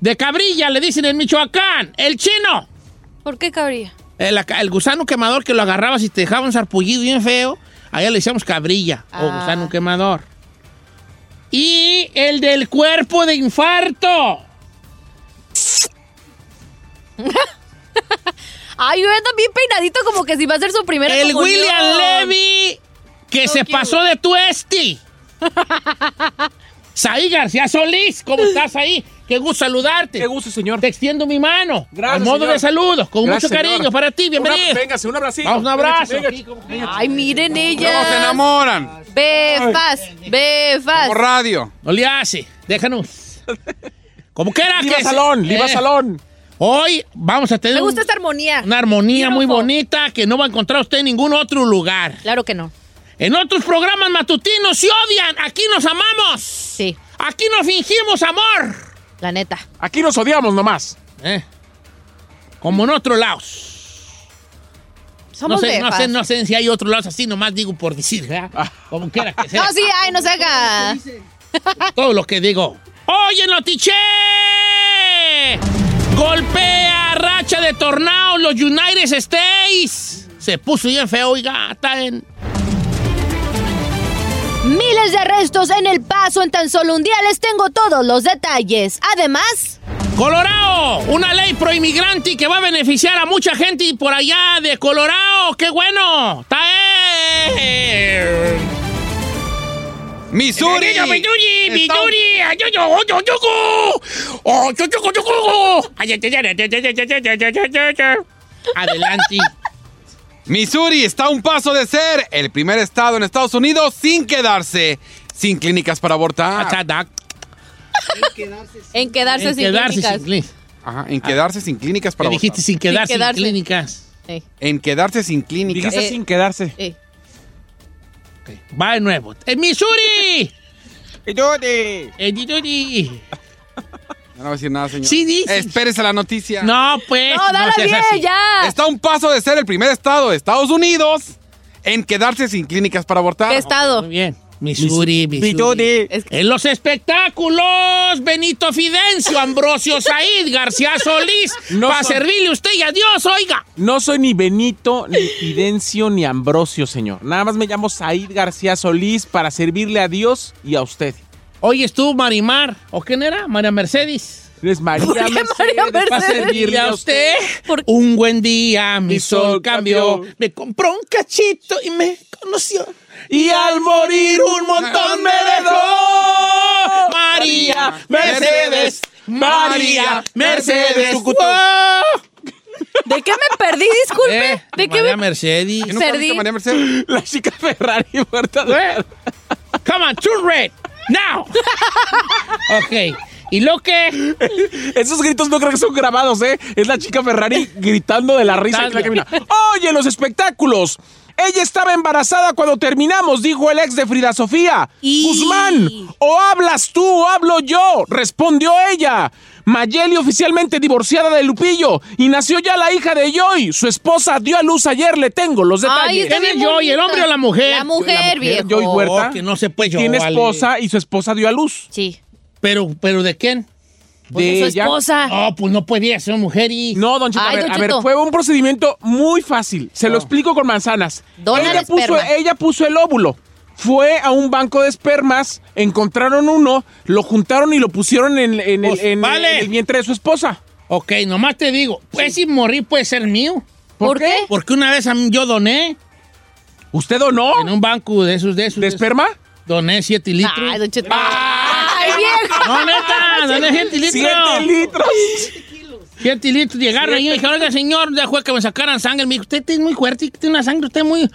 De cabrilla, le dicen en Michoacán. El chino. ¿Por qué cabrilla? El, Eh, el gusano quemador que lo agarrabas y te dejaban sarpullido bien feo. Allá le decíamos cabrilla o Ah. gusano quemador. Y el del cuerpo de infarto. Ay, yo también peinadito como que si va a ser su primera El comunión. William Levy que se pasó de tuesti. Saí García Solís, ¿cómo estás ahí? Qué gusto saludarte. Qué gusto, señor. Te extiendo mi mano. Gracias, A modo señor. de saludos, con Gracias, mucho cariño señor. para ti. Bienvenido. Una- véngase, un abracito. Vamos, un abrazo. Venga, Ay, miren Luego se ella. enamoran. Befas, befas. Por radio. No le hace. Déjanos. Como quiera Liva que Eh. Salón, Liva Salón. Hoy vamos a tener Me gusta un- esta armonía. una armonía muy Beautiful. bonita que no va a encontrar usted en ningún otro lugar. Claro que no. En otros programas matutinos se odian. Aquí nos amamos. Sí. Aquí nos fingimos amor. Eh. La neta. Aquí nos odiamos nomás. Como en otros lados. Somos no sé, no befas. sé, no sé si hay otros lados así, nomás digo por decir, ¿verdad? Ah. Como quiera que sea. No, sí, ay, no se haga. todo lo que digo. ¡Oye, Notiche! Golpea racha de tornado los United States. Se puso bien feo, oiga, está en... Miles de arrestos en El Paso en tan solo un día. Les tengo todos los detalles. Además, Colorado, una ley pro inmigrante que va a beneficiar a mucha gente por allá de Colorado. ¡Qué bueno! ¡Está en... Missouri. Ayuyo, Missouri, Missouri, ayuyo, oyo, yugo. Oh, yo, yugo, yugo. Ay, ay, ay, ay, ay, ay, ay, ay, ay, ay, ay, ay. Adelante. Missouri está a un paso de ser el primer estado en Estados Unidos sin quedarse sin clínicas para abortar. en quedarse En sin quedarse clínicas. sin Ajá, en quedarse sin clínicas para ¿Qué dijiste? Sin quedarse sin quedarse. clínicas. Eh. En quedarse sin clínicas. Dijiste Eh. sin quedarse. Eh. Va de nuevo. ¡En Missouri! ¡Missouri! ¡En Missouri! No voy a decir nada, señor. Eh, Sí, dice. Espérese la noticia. No, pues. No, dala bien, ya. Está a un paso de ser el primer estado de Estados Unidos en quedarse sin clínicas para abortar. ¿Qué estado? Muy bien. Missouri, Missouri. En los espectáculos, Benito Fidencio, Ambrosio Said, García Solís, No para son- servirle a usted y a Dios, oiga. No soy ni Benito, ni Fidencio, ni Ambrosio, señor. Nada más me llamo Said García Solís para servirle a Dios y a usted. Oye, estuvo Marimar, ¿o quién era? María Mercedes. Es María ¿Por qué Mercedes, María para Mercedes? servirle a usted. Un buen día, mi, sol, cambió. cambió. Me compró un cachito y me conoció. Y al morir un montón me dejó. María Mercedes, María Mercedes. Tucutú. ¿De qué me perdí? Disculpe. Eh, ¿De qué María me Mercedes. nunca he Perdí. visto a María Mercedes? La chica Ferrari muerta de Come on, turn red. Now. ok. ¿Y lo que? Esos gritos no creo que son grabados, ¿eh? Es la chica Ferrari gritando de la risa. que la que mira. Oye, los espectáculos. Ella estaba embarazada cuando terminamos, dijo el ex de Frida Sofía. Guzmán, o hablas tú o hablo yo, respondió ella. Mayeli oficialmente divorciada de Lupillo y nació ya la hija de Joy. Su esposa dio a luz ayer, le tengo los detalles. Ay, está ¿Quién es bien Joy, el bonita. hombre o la mujer? La mujer, viejo. Joy Huerta. Oh, que no se puede Tiene yo, vale. esposa y su esposa dio a luz. Sí. Pues Pero, pero ¿de quién? De su ella. esposa. Oh, pues no podía ser mujer y. No, don Cheto, Ay, a, ver, don a ver, Cheto. fue un procedimiento muy fácil. Se lo explico con manzanas. Dona ella de puso, esperma. ella puso el óvulo. Fue a un banco de espermas, encontraron uno, lo juntaron y lo pusieron en, en Pues, el, en- vale. en el vientre de su esposa. Ok, nomás te digo, pues si morir puede ser mío. ¿Por qué? Porque una vez a mí yo doné ¿Usted donó? en un banco de esos, de esos. ¿De esperma? Doné 7 litros. Ah, Ay, don Cheto. Ay, viejo. No, neta, doné 7 litros. ¡Siete litros! 7 litros. Llegaron ahí y me dijeron, oiga, señor, dejó que me sacaran sangre. Me dijo, usted es muy fuerte, tiene una sangre, usted muy,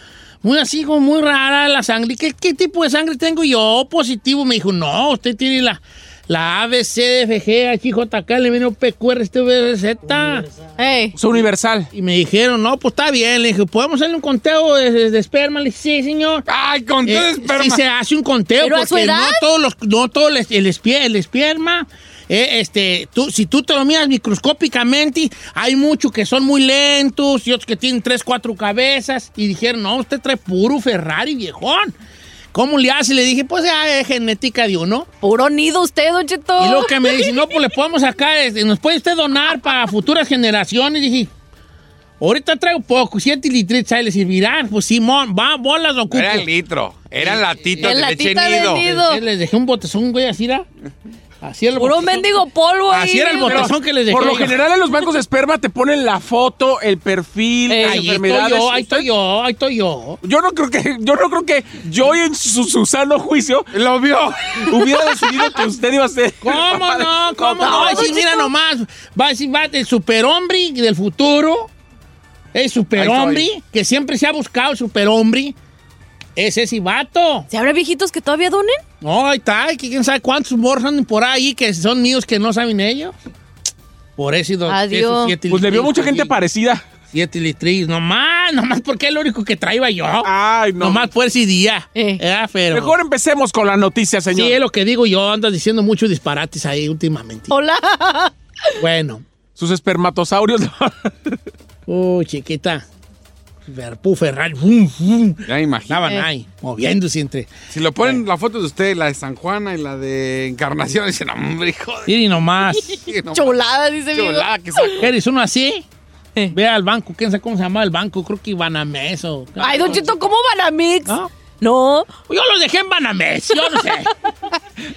muy así, como muy rara la sangre. ¿Qué, ¿Qué tipo de sangre tengo yo? Positivo. Me dijo, no, usted tiene la, La ABCDFG, HJK, LMNO, PQR, STVZ. Es universal. Y me dijeron, no, pues está bien. Le dije, ¿podemos hacerle un conteo de, de- de esperma? Le dije, sí, señor. Eh, ¡Ay, conteo de esperma! Sí, se hace un conteo. ¿Pero a su porque edad? No todos los, no todo el, es- el, espie- el esperma... eh, este, tú, si tú te lo miras microscópicamente, hay muchos que son muy lentos y otros que tienen tres, cuatro cabezas. Y dijeron, no, usted trae puro Ferrari, viejón. ¿Cómo le hace? Le dije, pues ya es genética de uno. Puro nido usted, don Cheto. Y lo que me dice, no, pues le podemos sacar, este, nos puede usted donar para futuras generaciones. Y dije, ahorita traigo poco, siete litritos, ahí le servirán. Pues Simón, va, bolas, don Cuco. Era el litro. Era latito Eh, de leche nido. Les, les dejé un botezón, güey, así era. Así era el Puro botezón. mendigo polvo ahí. Así era el botezón que les dejé. Por lo yo. general en los bancos de esperma te ponen la foto, el perfil, Eh, las ahí estoy enfermedades. yo, ahí estoy yo, ahí estoy yo. Yo no creo que, yo no creo que yo en su, su sano juicio lo vio. Hubiera decidido que usted iba a ser. ¿Cómo no? ¿Cómo no? Ay, sí, mira nomás. Va a decir, va, el superhombre del futuro. El superhombre Ahí estoy. que siempre se ha buscado, el superhombre. Es ese vato. ¿Se habrá viejitos que todavía donen? No, ahí está. que ¿Quién sabe cuántos morros andan por ahí que son míos que no saben ellos? Por eso, y dos- Adiós. esos siete Pues le vio litritos mucha gente ahí. parecida. Siete litritos. Nomás, nomás porque es lo único que traía yo. Ay, no. Nomás por ese día. Eh. Ah, pero- Mejor empecemos con la noticia, señor. Sí, es lo que digo yo. Andas diciendo muchos disparates ahí últimamente. Hola. Bueno. Sus espermatosaurios. Oh, chiquita. Verpú Ferrari. Vum, vum. Ya imagino. Estaban Eh. ahí, moviéndose entre. Eh. Si lo ponen la foto de usted, la de San Juana y la de Encarnación, dicen, hombre, hijo de... Mire nomás. Cholada, dice mi Cholada, hijo. que saca. ¿Eres uno así? Ve al banco. ¿Quién sabe cómo se llama el banco? Creo que Banamex o... Ay, don Cheto, ¿cómo van a mix? No. Yo los dejé en Banamex. Yo no sé.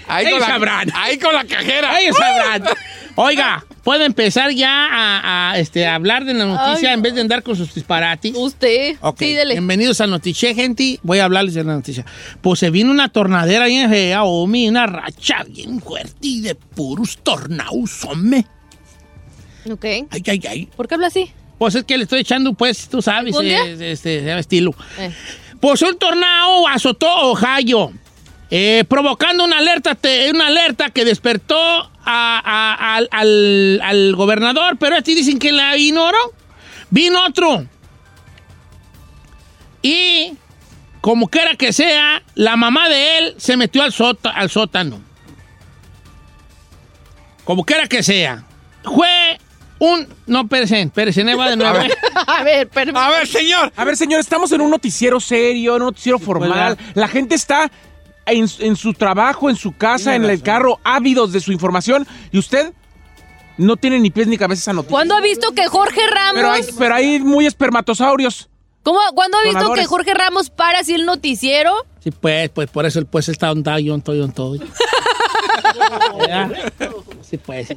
Ahí Ellos con la- sabrán. Ahí con la cajera. Ellos sabrán. Oiga, puede empezar ya a, a, este, a hablar de la noticia Ay, en vez de andar con sus disparates. Usted. Ok, Sí, dele. bienvenidos a Notiche, gente. Voy a hablarles de la noticia. Pues se vino una tornadera bien fea, homie, una racha bien fuerte y de puros tornados, hombre. Ok. Ay, ay, ay. ¿Por qué habla así? Pues es que le estoy echando, pues, tú sabes, ¿Un día? eh, este, se llama estilo. Pues un tornado azotó Ohio, eh, provocando una alerta, te- una alerta que despertó a- a- al, al- al gobernador, pero este dicen que la ignoró. Vino otro. Y, como quiera que sea, la mamá de él se metió al, sota- al sótano. Como quiera que sea. Fue un... No, espérense, espérense, ahí va de nuevo. ¿eh? A ver, pero... A ver, señor. Pues, A ver, señor, estamos en un noticiero serio, en un noticiero formal. La gente está en, en su trabajo, en su casa, en el carro, ávidos de su información. Y usted no tiene ni pies ni cabeza esa noticia. ¿Cuándo ha visto que Jorge Ramos... Pero hay, pero hay muy espermatosaurios. ¿Cómo? ¿Cuándo ha visto Donadores. que Jorge Ramos para así el noticiero? Sí, pues, pues por eso el pues está onda, yo estoy on todo. ¿Verdad? Sí, pues.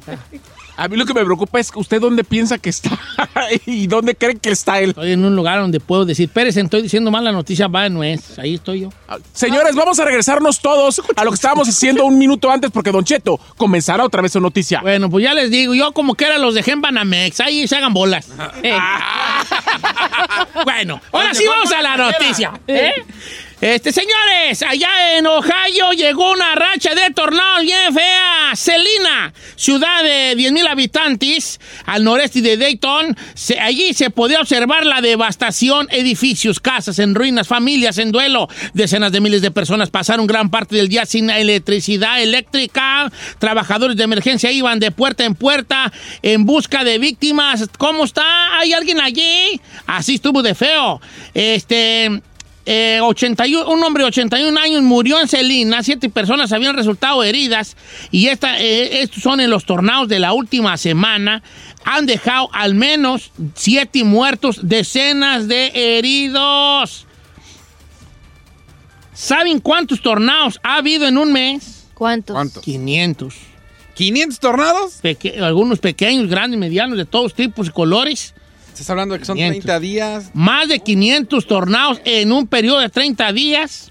A mí lo que me preocupa es usted dónde piensa que está y dónde cree que está él. Estoy en un lugar donde puedo decir, Pérez, estoy diciendo mal la noticia, va, no es. Ahí estoy yo. Ah, Señores, vamos a regresarnos todos a lo que estábamos haciendo un minuto antes porque Don Cheto comenzará otra vez su noticia. Bueno, pues ya les digo, yo como que era Ah, los dejé en Banamex, ahí se hagan bolas. Eh. bueno, ahora sí vamos a la noticia. ¿eh? Este, señores, allá en Ohio llegó una racha de tornados bien fea. Celina, ciudad de 10.000 habitantes, al noreste de Dayton, se- allí se podía observar la devastación, edificios, casas en ruinas, familias en duelo. Decenas de miles de personas pasaron gran parte del día sin electricidad eléctrica. Trabajadores de emergencia iban de puerta en puerta en busca de víctimas. ¿Cómo está? ¿Hay alguien allí? Así estuvo de feo. Este... Eh, 81, un hombre de 81 años murió en Celina, siete personas habían resultado heridas y esta, eh, estos son en los tornados de la última semana. Han dejado al menos siete muertos, decenas de heridos. ¿Saben cuántos tornados ha habido en un mes? ¿Cuántos? ¿Cuántos? 500. ¿500 tornados? Peque- algunos pequeños, grandes, medianos, de todos tipos y colores. Estás hablando de que son 500. 30 días. Más de 500 tornados en un periodo de 30 días.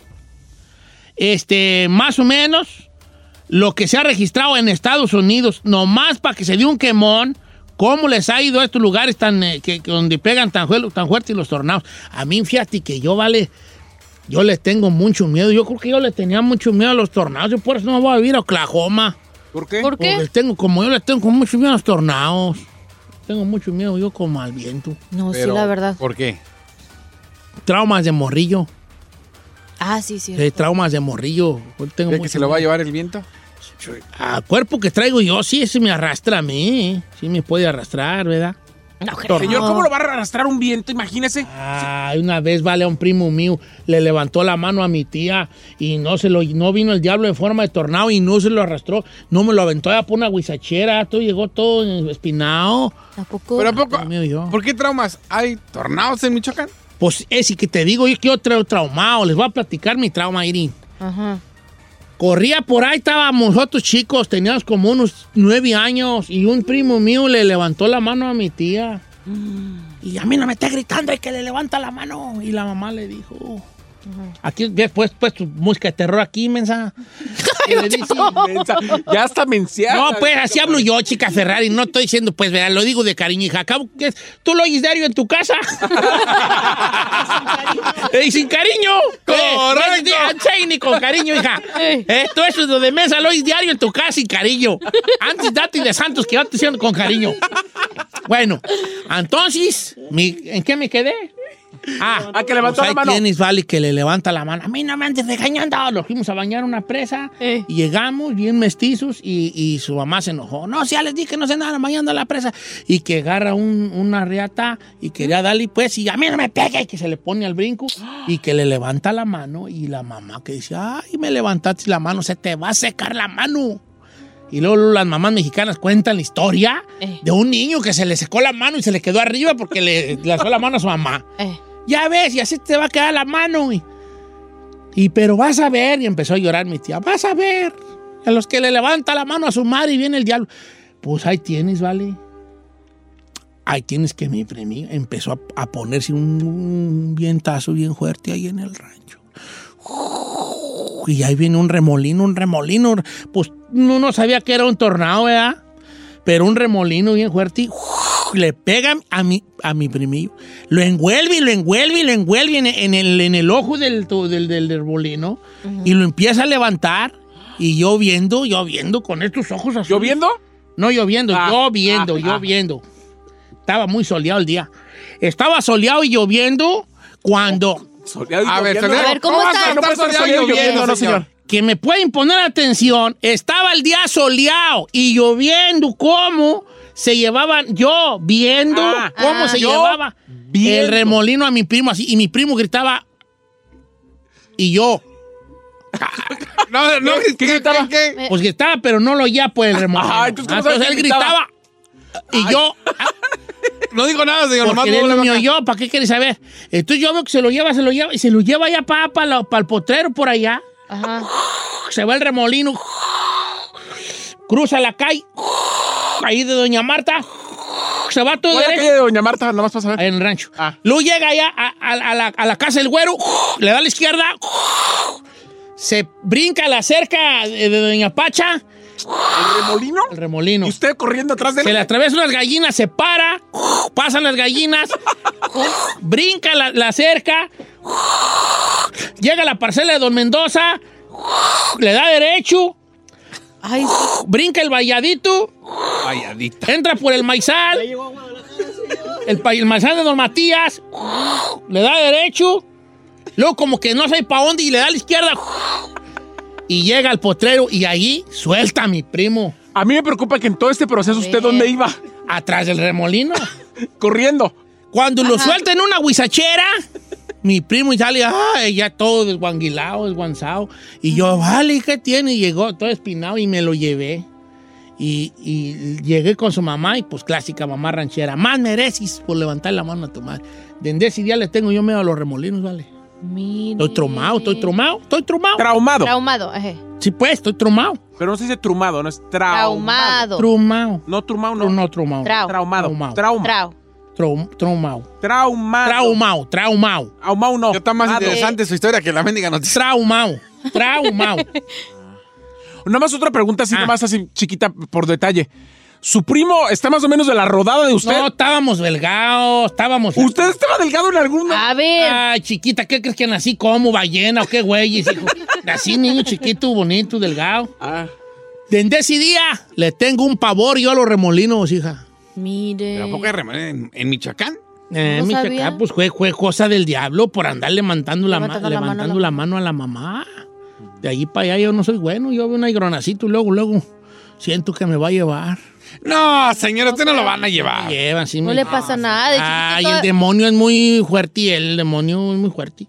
Este, más o menos, lo que se ha registrado en Estados Unidos, nomás para que se dé un quemón, cómo les ha ido a estos lugares tan, eh, que, que donde pegan tan, juelo- tan fuertes los tornados. A mí, fíjate que yo, vale, yo le tengo mucho miedo. Yo creo que yo le tenía mucho miedo a los tornados. Yo por eso no voy a vivir a Oklahoma. ¿Por qué? ¿Por qué? Porque tengo, como yo le tengo con mucho miedo a los tornados. Tengo mucho miedo yo como al viento. No, sí, Pero, la verdad. ¿Por qué? Traumas de morrillo. Ah, sí, sí. de traumas de morrillo. Yo Tengo ¿Cree que mucho se lo va a miedo. llevar el viento? A cuerpo que traigo yo, sí, ese me arrastra a mí. Sí me puede arrastrar, ¿verdad? Señor, ¿cómo lo va a arrastrar un viento? Imagínese. Ay, una vez vale a un primo mío, le levantó la mano a mi tía y no se lo, no vino el diablo en forma de tornado y no se lo arrastró, no me lo aventó allá por una guisachera, todo llegó todo espinado. Tampoco. ¿Pero a poco? Mío, yo. ¿Por qué traumas? ¿Hay tornados en Michoacán? Pues es y que te digo, yo que yo traigo traumado, les voy a platicar mi trauma, Irín. Ajá. Corría por ahí, estábamos nosotros chicos, teníamos como unos nueve años y un primo mío le levantó la mano a mi tía. Y a mí no me está gritando, es que le levanta la mano. Y la mamá le dijo, aquí después pues tu música de terror aquí, mensa. Y le dice, Ya está menciado. no, pues así hablo yo, chica Ferrari, no estoy diciendo pues, ¿verdad? lo digo de cariño, hija. Acabo que es- tú lo oyes diario en tu casa. Y sin cariño. Correcto. Eh, ni con cariño, hija. Eh, todo eso es lo de mesa, lo oyes diario en tu casa y cariño. Antes date de santos que yo te diciendo con cariño. Bueno, entonces, mi- ¿en qué me quedé? Ah, A que levantó pues la mano. Ahí tienes, vale, que le levanta la mano. A mí no me andes regañando. Nos fuimos a bañar a una presa. Eh. Y llegamos bien mestizos y, y su mamá se enojó. No, si ya les dije que no se nada bañando a la presa. Y que agarra un- una reata y quería darle, pues, y a mí no me pegue. Y que se le pone al brinco y que le levanta la mano. Y la mamá que dice, ay, me levantaste la mano, se te va a secar la mano. Y luego luego las mamás mexicanas cuentan la historia Eh. de un niño que se le secó la mano y se le quedó arriba porque le lanzó la mano a su mamá. Eh. Ya ves, y así te va a quedar la mano. Y, y pero vas a ver, y empezó a llorar mi tía, vas a ver. A los que le levanta la mano a su madre y viene el diablo. Pues ahí tienes, vale. Ahí tienes que mi primi empezó a, a ponerse un, un vientazo bien fuerte ahí en el rancho. Y ahí viene un remolino, un remolino. Pues no, no sabía que era un tornado, ¿verdad? Pero un remolino bien fuerte y le pega a mi, a mi primillo. Lo envuelve y lo envuelve y lo envuelve en, en el, en el ojo del, tu- del, del, del remolino. Y lo empieza a levantar. Y yo viendo, yo viendo con estos ojos azules. ¿Lloviendo? No lloviendo, Ah, lloviendo, ah, ah. lloviendo. Estaba muy soleado el día. Estaba soleado y lloviendo cuando... Soleado y A ver, lloviendo. soleado. A ver, ¿cómo No, está? No puede estar Está soleado y soleado y lloviendo, lloviendo, no, señor. Que me pueden poner atención, estaba el día soleado y lloviendo cómo se llevaban, yo viendo Ah, cómo ah. se Yo llevaba viendo. el remolino a mi primo así, y mi primo gritaba, y yo, No, no, ¿qué, qué, qué, qué? pues gritaba, pero no lo oía por el remolino. Ah, entonces, ¿cómo Ah, sabes él que gritaba? gritaba, y yo, ah, No digo nada, señor. nomás Porque muevo él la no me boca. oyó, ¿para qué quieres saber? Entonces yo veo que se lo lleva, se lo lleva, y se lo lleva allá para, el potrero por allá. Ajá. Se va el remolino, cruza la calle, ahí de Doña Marta, se va todo ¿Cuál es la derecho. calle de Doña Marta? Nada más para saber. Ahí en el rancho. Ah. Luego llega allá a, a- a la, a la casa del güero, le da a la izquierda, se brinca la cerca eh, de, de Doña Pacha, ¿El remolino? el remolino. ¿Y usted corriendo atrás de Se él? le atraviesa unas gallinas, se para, pasan las gallinas, brinca la, la cerca, llega a la parcela de Don Mendoza, le da derecho, Ay, sí. brinca el valladito, Valladita. entra por el maizal, el, pa- el maizal de Don Matías, le da derecho, luego como que no sabe para dónde y le da a la izquierda y llega al potrero y allí suelta a mi primo A mí me preocupa que en todo este proceso usted dónde iba. atrás del remolino. Corriendo. Cuando lo suelta en una guisachera, mi primo y sale, ay, ya todo desguanguilado, desguanzado. Y yo, vale, ¿qué tiene? Y llegó todo espinado y me lo llevé. Y, y llegué con su mamá y pues clásica mamá ranchera. Más mereces por levantar la mano a tu madre. Desde ese día le tengo yo miedo a los remolinos, ¿vale? Mire. Estoy tromado, estoy tromado, estoy tromado. Traumado. Traumado. ajá. Sí, pues, estoy tromado. Pero no se dice trumado, no es traumado. Traumado. Tromado. No, trumado no. No, no, tromado. Trau. Traumado. Traumado. Trauma. Trau. Trom- Tromado. Trauma. Traumado, traumado. Traumado no. Ya está más Mado. interesante su historia que la mendiga noticia. Traumado. Traumado. Nada más otra pregunta así, Ah. nomás así chiquita por detalle. ¿Su primo está más o menos de la rodada de usted? No, estábamos delgados, estábamos. ¿Usted estaba delgado en alguna? A ver. Ay, chiquita, ¿qué crees que nací como? ¿Ballena o qué güeyes, hijo? Nací niño chiquito, bonito, delgado. Ah. Desde ese día le tengo un pavor yo a los remolinos, hija. Mire. ¿Pero a poco hay remolinos en, en Michoacán? Eh, No mi sabía. chacá, pues fue, fue cosa del diablo por andar levantando, la, ma- Levantando la mano a la levantando la mano a la mamá. De allí para allá yo no soy bueno, yo veo una higronacito y luego, luego siento que me va a llevar. No, señor, usted no lo van a llevar. Llevan, sí, No me- le pasa nada. Ah, De Ay, chiquito el demonio es muy fuerte, el demonio es muy fuerte.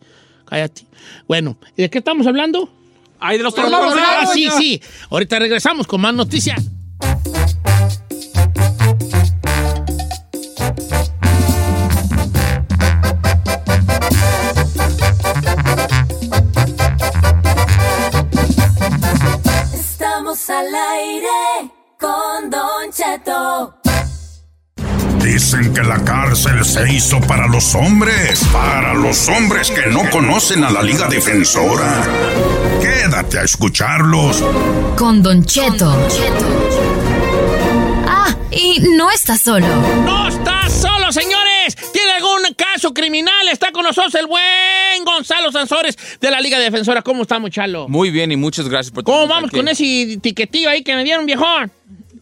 Cállate. Bueno, ¿y ¿de qué estamos hablando? Ay, de los tornillos. tornillos. Ah, sí, sí. Ahorita regresamos con más noticias. Estamos al aire con Don Cheto. Dicen que la cárcel se hizo para los hombres, para los hombres que no conocen a la Liga Defensora. Quédate a escucharlos. Con Don Cheto. Ah, y no está solo. ¡No está solo, señores! ¿Tiene algún caso criminal? Está con nosotros el buen Gonzalo Sansores de la Liga Defensora. ¿Cómo estamos, Chalo? Muy bien y muchas gracias por ¿Cómo Pues tenernos vamos aquí. con ese tiquetillo ahí que me dieron, viejón?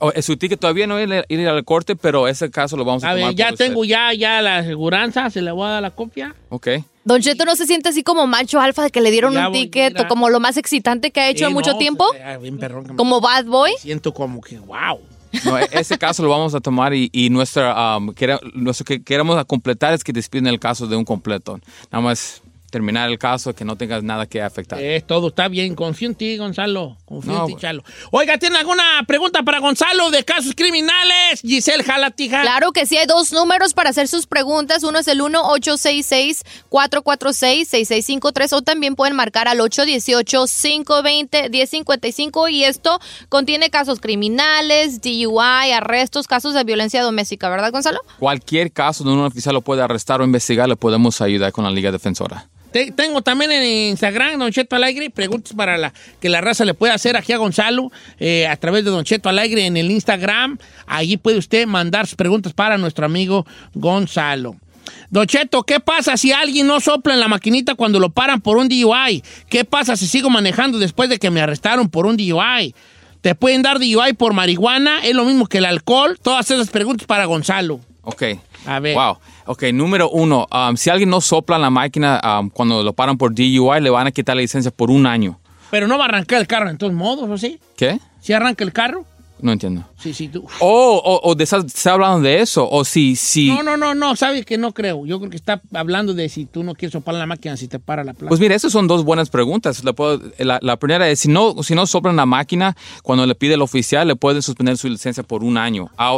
Oh, eh, su ticket todavía no ir, ir al corte, pero ese caso lo vamos a, A tomar ver, ya pues, por usted. tengo eh. ya, ya la aseguranza, se le voy a dar la copia. Ok. Don Cheto no se siente así como macho alfa de que le dieron Ya un voy, ticket mira. o como lo más excitante que ha hecho Sí, en mucho no, tiempo. Ah, bien perrón que me- Como bad boy. Siento como que, wow. No, e- ese caso lo vamos a tomar y, y nuestra, um, quere- nuestro que queremos completar es que despiden el caso de un completo. Nada más terminar el caso, que no tengas nada que afectar. Eh, todo está bien. Confío en ti, Gonzalo. Confío No, en ti, güey. Chalo. Oiga, ¿tiene alguna pregunta para Gonzalo de casos criminales? Giselle Jalatija. Claro que sí, hay dos números para hacer sus preguntas. Uno es el 1-866-446-6653 o también pueden marcar al 818-520-1055 y esto contiene casos criminales, DUI, arrestos, casos de violencia doméstica, ¿verdad, Gonzalo? Cualquier caso donde un oficial lo puede arrestar o investigar, le podemos ayudar con la Liga Defensora. Te- tengo también en Instagram, Don Cheto Alegre, preguntas para la, que la raza le puede hacer aquí a Gonzalo eh, a través de Don Cheto Alegre en el Instagram. Allí puede usted mandar sus preguntas para nuestro amigo Gonzalo. Don Cheto, ¿qué pasa si alguien no sopla en la maquinita cuando lo paran por un DUI? ¿Qué pasa si sigo manejando después de que me arrestaron por un DUI? ¿Te pueden dar DUI por marihuana? ¿Es lo mismo que el alcohol? Todas esas preguntas para Gonzalo. Ok. A ver. Wow. Ok, número uno, um, si alguien no sopla en la máquina um, cuando lo paran por DUI, le van a quitar la licencia por un año. Pero no va a arrancar el carro en todos modos, ¿o sí? ¿Qué? ¿Si arranca el carro? No entiendo. Sí, sí, tú. Oh, o, o de esas- ¿está hablando de eso? O si, si... No, no, no, no, sabes que no creo. Yo creo que está hablando de si tú no quieres soplar la máquina, si te para la placa. Pues mira, esas son dos buenas preguntas. Le puedo- La, la primera es, si no, si no soplan la máquina, cuando le pide el oficial, le pueden suspender su licencia por un año. Ah,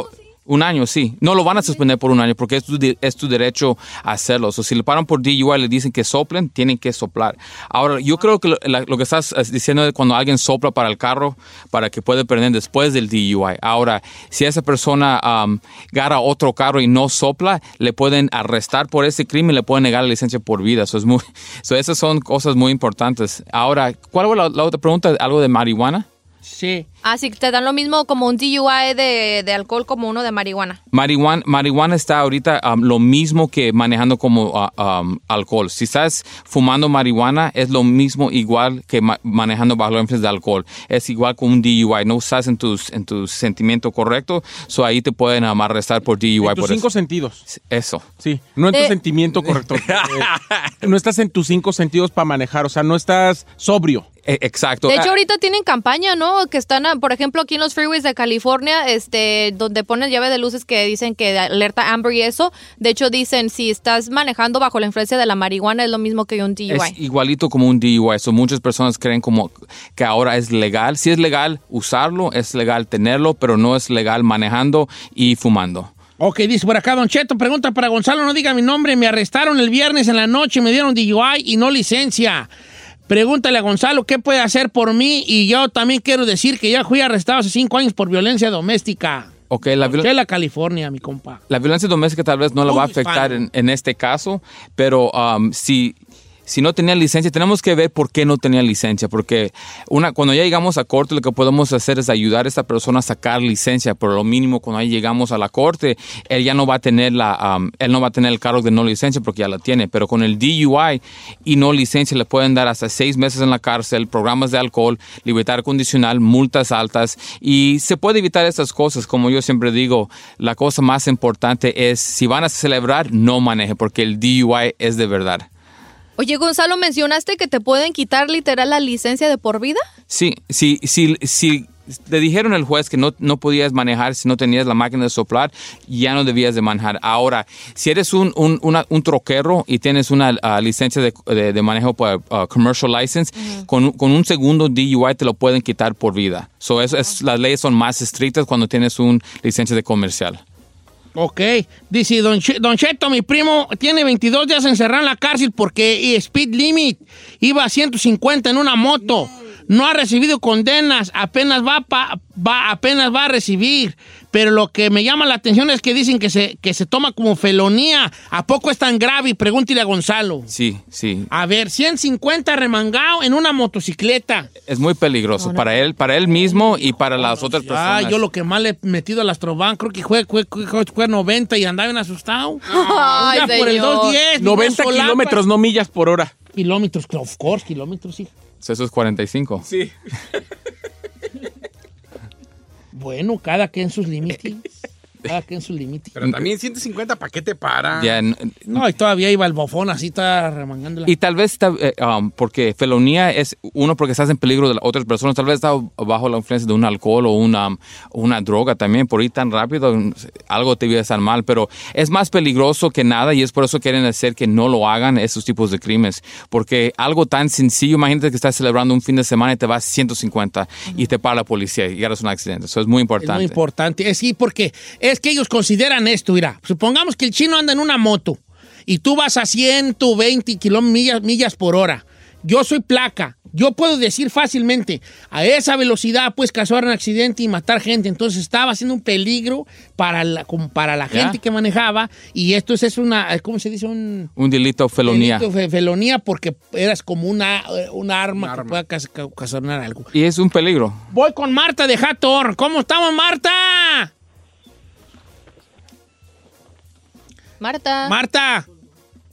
Un año, sí. No lo van a suspender por un año porque es tu, de- es tu derecho a hacerlo. O sea, si le paran por DUI y le dicen que soplen, tienen que soplar. Ahora, yo creo que lo, la- lo que estás eh, diciendo es cuando alguien sopla para el carro, para que pueda prender después del DUI. Ahora, si esa persona um, gana otro carro y no sopla, le pueden arrestar por ese crimen, le pueden negar la licencia por vida. Eso es muy, so, esas son cosas muy importantes. Ahora, ¿cuál fue la, la otra pregunta? ¿Algo de marihuana? Sí. Así que Ah, te dan lo mismo como un DUI de, de alcohol como uno de marihuana. Marihuana, marihuana está ahorita um, lo mismo que manejando como ah, um, alcohol. Si estás fumando marihuana, es lo mismo igual que ma- manejando bajo la influencia de alcohol. Es igual con un DUI. No estás en tus en tu sentimiento correcto, so ahí te pueden um, arrestar por DUI. En tus por eso. cinco sentidos. Eso. Sí, no en tu Eh. sentimiento correcto. Eh, no estás en tus cinco sentidos para manejar, o sea, no estás sobrio. Eh, exacto. De hecho, ahorita tienen campaña, ¿no? Que están, ah, por ejemplo, aquí en los freeways de California, este, donde ponen llave de luces que dicen que alerta Amber y eso. De hecho, dicen, si estás manejando bajo la influencia de la marihuana, es lo mismo que un DUI. Es igualito como un DUI. So, muchas personas creen como que ahora es legal. Si es legal usarlo, es legal tenerlo, pero no es legal manejando y fumando. Ok, dice por acá, Don Cheto, pregunta para Gonzalo, no diga mi nombre, me arrestaron el viernes en la noche, me dieron DUI y no licencia. Pregúntale a Gonzalo qué puede hacer por mí y yo también quiero decir que ya fui arrestado hace cinco años por violencia doméstica. Ok, la, violencia Chela, California, mi compa. La violencia doméstica tal vez no la va a afectar en, en este caso, pero um, si, si no tenía licencia, tenemos que ver por qué no tenía licencia, porque una, cuando ya llegamos a corte, lo que podemos hacer es ayudar a esta persona a sacar licencia, pero lo mínimo cuando ahí llegamos a la corte, él ya no va a tener la, um, él no va a tener el cargo de no licencia porque ya la tiene, pero con el DUI y no licencia le pueden dar hasta seis meses en la cárcel, programas de alcohol, libertad condicional, multas altas y se puede evitar estas cosas, como yo siempre digo, la cosa más importante es si van a celebrar, no maneje, porque el DUI es de verdad. Oye, Gonzalo, mencionaste que te pueden quitar literal la licencia de por vida. Sí, sí, sí, sí. Te dijeron el juez que no, no podías manejar si no tenías la máquina de soplar, ya no debías de manejar. Ahora, si eres un, un, una- un troquero y tienes una ah, licencia de, de- de manejo por ah, commercial license, con, con un segundo DUI te lo pueden quitar por vida. So, eso es, las leyes son más estrictas cuando tienes una licencia de comercial. Ok, dice don, Che- don Cheto, mi primo tiene 22 días encerrado en la cárcel porque speed limit iba a 150 en una moto. No ha recibido condenas, apenas va, pa- va- apenas va a recibir. Pero lo que me llama la atención es que dicen que se, que se toma como felonía. ¿A poco es tan grave? Pregúntele a Gonzalo. Sí, sí. A ver, 150 remangado en una motocicleta. Es muy peligroso para él, para él mismo y para las otras Ah, personas. yo lo que más le he metido al Astroban, creo que fue, fue, fue- fue 90 y andaba bien asustado. Ay, Ya por el señor. 210. 90 kilómetros, no millas por hora. Kilómetros, of course, kilómetros, hija. Eso es 45. Sí. Bueno, cada quien sus límites. cada quien sus límites. Pero también 150, ¿para qué te para? Ya, n- No, y todavía iba el bofón así, está remangando la... Y tal vez ta- eh, um, porque felonía es uno porque estás en peligro de las otras personas, tal vez está bajo la influencia de un alcohol o una, um, una droga también, por ir tan rápido mm, algo te iba a estar mal, pero es más peligroso que nada y es por eso quieren hacer que no lo hagan esos tipos de crímenes, porque algo tan sencillo, imagínate que estás celebrando un fin de semana y te vas 150 y te para la policía y eres un accidente, eso es Es muy muy importante. importante. Es sí, porque es que ellos consideran esto, mira. Supongamos que el chino anda en una moto y tú vas a 120 kilómetros millas, millas por hora. Yo soy placa. Yo puedo decir fácilmente, a esa velocidad puedes causar un accidente y matar gente. Entonces estaba haciendo un peligro para la, como para la Ya. gente que manejaba. Y esto es, es una, ¿cómo se dice? Un Un delito felonía. delito de felonía porque eras como una, eh, una arma, que pueda cas- ca- ocasionar algo. Y es un peligro. Voy con Marta de Hator. ¿Cómo estamos, Marta? Marta. Marta.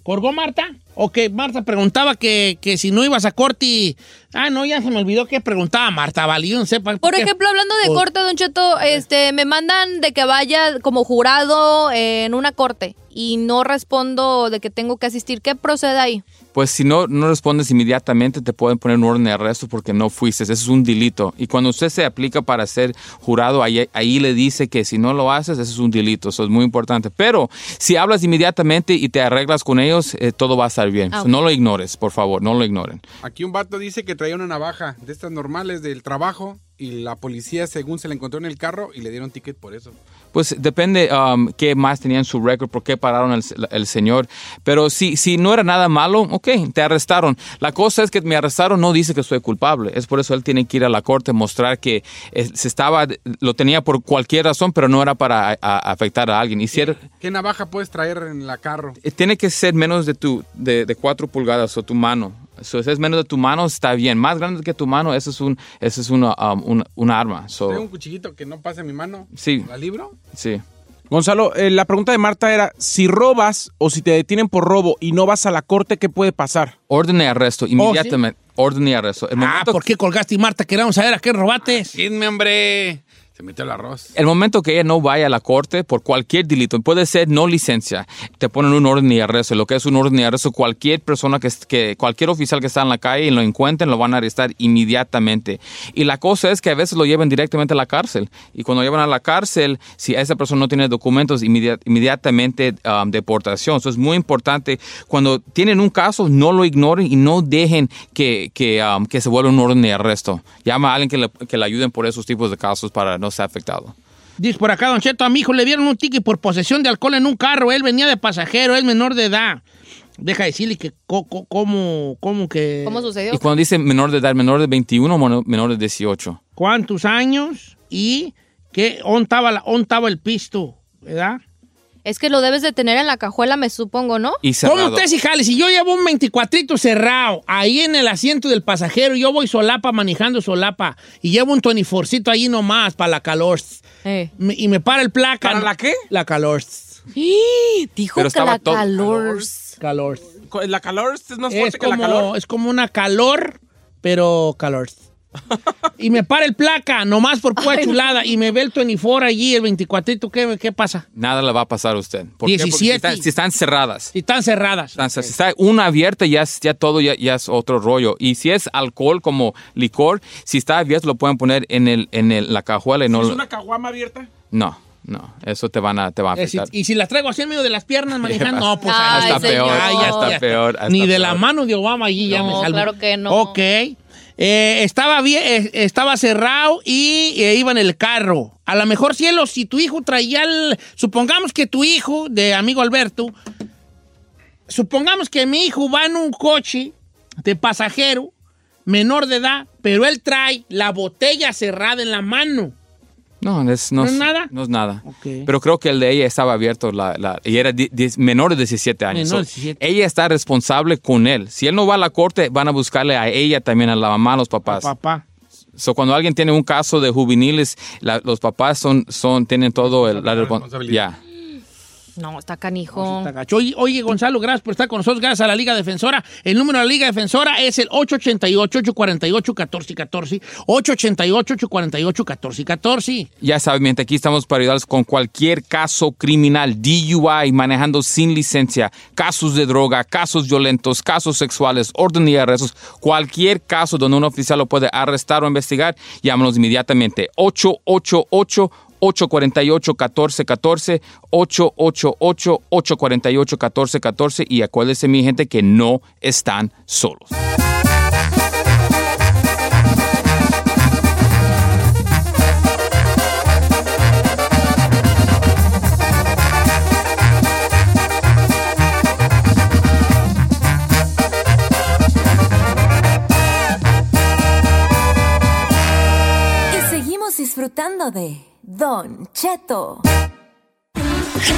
¿Corgó Marta? Ok, Marta preguntaba que, que si no ibas a corte. y- Ah, no, ya se me olvidó que preguntaba Marta, vale, yo no sé. pa- Por qué- Pues, ejemplo, hablando de por- corte, Don Cheto, este, me mandan de que vaya como jurado en una corte y no respondo de que tengo que asistir. ¿Qué procede ahí? Pues si no, no respondes inmediatamente, te pueden poner un orden de arresto porque no fuiste. Eso es un delito. Y cuando usted se aplica para ser jurado, ahí, ahí le dice que si no lo haces, eso es un delito. Eso es muy importante. Pero si hablas inmediatamente y te arreglas con ellos, eh, todo va a estar bien. Ah, So, no ok. lo ignores, por favor, no lo ignoren. Aquí un vato dice que traía una navaja de estas normales del trabajo y la policía, según se la encontró en el carro, y le dieron ticket por eso. Pues depende um, qué más tenían en su récord, por qué pararon al el señor. Pero si, si no era nada malo, ok, te arrestaron. La cosa es que me arrestaron, no dice que soy culpable. Es por eso él tiene que ir a la corte, mostrar que eh, se estaba, lo tenía por cualquier razón, pero no era para a- a- afectar a alguien. Y si era- ¿Qué navaja puedes traer en la carro? eh, tiene que ser menos de tu de, de cuatro pulgadas o tu mano. So, si es menos de tu mano, está bien. Más grande que tu mano, eso es un, eso es una, um, un, un arma. So, Tengo un cuchillito que no pase en mi mano. Oh. Sí. ¿La libro? sí. Gonzalo, eh, la pregunta de Marta era, si robas o si te detienen por robo y no vas a la corte, ¿qué puede pasar? Oh, Orden de arresto, inmediatamente. Orden de arresto. El Ah, Ah, ¿por qué colgaste y Marta? Queremos saber a qué robaste. Pues- Dime, hombre. Se metió el arroz. El momento que ella no vaya a la corte por cualquier delito, puede ser no licencia, te ponen un orden de arresto. Lo que es un orden de arresto, cualquier persona que, est- que cualquier oficial que está en la calle y lo encuentren, lo van a arrestar inmediatamente. Y la cosa es que a veces lo llevan directamente a la cárcel. Y cuando lo llevan a la cárcel, si esa persona no tiene documentos, inmedi- inmediatamente um, deportación. Eso es muy importante. Cuando tienen un caso, no lo ignoren y no dejen que, que, um, que se vuelva un orden de arresto. Llama a alguien que le, que le ayuden por esos tipos de casos para no ser afectado. Dice por acá, Don Cheto, a mi hijo le dieron un ticket por posesión de alcohol en un carro. Él venía de pasajero, es menor de edad. Deja de decirle que co- co- eh, cómo, cómo que... ¿Cómo sucedió? Y cuando dice menor de edad, menor de 21 o mono- menor de 18. ¿Cuántos años? Y que ontaba, la, ontaba el pisto, ¿verdad? Es que lo debes de tener en la cajuela, me supongo, ¿no? Y ¿Cómo cerrado. usted si jale? Si yo llevo un 24 cerrado ahí en el asiento del pasajero, yo voy solapa manejando solapa y llevo un 24 ahí nomás para la calor. Eh. Me- Y me para el placa. ¿Para la qué? La calor. Dijo que la calor. Calor. Co- La calor es más fuerte Es que la calor. como, es como una calor, pero calor. y me para el placa nomás por pura Ay, no. chulada y me ve el 24 allí, el 24, ¿qué, qué pasa? Nada le va a pasar a usted. ¿Por qué? Porque 17. si, están, si están cerradas. Si están cerradas. Si está una abierta, ya, es- ya todo ya, ya es otro rollo. Y si es alcohol como licor, si está abierto, lo pueden poner en, el, en el- la cajuela y no. ¿Es lo- una caguama abierta? No, no. Eso te, van a, te va a Eh, si- afectar. y si las traigo así en medio de las piernas manejando, no, pues Ay, ahí Está peor, ahí está peor, está Ni de peor. la mano de Obama allí ya No, me salvo. claro que no. Ok. Eh, estaba bien, eh, estaba cerrado y eh, iba en el carro. A lo mejor, cielo, si tu hijo traía el. Supongamos que tu hijo, de amigo Alberto, supongamos que mi hijo va en un coche de pasajero, menor de edad, pero él trae la botella cerrada en la mano. No, es, no, ¿No es es nada? No es nada. Pero creo que el de ella estaba abierto la, la- y era di- diez- menor de 17 años. Menor de So, Ella está responsable con él. Si él no va a la corte, van a buscarle a ella también, a la mamá, a los papás. Papá. So, cuando alguien tiene un caso de juveniles, la- los papás son, son, tienen todo el- la responsabilidad. No, está canijo. Está gacho. Oye, oye, Gonzalo, gracias por estar con nosotros. Gracias a la Liga Defensora. El número de la Liga Defensora es el 888-848-1414. 888-848-1414. Ya saben, mientras aquí estamos para ayudarles con cualquier caso criminal, DUI, manejando sin licencia, casos de droga, casos violentos, casos sexuales, orden de arrestos, cualquier caso donde un oficial lo puede arrestar o investigar, llámanos inmediatamente. 888 848-1414, 888-848-1414 y acuérdense mi gente que no están solos. Y seguimos disfrutando de Don Cheto.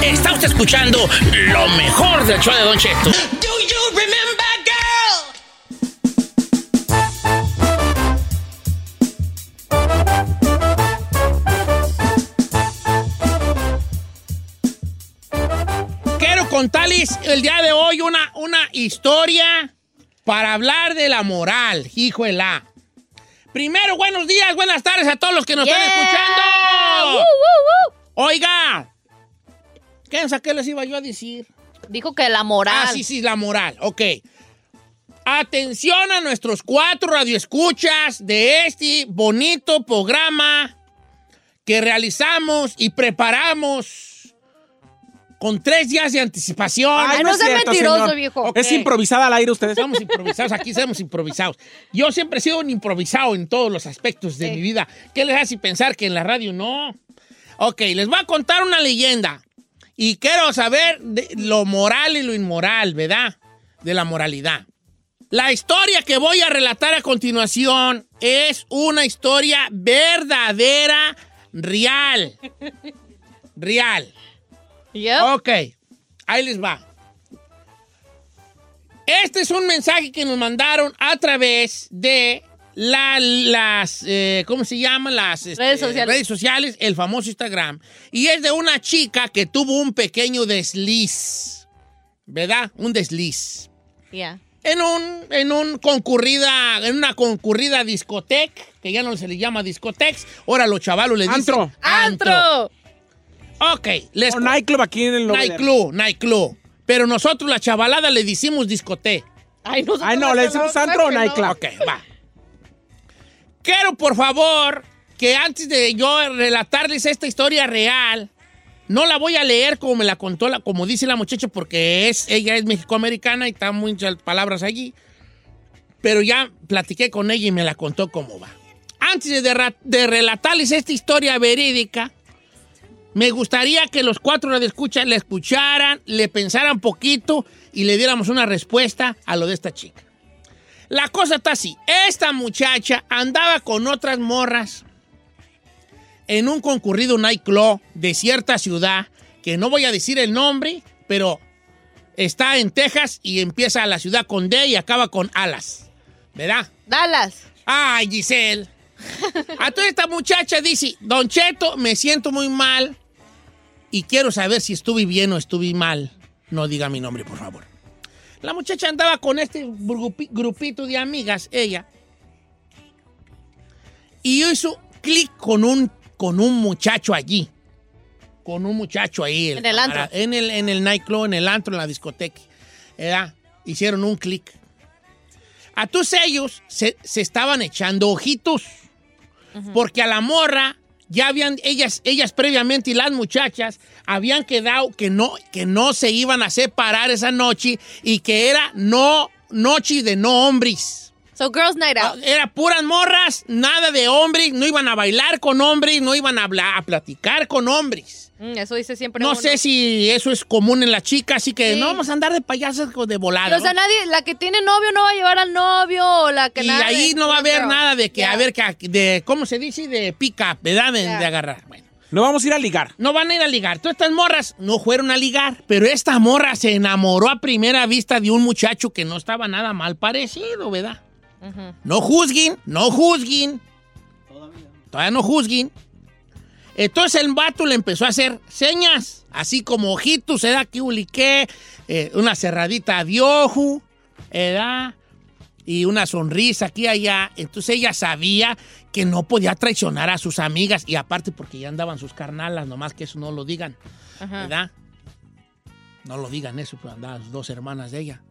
Está usted escuchando lo mejor del show de Don Do Cheto. you remember, girl? Quiero contarles el día de hoy una, una historia para hablar de la moral, hijuela. Primero, buenos días, buenas tardes a todos los que nos están escuchando. Oiga, ¿qué, a ¿qué les iba yo a decir? Dijo que la moral. Ah, sí, sí, la moral. Ok. Atención a nuestros cuatro radioescuchas de este bonito programa que realizamos y preparamos con tres días de anticipación. Ay, no es cierto, señor. Es improvisada al aire ustedes. Estamos improvisados, aquí somos improvisados. Yo siempre he sido un improvisado en todos los aspectos de mi vida. ¿Qué les hace pensar que en la radio no? Ok, les voy a contar una leyenda. Y quiero saber de lo moral y lo inmoral, ¿verdad? De la moralidad. La historia que voy a relatar a continuación es una historia verdadera, real. Real. Ok, ahí les va. Este es un mensaje que nos mandaron a través de la- las, eh, ¿cómo se llaman? Las este, Redes sociales. redes sociales, el famoso Instagram. Y es de una chica que tuvo un pequeño desliz, ¿verdad? Un desliz. Ya. En un, en un concurrida, en una concurrida discoteca, que ya no se le llama discotex, ahora los chavalos le dicen. Antro. Antro. Ok, les. O nightclub aquí en el Novedad. Nightclub, nightclub. Pero nosotros la chavalada le decimos discoté. Ay, no, Ay, no, le decimos antro o nightclub. Ok, va. Quiero, por favor, que antes de yo relatarles esta historia real, no la voy a leer como me la contó, la, como dice la muchacha, porque es, ella es mexicoamericana y están muchas palabras allí. Pero ya platiqué con ella y me la contó cómo va. Antes de, ra- de relatarles esta historia verídica, me gustaría que los cuatro radioescuchas la escucharan, le pensaran poquito y le diéramos una respuesta a lo de esta chica. La cosa está así. Esta muchacha andaba con otras morras en un concurrido nightclub de cierta ciudad que no voy a decir el nombre, pero está en Texas y empieza la ciudad con D y acaba con Alas. ¿Verdad? Dallas. Ay, Giselle. A toda esta muchacha dice, Don Cheto, me siento muy mal y quiero saber si estuve bien o estuve mal. No diga mi nombre, por favor. La muchacha andaba con este grupi- grupito de amigas, ella, y hizo clic con un, con un muchacho allí. Con un muchacho ahí. En el antro. para- En el, en el nightclub, en el antro, en la discoteca. Era, hicieron un clic. A todos ellos se, se estaban echando ojitos. Porque a la morra ya habían, ellas, ellas previamente y las muchachas habían quedado que no, que no se iban a separar esa noche y que era no noche de no hombres. Ah, So girls night out. Era puras morras, nada de hombres, no iban a bailar con hombres, no iban a, hablar, a platicar con hombres. Mm, eso dice siempre No uno. sé si eso es común en las chicas, así que Sí. no vamos a andar de payasos de volada. Pero, o ¿no? sea, nadie, la que tiene novio no va a llevar al novio o la que Y nada ahí de- no va a haber pero- nada de que, a ver, que- de, ¿cómo se dice? De pick up, ¿verdad? De, de agarrar. Bueno. No vamos a ir a ligar. No van a ir a ligar. Todas estas morras no fueron a ligar, pero esta morra se enamoró a primera vista de un muchacho que no estaba nada mal parecido, ¿verdad? Ujú. No juzguen, no juzguen. Todavía. no juzguen. Entonces el vato le empezó a hacer señas, así como ojitos, era que uliqué, eh, una cerradita de ojo, ¿verdad? y una sonrisa aquí y allá. Entonces ella sabía que no podía traicionar a sus amigas y aparte porque ya andaban sus carnalas, nomás que eso no lo digan, Uh-huh. Ajá. ¿verdad? No lo digan eso, pero andaban sus dos hermanas de ella.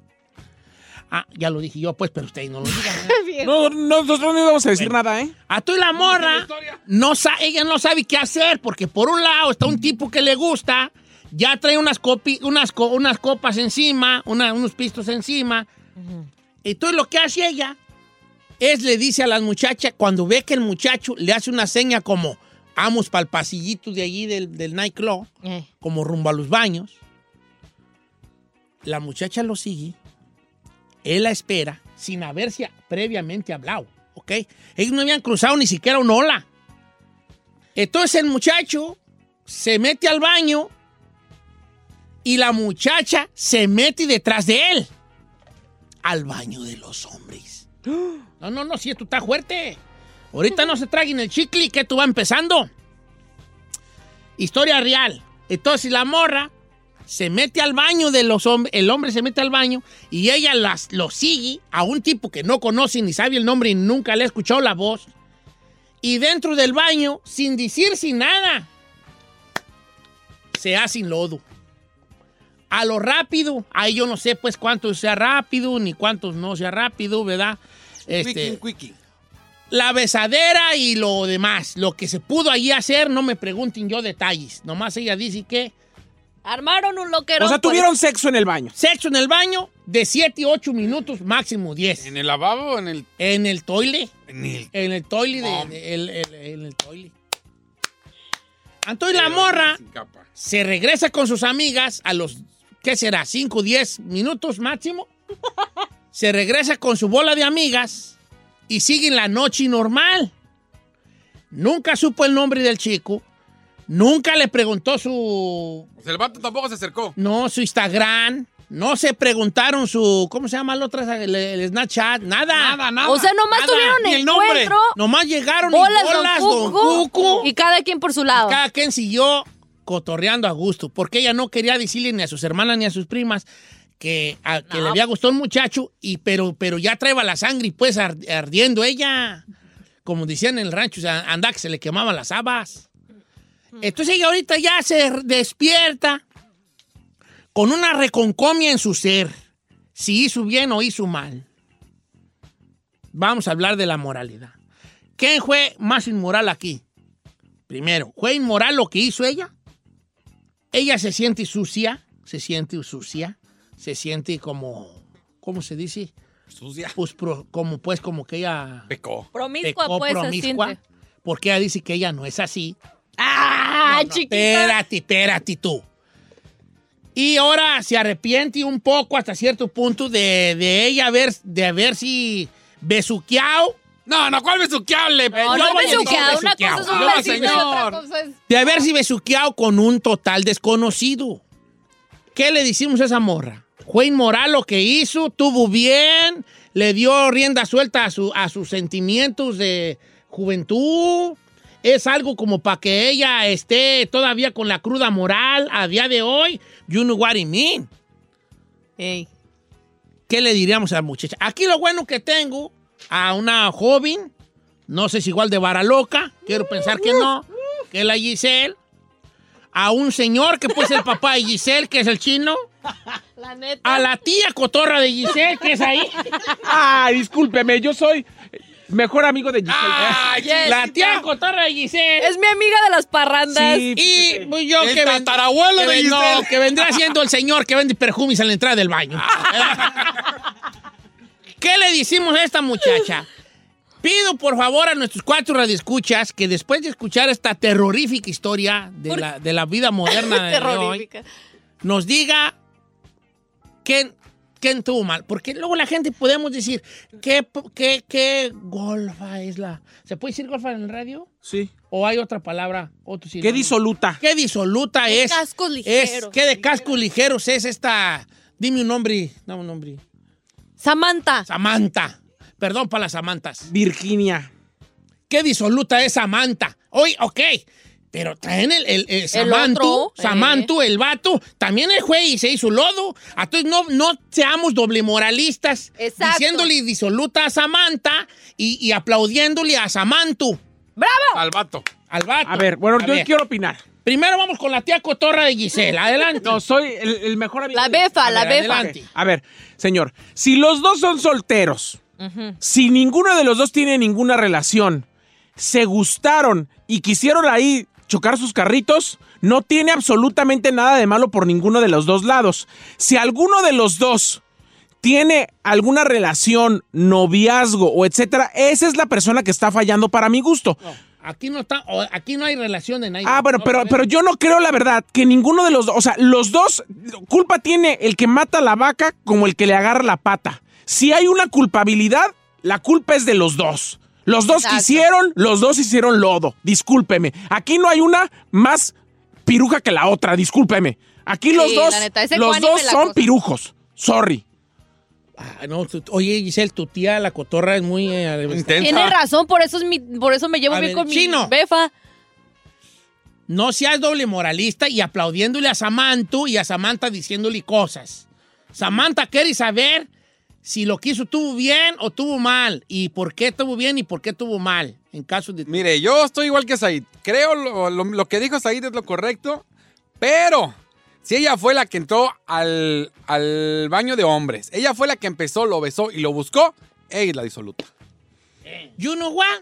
Ah, ya lo dije yo, pues, pero ustedes no lo digan. No, no, nosotros no íbamos a decir nada, ¿eh? A tú y la morra, no sa- ella no sabe qué hacer, porque por un lado está un tipo que le gusta, ya trae unas, copi- unas, co- unas copas encima, una- unos pistos encima. Entonces lo que hace ella es le dice a las muchachas, cuando ve que el muchacho le hace una seña como, vamos para el pasillito de allí del, del nightclub, Eh. como rumbo a los baños, la muchacha lo sigue, él la espera, sin haberse previamente hablado, ¿ok? Ellos no habían cruzado ni siquiera un hola. Entonces el muchacho se mete al baño y la muchacha se mete detrás de él al baño de los hombres. No, no, no, si esto está fuerte. Ahorita no se traguen el chicle que tú va empezando. Historia real. Entonces la morra se mete al baño de los hombres, el hombre se mete al baño y ella las, lo sigue a un tipo que no conoce ni sabe el nombre y nunca le ha escuchado la voz. Y dentro del baño, sin decir sin nada, se hace sin lodo. A lo rápido, ahí yo no sé pues cuánto sea rápido ni cuántos no sea rápido, ¿verdad? Este, la besadera y lo demás, lo que se pudo allí hacer, no me pregunten yo detalles. Nomás ella dice que Armaron un loquero. o sea, pues. tuvieron sexo en el baño. Sexo en el baño de 7 a 8 minutos, máximo 10. ¿En el lavabo o en el.? En el toile. En el- En el toile. de- de- el- el- en el toile. Entonces la morra Sin capa. se regresa con sus amigas a los, ¿qué será? 5 o 10 minutos máximo. Se regresa con su bola de amigas y siguen la noche normal. Nunca supo el nombre del chico. Nunca le preguntó su O sea, el vato tampoco se acercó. no, su Instagram. No se preguntaron su. ¿Cómo se llama la otra? El, el Snapchat. Nada. Nada, nada. O sea, nomás tuvieron Ni encuentro. Nomás llegaron Bolas, y bolas, don don Cuco. Cuco. Y cada quien por su lado. Cada quien siguió cotorreando a gusto. Porque ella no quería decirle ni a sus hermanas ni a sus primas que, a- que le había gustado un muchacho. Y, pero, pero ya traeba la sangre y pues ar- ardiendo ella. Como decían en el rancho, o sea, anda que se le quemaban las habas. Entonces ella ahorita ya se despierta con una reconcomia en su ser, si hizo bien o hizo mal. Vamos a hablar de la moralidad. ¿Quién fue más inmoral aquí? Primero, ¿fue inmoral lo que hizo ella? Ella se siente sucia, se siente sucia, se siente como, ¿cómo se dice? Sucia. Pues pro- como, pues, como que ella Pecó. Promiscua, pecó pues, se promiscua, siente. porque ella dice que ella no es así. ¡Ah, chiquita! Espérate, espérate tú. Y ahora se arrepiente un poco hasta cierto punto de, de ella haber, de haber si besuqueado No, no, ¿cuál besuqueable? No, no besuqueado. Una cosa es un No, besito y otra señor. cosa es... De haberse besuqueado con un total desconocido. ¿Qué le decimos a esa morra? Juan Moral lo que hizo, tuvo bien, le dio rienda suelta a, su- a sus sentimientos de juventud. Es algo como para que ella esté todavía con la cruda moral a día de hoy. You know what I mean. ¿Qué le diríamos a la muchacha? Aquí lo bueno que tengo a una joven, no sé si igual de vara loca, quiero pensar que no, que es la Giselle. A un señor que pues es el papá de Giselle, que es el chino. La neta. A la tía cotorra de Giselle, que es ahí. Ah, discúlpeme, yo soy mejor amigo de Giselle. Ah, La tía cotorra de Giselle. Es mi amiga de las parrandas. Sí, y pues, yo El que ven- tatarabuelo de que ven- no, Giselle. que vendrá siendo el señor que vende perfumes a la entrada del baño. ¿Qué le decimos a esta muchacha? Pido por favor a nuestros cuatro radioescuchas que después de escuchar esta terrorífica historia de, la, de la vida moderna de hoy, Terrorífica. nos diga quién, quién tuvo mal. Porque luego la gente podemos decir, ¿qué, po- qué, qué golfa es la...? ¿Se puede decir golfa en el radio? Sí. ¿O hay otra palabra? Otro Qué sinónimo? disoluta. ¿Qué disoluta De es? cascos es ligeros. ¿Qué de cascos ligeros es esta? Dime un nombre. Dame un nombre. Samantha. Samantha. Perdón para las Samantas. Virginia. ¿Qué disoluta es Samantha? Hoy, ok. Pero traen el, el, el Samantu, otro, eh. Samantu, el vato. También el juez y se hizo lodo. Entonces no, no seamos doble moralistas. Exacto. Diciéndole disoluta a Samantha y, y aplaudiéndole a Samantu. ¡Bravo! Al vato. Al vato. A ver, bueno, A yo ver. quiero opinar. Primero vamos con la tía cotorra de Giselle. Adelante. No, soy el, el mejor amigo. La de- befa, A la ver, befa. adelante. A ver, señor, si los dos son solteros, Ujú. si ninguno de los dos tiene ninguna relación, se gustaron y quisieron ahí chocar sus carritos, no tiene absolutamente nada de malo por ninguno de los dos lados. Si alguno de los dos tiene alguna relación, noviazgo o etcétera, esa es la persona que está fallando para mi gusto. No, aquí no está, o- aquí no hay relación de nadie. Ah, bueno, No, pero, no, pero yo no creo la verdad que ninguno de los dos, o sea, los dos, culpa tiene el que mata la vaca como el que le agarra la pata. Si hay una culpabilidad, la culpa es de los dos. Los dos Exacto. quisieron, los dos hicieron lodo. Discúlpeme. Aquí no hay una más piruja que la otra, discúlpeme. Aquí los Sí, dos, la neta, es los ecuánime dos la son cosa. pirujos. Sorry. Ah, no, tu- oye, Giselle, tu tía, la cotorra, es muy... eh, Tiene razón, por eso, es mi- por eso me llevo A bien ver, con mi chino. befa. No seas doble moralista y aplaudiéndole a Samantha y a Samantha diciéndole cosas. Samantha quiere saber si lo que hizo tuvo bien o tuvo mal. Y por qué tuvo bien y por qué tuvo mal. En caso de... Mire, yo estoy igual que Said. Creo lo, lo- lo que dijo Said es lo correcto, pero si ella fue la que entró al, al baño de hombres, ella fue la que empezó, lo besó y lo buscó, ella es la disoluta. You know what?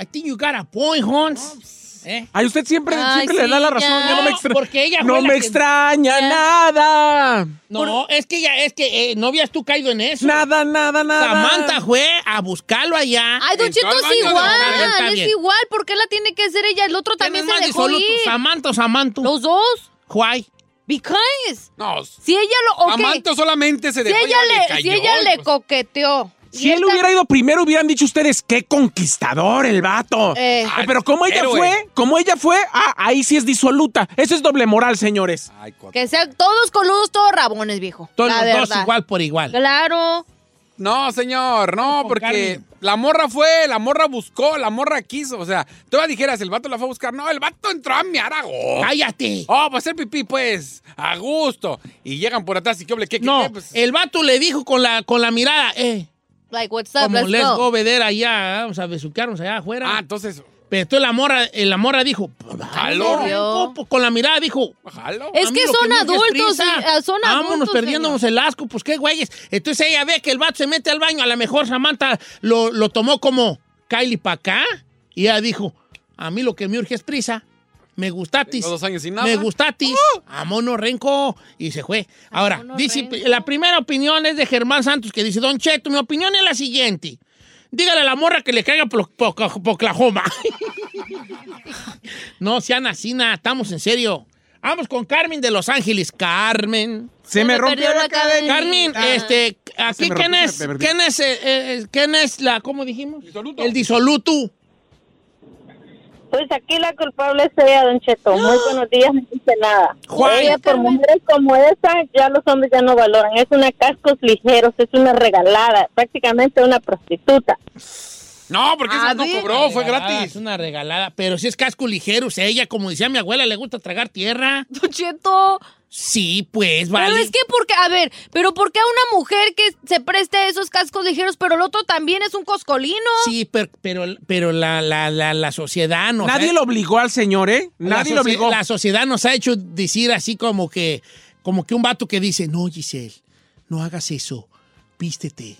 I think you got a point, Hans. ¿Eh? pues. Ay, usted siempre, Ay, siempre le da sí, la razón. ya. Ya no me, extra- Porque ella fue no la me que- extraña Ya. nada. No, es que ya, es que eh, no habías tú caído en eso. Nada, nada, nada. Samantha fue a buscarlo allá. Ay, Don Entró Cheto al es baño de hombres, está igual, es bien. igual. ¿Por qué la tiene que hacer ella? El otro ¿Quién también es más se dejó disoluto, ir. Samantha o Samantha. Los dos. Why? Because. No, Si ella lo... ok, Amanto solamente se Si dejó. ella ya le, cayó, si ella y le pues- coqueteó. Si y él tam- hubiera ido primero, hubieran dicho ustedes, qué conquistador el vato. Eh. Ay, Pero como ella héroe. fue, como ella fue, ah, ahí sí es disoluta. Eso es doble moral, señores. Ay, cot- Que sean todos coludos, todos rabones, viejo. Todos la los verdad. dos igual por igual. Claro. No, señor, no, Con porque Carmen. la morra fue, la morra buscó, la morra quiso. O sea, tú dijeras, el vato la fue a buscar. No, el vato entró a mi arago. ¡Cállate! Oh, pues el pipí, pues, a gusto. Y llegan por atrás y que hable, ¿qué, qué, No, qué? Pues, el vato le dijo con la, con la mirada, eh, Like, what's up, como let's let's go. go veder allá, vamos a besuquearnos allá afuera. Ah, entonces, Pero entonces la morra, eh, la morra dijo, pues, Jalo. vamos, loco, pues, con la mirada dijo, bájalo. Es que amigo, son no dejes adultos, prisa. eh, son Vámonos adultos, perdiéndonos el asco, pues qué güeyes. Entonces ella ve que el vato se mete al baño, a lo mejor Samantha lo, lo tomó como Kylie para acá y ella dijo, a mí lo que me urge es prisa. Me gustatis. Tengo dos años sin nada. ¡Uh! Me gustatis. A mono renco. Y se fue. Ahora, mono dice, renco. la primera opinión es de Germán Santos que dice, Don Cheto, mi opinión es la siguiente. Dígale a la morra que le caiga por, por, por Oklahoma". no sean así, nada. Estamos en serio. Vamos con Carmen de Los Ángeles. Carmen. Se me rompió perdió la la cadena. cadena. Ah, Carmen, este, aquí, ¿quién es, ¿quién es, eh, eh, quién es la, cómo dijimos? El disoluto. Pues aquí la culpable es ella, Don Cheto. Muy buenos días, no dice nada. ¡Ah! Juan. ella, por mujeres como esa, ya los hombres ya no valoran. Es una cascos ligeros, es una regalada, prácticamente una prostituta. No, porque Ah, eso no cobró, fue gratis. Es una regalada, pero si es casco ligero, o sea, ella, como decía mi abuela, le gusta tragar tierra. Don Cheto. Sí, pues, vale. Pero es que porque, a ver, pero ¿por qué a una mujer que se preste a esos cascos ligeros, pero el otro también es un coscolino? Sí, pero, pero, pero la, la, la, la sociedad nos Nadie ha- lo obligó al señor, ¿eh? la Nadie lo socie- obligó. La sociedad nos ha hecho decir así como que, como que un vato que dice, no, Giselle, no hagas eso, vístete.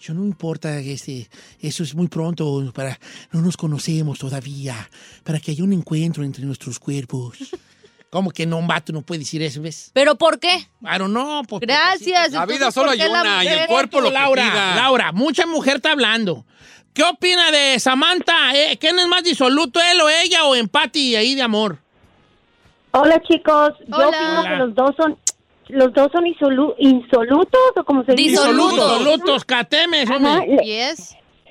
Yo no importa, este, eso es muy pronto, para, no nos conocemos todavía, para que haya un encuentro entre nuestros cuerpos. como que no, un vato no puede decir eso, ¿ves? ¿Pero por qué? Claro, no, pues, Gracias. La vida entonces, solo ¿por hay qué la una y el mujer- cuerpo lo Laura, Laura, mucha mujer está hablando. ¿Qué opina de Samantha? Eh, ¿Quién es más disoluto, él o ella o empate y ahí de amor? Hola chicos, yo Hola. opino Hola. que los dos son los dos son insolu- insolutos o como se dice. Disolutos, catemes, hombre. Ajá, le,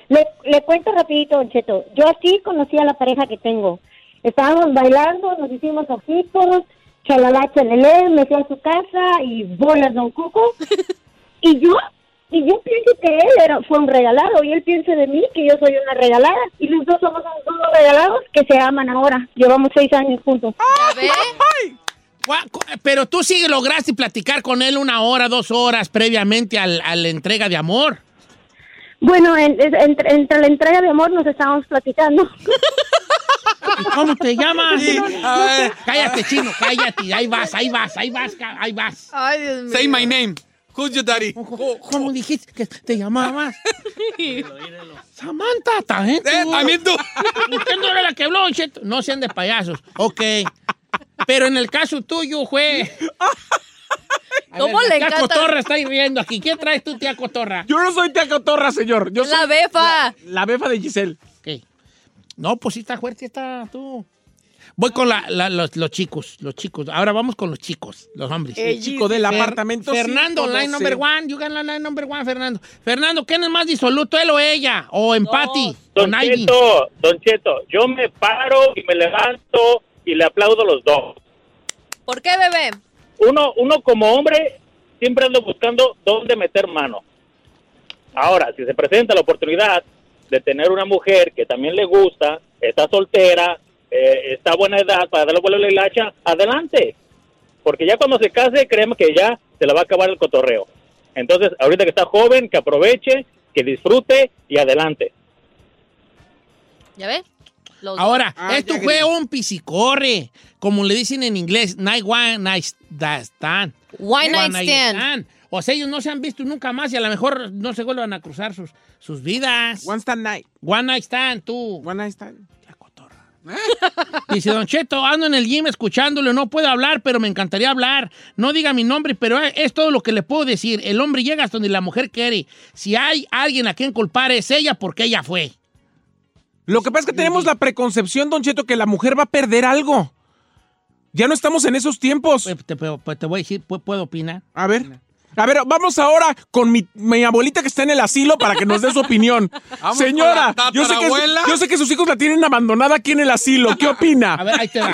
le, le cuento rapidito, Don Cheto. Yo así conocí a la pareja que tengo. Estábamos bailando, nos hicimos ojitos, chalala, chalele, me fui a su casa y bolas, don Cuco. y yo, y yo pienso que él era, fue un regalado y él piensa de mí que yo soy una regalada. Y los dos somos unos dos regalados que se aman ahora. Llevamos seis años juntos. Gua- cu- Pero tú sí lograste platicar con él una hora, dos horas previamente al- a la entrega de amor. Bueno, en- en- entre, entre la entrega de amor nos estábamos platicando. ¿Cómo te llamas? Sí, a ver. Cállate, chino, cállate. Ahí vas, ahí vas, ahí vas, ca- ahí vas. Ay, Dios mío. Say my name. Who's your daddy? ¿Cómo dijiste que te llamabas? Samantha, también tú. Eh, también tú. Usted no era la que habló, Cheto? No sean de payasos. Ok. Pero en el caso tuyo, juez. A ¿Cómo le ver, la tía encanta? Cotorra está riendo aquí. ¿Qué traes tú, tía Cotorra? Yo no soy tía Cotorra, señor. Yo La soy befa. la befa de Giselle. No, pues sí está fuerte, está tú. Voy con la- la- los, los chicos, los chicos. Ahora vamos con los chicos, los hombres. El chico del apartamento Fernando, 512. line number one. You got la line number one, Fernando. Fernando, ¿quién es más disoluto, él o ella? O empati. Don Cheto, Don Cheto, yo me paro y me levanto y le aplaudo a los dos. ¿Por qué, bebé? Uno, uno como hombre siempre ando buscando dónde meter mano. Ahora, si se presenta la oportunidad de tener una mujer que también le gusta, está soltera, eh, está a buena edad para darle vuelo a la hilacha, adelante. Porque ya cuando se case, créeme que ya se la va a acabar el cotorreo. Entonces, ahorita que está joven, que aproveche, que disfrute y adelante. ¿Ya ve? Los- Ahora, Ah, esto fue un pisicorre. Como le dicen en inglés, night one, night da- stand. One night stand. O sea, ellos no se han visto nunca más y a lo mejor no se vuelvan a cruzar sus, sus vidas. One stand night. One night stand, tú. One night stand. Dice Don Cheto, ando en el gym escuchándolo, no puedo hablar, pero me encantaría hablar. No diga mi nombre, pero es todo lo que le puedo decir. El hombre llega hasta donde la mujer quiere. Si hay alguien a quien culpar es ella porque ella fue. Lo que pasa es que tenemos la preconcepción, Don Cheto, que la mujer va a perder algo. Ya no estamos en esos tiempos. Te, voy a decir, ¿puedo opinar? A ver. A ver, vamos ahora con mi, mi abuelita que está en el asilo para que nos dé su opinión. Vamos Señora, con la yo sé, que, tatarabuela. yo sé que sus hijos la tienen abandonada aquí en el asilo. ¿Qué opina? A ver, ahí te va.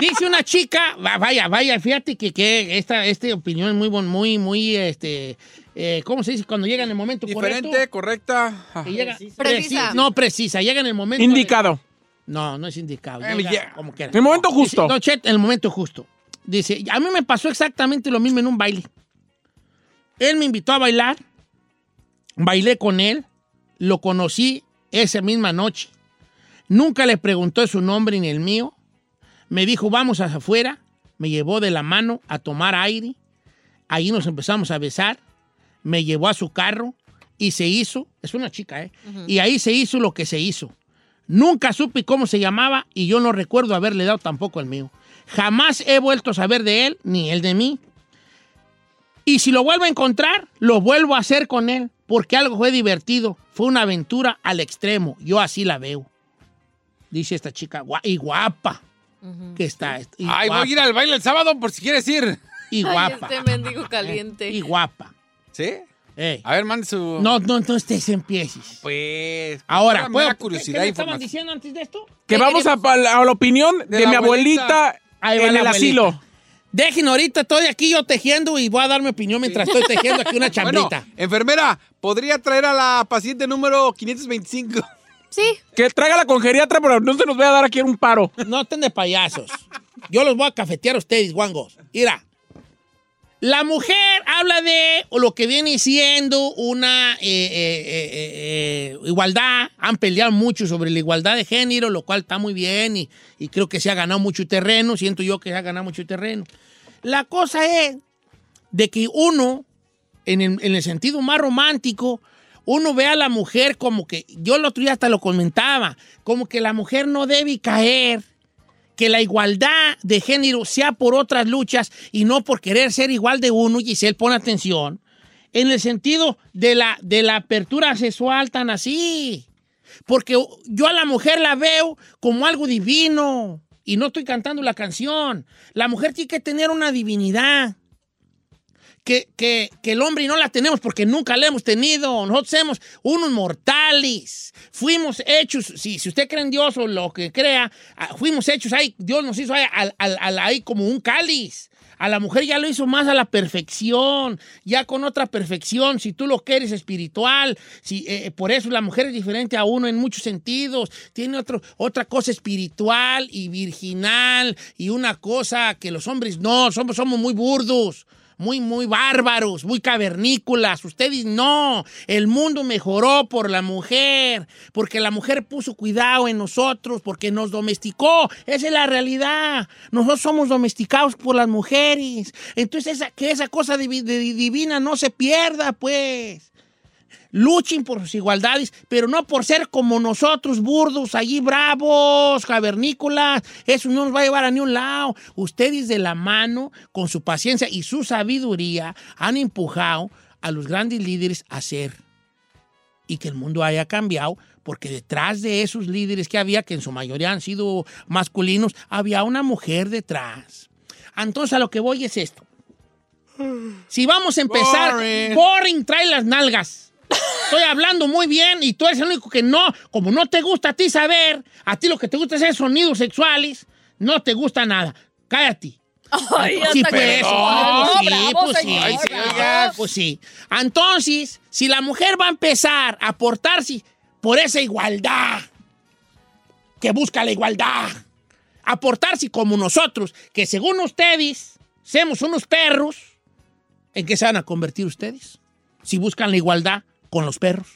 Dice una chica, va- vaya, vaya, fíjate que, que esta, esta opinión es muy, bon- muy, muy, este, eh, ¿cómo se dice? Cuando llega en el momento Diferente, correcto. correcta. que llega- Precisa. preci- no, precisa, llega en el momento. Indicado. No, no es indicado. Eh, llega llega. como quiera. El momento Dice, justo. "Don Chet, el momento justo. Dice, a mí me pasó exactamente lo mismo en un baile. Él me invitó a bailar, bailé con él, lo conocí esa misma noche. Nunca le preguntó su nombre ni el mío. Me dijo, vamos hacia afuera. Me llevó de la mano a tomar aire. Ahí nos empezamos a besar. Me llevó a su carro y se hizo, es una chica, ¿eh? Ujú. Y ahí se hizo lo que se hizo. Nunca supe cómo se llamaba y yo no recuerdo haberle dado tampoco el mío. Jamás he vuelto a saber de él ni él de mí. Y si lo vuelvo a encontrar, lo vuelvo a hacer con él, porque algo fue divertido, fue una aventura al extremo, yo así la veo. Dice esta chica, gua- y guapa que está. y Ay, voy guapa. a ir al baile el sábado por si quieres ir. Y guapa. Ay, este mendigo caliente. Y guapa. Eh. ¿Sí? A ver, mande su. No, no, entonces empieces. Pues. Ahora, pura pues, mera ¿qué curiosidad me y estaban información. diciendo antes de esto? Que eh, vamos a, pa- la- a la opinión de, mi abuelita, Ahí va en la el abuelita. asilo. Dejen ahorita, estoy aquí yo tejiendo y voy a dar mi opinión mientras estoy tejiendo aquí una chambrita. Bueno, enfermera, ¿podría traer a la paciente número 525? Sí. Que traiga la congeriatra, pero no se nos vaya a dar aquí un paro. No estén de payasos. Yo los voy a cafetear a ustedes, guangos. Mira. La mujer habla de lo que viene siendo una eh, eh, eh, eh, eh, igualdad. Han peleado mucho sobre la igualdad de género, lo cual está muy bien y, y creo que se ha ganado mucho terreno. Siento yo que se ha ganado mucho terreno. La cosa es de que uno, en el, en el sentido más romántico, uno ve a la mujer como que, yo el otro día hasta lo comentaba, como que la mujer no debe caer, que la igualdad de género sea por otras luchas y no por querer ser igual de uno, Giselle, pon atención, en el sentido de la, de la apertura sexual tan así. Porque yo a la mujer la veo como algo divino y no estoy cantando la canción. La mujer tiene que tener una divinidad que, que- que el hombre no la tenemos porque nunca la hemos tenido. Nosotros somos unos mortales. Fuimos hechos, si, si usted cree en Dios o lo que crea, ah, fuimos hechos ahí, Dios nos hizo ahí, al- al- al- ahí como un cáliz. A la mujer ya lo hizo más a la perfección, ya con otra perfección, si tú lo quieres espiritual, si, eh, eh, por eso la mujer es diferente a uno en muchos sentidos, tiene otro, otra cosa espiritual y virginal y una cosa que los hombres no, somos, somos muy burdos muy, muy bárbaros, muy cavernícolas. Ustedes no. El mundo mejoró por la mujer, porque la mujer puso cuidado en nosotros, porque nos domesticó. Esa es la realidad. Nosotros somos domesticados por las mujeres. Entonces, esa, que esa cosa divi- de- divina no se pierda, pues. Luchen por sus igualdades, pero no por ser como nosotros, burdos, allí bravos, cavernícolas. Eso no nos va a llevar a ningún lado. Ustedes de la mano, con su paciencia y su sabiduría, han empujado a los grandes líderes a ser y que el mundo haya cambiado, porque detrás de esos líderes que había, que en su mayoría han sido masculinos, había una mujer detrás. Entonces a lo que voy es esto. Si vamos a empezar, Boring. boring, trae las nalgas. Estoy hablando muy bien y tú eres el único que no, como no te gusta a ti saber, a ti lo que te gusta es hacer sonidos sexuales, no te gusta nada. Cállate. Ay, Sí, hasta que- pues, No, sí, bravo, pues sí, señor, Ay, sí, bravo. oiga, pues sí. Entonces, si la mujer va a empezar a portarse por esa igualdad, que busca la igualdad, a portarse como nosotros, que según ustedes, somos unos perros, ¿en qué se van a convertir ustedes? Si buscan la igualdad con los perros.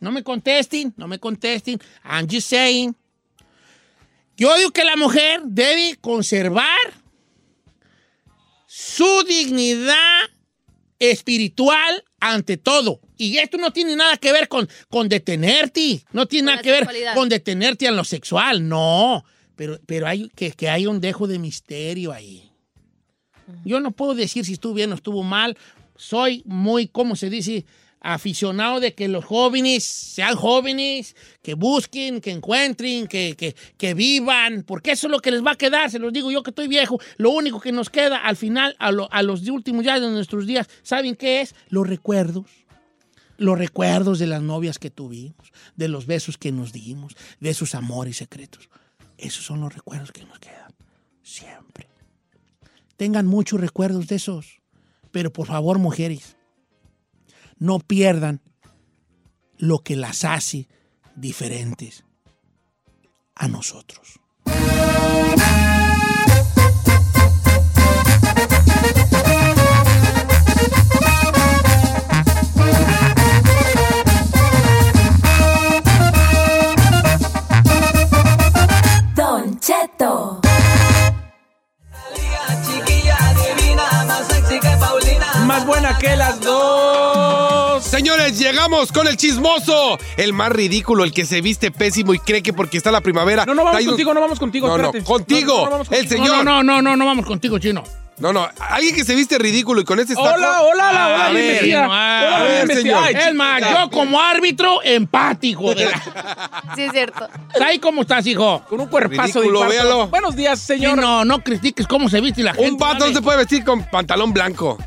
No me contesten, no me contesten. I'm just saying. Yo digo que la mujer debe conservar su dignidad espiritual ante todo. Y esto no tiene nada que ver con, con detenerte, no tiene nada la que ver sexualidad. con detenerte en lo sexual, no. Pero, pero hay que, que hay un dejo de misterio ahí. Yo no puedo decir si estuvo bien o estuvo mal. Soy muy, ¿cómo se dice? Aficionado de que los jóvenes sean jóvenes, que busquen, que encuentren, que, que, que vivan, porque eso es lo que les va a quedar, se los digo yo que estoy viejo. Lo único que nos queda al final, a, lo- a los últimos días de nuestros días, ¿saben qué es? Los recuerdos los recuerdos de las novias que tuvimos, de los besos que nos dimos, de esos amores secretos. Esos son los recuerdos que nos quedan siempre. Tengan muchos recuerdos de esos, pero por favor, mujeres, no pierdan lo que las hace diferentes a nosotros. Don Cheto. Más buena que las dos. Señores, llegamos con el chismoso. El más ridículo, el que se viste pésimo y cree que porque está la primavera. No, no vamos trae un- contigo, no vamos contigo. No, no, espérate. contigo. No, no, no vamos el contigo. señor. No, no, no, no vamos contigo, chino. No, no, alguien que se viste ridículo y con este estaco. Hola, hola, hola, hola, A ver, bienvenida. no, a- Hola, a ver, bienvenida. señor. Ay, Es más, chiquita. yo como árbitro, empático. De la... Sí, es cierto. ¿Sabes cómo estás, hijo? Con un cuerpazo Ridículo, infarto. véalo. Buenos días, Sí, señor. no, no critiques cómo se viste la gente. Un vato no ¿vale? se puede vestir con pantalón blanco.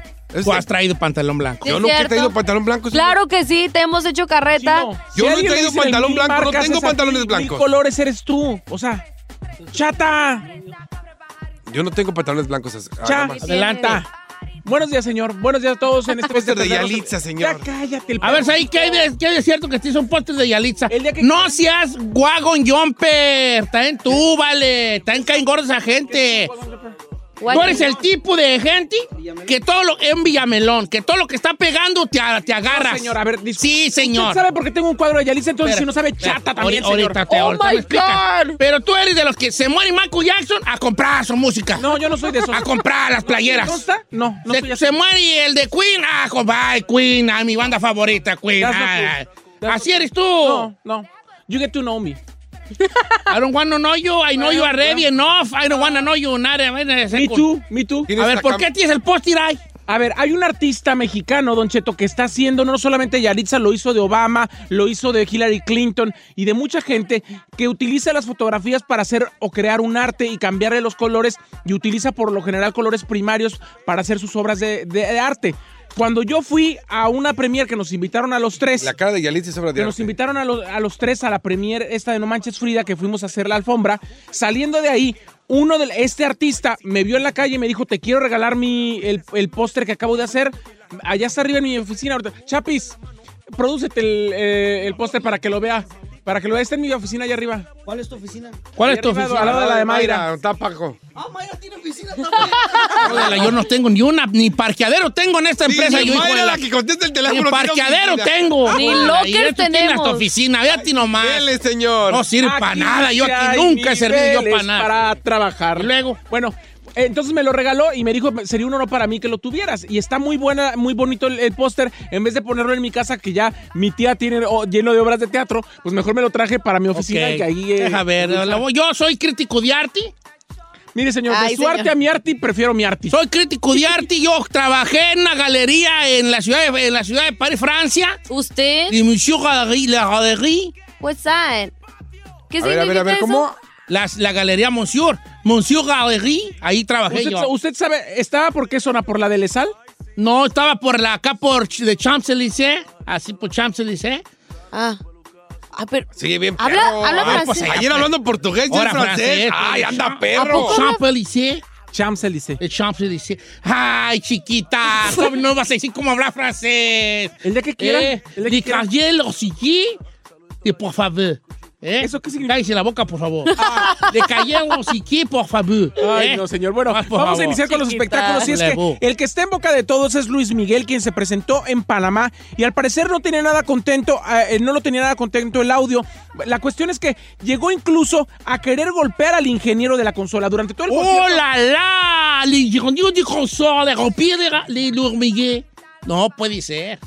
Tú has traído pantalón blanco. Sí, es cierto. pantalón blanco. Claro que sí, te hemos hecho carreta. Yo no he traído pantalón blanco, no tengo pantalones blancos. ¿Qué colores eres tú? O sea, chata. Yo no tengo pantalones blancos. as- Ya, nada más. adelanta. Buenos días, señor. Buenos días a todos en este Póster de viernes Yalitza, rosa. señor. Ya cállate. A ver, ¿sabes qué hay de, qué hay de cierto que sí son postes de Yalitza? No seas wagon jumper. Está en tú, vale. Está en caen gordos a gente. Tú eres el tipo de gente que todo lo en Villamelón, que todo lo que está pegando te, a- te agarras. señor, a ver, disculpe. Sí, señor. ¿Usted sabe por qué tengo un cuadro de Yalitza? Entonces, Espera, si no sabe, espera, chata también, ahorita- señor. Oh ahorita te- ahorita me explicas. Pero tú eres de los que se muere Michael Jackson a comprar su música. No, yo no soy de esos. A comprar las playeras. ¿No está? No, no pues, soy se, se muere el de Queen. Ah, comprar Queen, a mi banda favorita, Queen. That's not Ah, true. así eres tú. No, no. You get to know me. I don't want to know you. I know you already enough. I don't want to know you. Nada. Me too, me too. A ver, ¿por qué tienes el post-it ahí? A ver, hay un artista mexicano, Don Cheto, que está haciendo, no solamente Yaritza, lo hizo de Obama, lo hizo de Hillary Clinton y de mucha gente que utiliza las fotografías para hacer o crear un arte y cambiarle los colores y utiliza por lo general colores primarios para hacer sus obras de, de- de arte. Cuando yo fui a una premier que nos invitaron a los tres. La cara de Yalitza es obra de Que nos arte. invitaron a los, a los tres a la premier esta de No Manches Frida que fuimos a hacer la alfombra. Saliendo de ahí, uno de este artista me vio en la calle y me dijo, te quiero regalar mi, el, el póster que acabo de hacer. Allá está arriba en mi oficina. ahorita. Chapis, prodúcete el, eh, el póster para que lo vea. Para que lo vea, está en mi oficina allá arriba. ¿Cuál es tu oficina? ¿Cuál es tu Arriba, oficina? Al lado de la de Mayra. Está Paco. Ah, Mayra tiene oficina también. Joder, Yo no tengo ni una, ni parqueadero tengo en esta Sí, empresa. ni yo, hijo Mayra de la que contesta el teléfono Ni tiene parqueadero oficina. tengo. Ni Joder, lockers y esto tiene tenemos. hasta oficina, véate nomás. Dele, señor. No sirve para nada, yo aquí nunca he servido yo para nada. Para trabajar. Luego. Bueno. Entonces me lo regaló y me dijo, sería un honor para mí que lo tuvieras. Y está muy buena, muy bonito el, el póster. En vez de ponerlo en mi casa, que ya mi tía tiene oh, lleno de obras de teatro, pues mejor me lo traje para mi oficina. Ok. Que ahí, eh, Deja ver, usa. la voy- yo soy crítico de arte. Mire, señor, Ay, de su señor. arte a mi arte, prefiero mi arte. Soy crítico de arte y yo trabajé en una galería en la ciudad de, en la ciudad de París, Francia. ¿Usted? Y Monsieur Galerie, la Galerie. What's that? ¿Qué A ver, significa a ver, a ver, eso? ¿cómo? Las- la galería Monsieur. Monsieur Galerie, ahí trabajé ¿Usted, yo. usted sabe, estaba por qué zona? ¿Por la de Lesal? No, estaba por la, acá por Ch- de Champs-Élysées, así por Champs-Élysées. Ah. Ah, pero. Sí, bien perro. Habla- habla Ah, pues, francés. ayer hablando portugués, ya es Ahora francés. francés, Ay, pero anda Champ- perro. Champs-Élysées. Champs-Élysées. El Champs-Élysées. Ay, chiquita, ¿cómo no vas a decir cómo hablar francés? Eh, El día que quiera, el día que de quiera. calle, lo siguí. Y por favor. ¿eh? ¿Eso qué significa? Cállese la boca, por favor. De calle, lo siguí, por favor. Ay, ¿eh? no, señor. Bueno, Ah, por vamos favor. a iniciar con los Chiquita. espectáculos. Y es que Lebu. el que está en boca de todos es Luis Miguel, quien se presentó en Panamá y al parecer no tenía nada contento, eh, no lo tenía nada contento el audio. La cuestión es que llegó incluso a querer golpear al ingeniero de la consola durante todo el ¡Oh, concierto. la, la! Les grandios du consort, les rompiers, les ra- les lourmigués. No puede ser.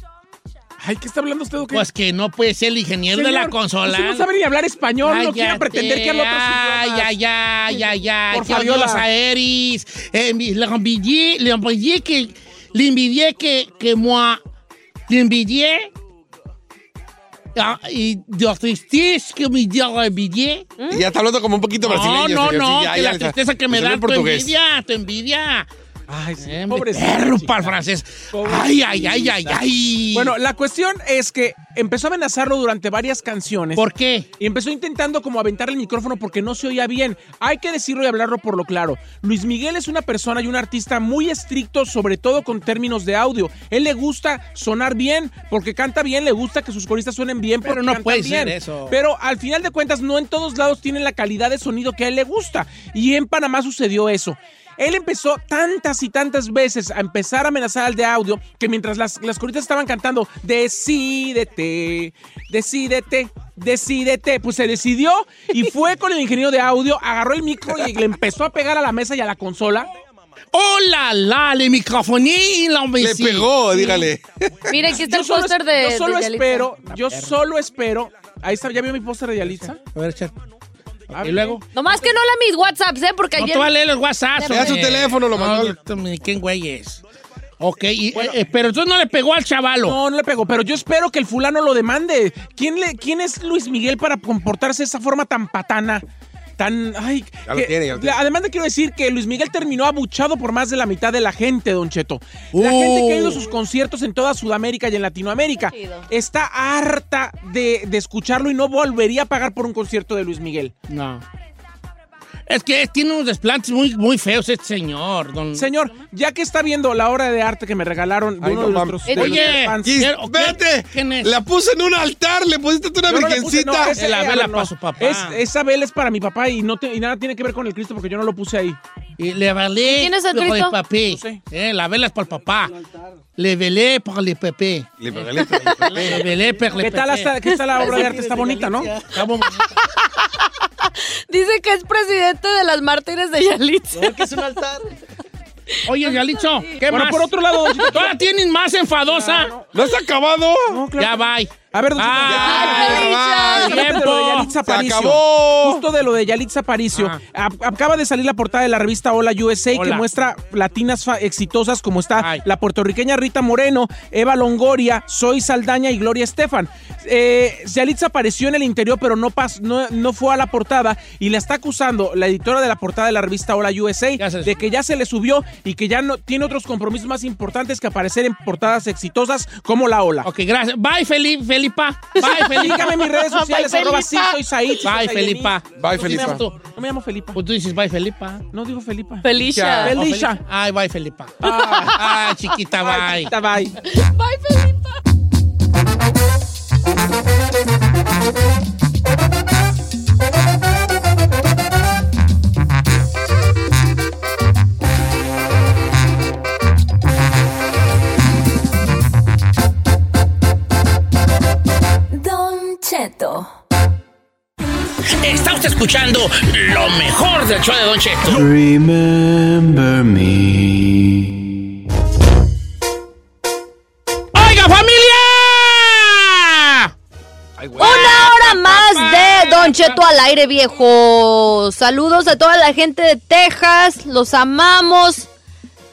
Ay, ¿qué está hablando usted o qué? Pues que no puede ser el ingeniero de la Señor, consola. usted no sabe ni hablar español, no quiera Cállate. pretender que habla otros Ay, idiomas. ay, ay, ay, ay. Por Por favor, Fabiola. los aéreos. Eh, mi- le envidié, le envidié que, le envidié que, que moi, le envidié. Ah, y la tristeza que me dio la envidié. Y Ya está hablando como un poquito No, brasileño. no, señor. Sí, no, ya, que ya la le- tristeza que me le salió da en tu portugués. envidia, tu envidia. Ay, sí, Eh, pobre perro para el francés. Ay, ay, ay, ay, ay. Bueno, la cuestión es que empezó a amenazarlo durante varias canciones. ¿Por qué? Y empezó intentando como aventar el micrófono porque no se oía bien. Hay que decirlo y hablarlo por lo claro. Luis Miguel es una persona y un artista muy estricto, sobre todo con términos de audio. Él le gusta sonar bien porque canta bien, le gusta que sus coristas suenen bien Pero porque no cantan puede bien. ser eso. Pero al final de cuentas, no en todos lados tienen la calidad de sonido que a él le gusta. Y en Panamá sucedió eso. Él empezó tantas y tantas veces a empezar a amenazar al de audio que mientras las, las coritas estaban cantando, decídete, decídete, decídete, pues se decidió y fue con el ingeniero de audio, agarró el micro y le empezó a pegar a la mesa y a la consola. Hola, ¡Oh, la, le microfoné y la Le imbécil. pegó, dígale. Mira, aquí está Yo el solo póster es- de. Yo solo de Yalitza. espero, yo solo espero. Ahí está, ya vio mi póster de Yalitza. Ah, A ver, chat. A Y ver. luego. Nomás que no la mis WhatsApps, ¿eh? Porque No ayer. te va a leer los WhatsApp. Le da su teléfono, lo mandó. ¿Quién güey es? Ok, y, eh, eh, pero entonces no le pegó al chavalo. No, no le pegó, pero yo espero que el fulano lo demande. ¿Quién, le, ¿Quién es Luis Miguel para comportarse de esa forma tan patana? tan. Ay, Ya lo que- tiene, ya lo tiene. Además, le quiero decir que Luis Miguel terminó abuchado por más de la mitad de la gente, Don Cheto. La Uh. gente que ha ido a sus conciertos en toda Sudamérica y en Latinoamérica está harta de, de escucharlo y no volvería a pagar por un concierto de Luis Miguel. No. Es que tiene unos desplantes muy, muy feos este señor. Don... Señor, ya que está viendo la obra de arte que me regalaron de Ay, uno no de mames. nuestros. Oye, Kiss, vete. La puse en un altar, le pusiste tú una virgencita. Se la vela pa' su papá. esa vela es para mi papá y, no te- y nada tiene que ver con el Cristo porque yo no lo puse ahí. Y le valé. ¿Quién es el por Cristo? papi. No sé. Eh, la vela es para el papá. Le velé por el papé. Le Le velé por el ¿Qué tal papé. hasta- qué tal la obra de arte? Está bonita, ¿no? Está bonita. Dice que es presidente de las mártires de Yalitza. No, que es un altar. Oye, Yalicho, ¿qué Bueno, más? por otro lado, Don Cheto, Todavía tienen más enfadosa. ¿No has acabado? Ya bye. A ver, don Cheto, ya. ya, ya, ya, ya, ya, ya, ya, ya, ya, ya, ya, ya, ya, ya, ya, ya, Tiempo. de Yalitza Se Aparicio. acabó. Justo de lo de Yalitza Aparicio. Ab- Acaba de salir la portada de la revista Hola USA Hola. que muestra latinas fa- exitosas como está la puertorriqueña Rita Moreno, Eva Longoria, Zoe Saldaña y Gloria Estefan. Eh, Yalitza apareció en el interior, pero no, pas- no, no fue a la portada y la está acusando la editora de la portada de la revista Hola USA de que ya se le subió y que ya no tiene otros compromisos más importantes que aparecer en portadas exitosas como la Ola. Ok, gracias. Bye, Felipe, Felipa. Bye, Felipa. Sígame en mis redes sociales, Bye, arroba Felipa. sí, soy Said, soy Bye, Said Felipa. Denis. Bye, ¿Tú sí me Felipa. llamas tú? No me llamo Felipa. Pues tú dices bye, Felipa. No digo Felipa. Felicia. Felicia. Ay, bye, Felipa. Ah. Ay, chiquita, bye. Ay, chiquita, bye. Bye, Felipa. Don Cheto. Está usted escuchando lo mejor del show de Don Cheto. Remember me. ¡Oiga, familia! Una hora más de Don Cheto al aire, viejo. Saludos a toda la gente de Texas. Los amamos.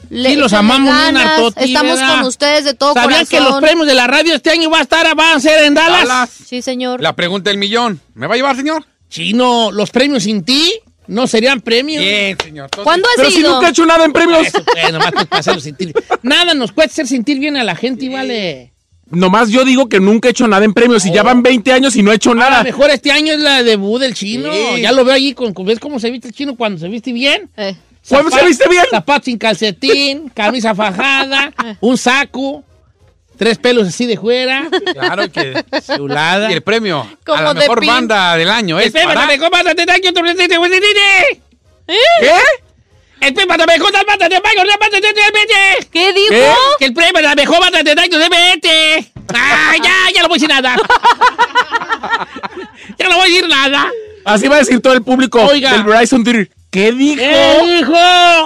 Le Sí, los echan amamos bien ganas. hartote, Estamos ¿verdad? con ustedes de todo ¿Sabían corazón. que los premios de la radio este año va a estar, van a ser en Dallas? Sí, señor. La pregunta del millón. ¿Me va a llevar, señor? Chino, los premios sin ti no serían premios. Bien, señor. ¿Cuándo has Pero si ido? nunca he hecho nada en premios. Eso, eh, nomás tú para hacerlo sentir. Nada nos puede hacer sentir bien a la gente, eh. y vale. Nomás yo digo que nunca he hecho nada en premios y ya van 20 años y no he hecho A nada. lo mejor este año es la debut del chino. Sí. Ya lo veo allí con. ¿Ves cómo se viste el chino cuando se viste bien? ¿Cuándo se Zapat- viste bien? Zapatos sin calcetín, camisa fajada, un saco, tres pelos así de fuera. Claro que. Chulada. Y el premio Como a la de mejor pin. banda del año es Espérate, para- me comas, te da que otro- te- te- te- te- ¿Qué? El premio a la mejor banda de Mayo, la banda de- de- de- ¿Qué dijo? ¿Eh? Que el premio a la mejor banda de Mayo de vete. Ah, ya, ya no voy a decir nada. ya no voy a decir nada. Así va a decir todo el público Oiga. del Verizon Theater. ¿Qué dijo? ¿Qué dijo?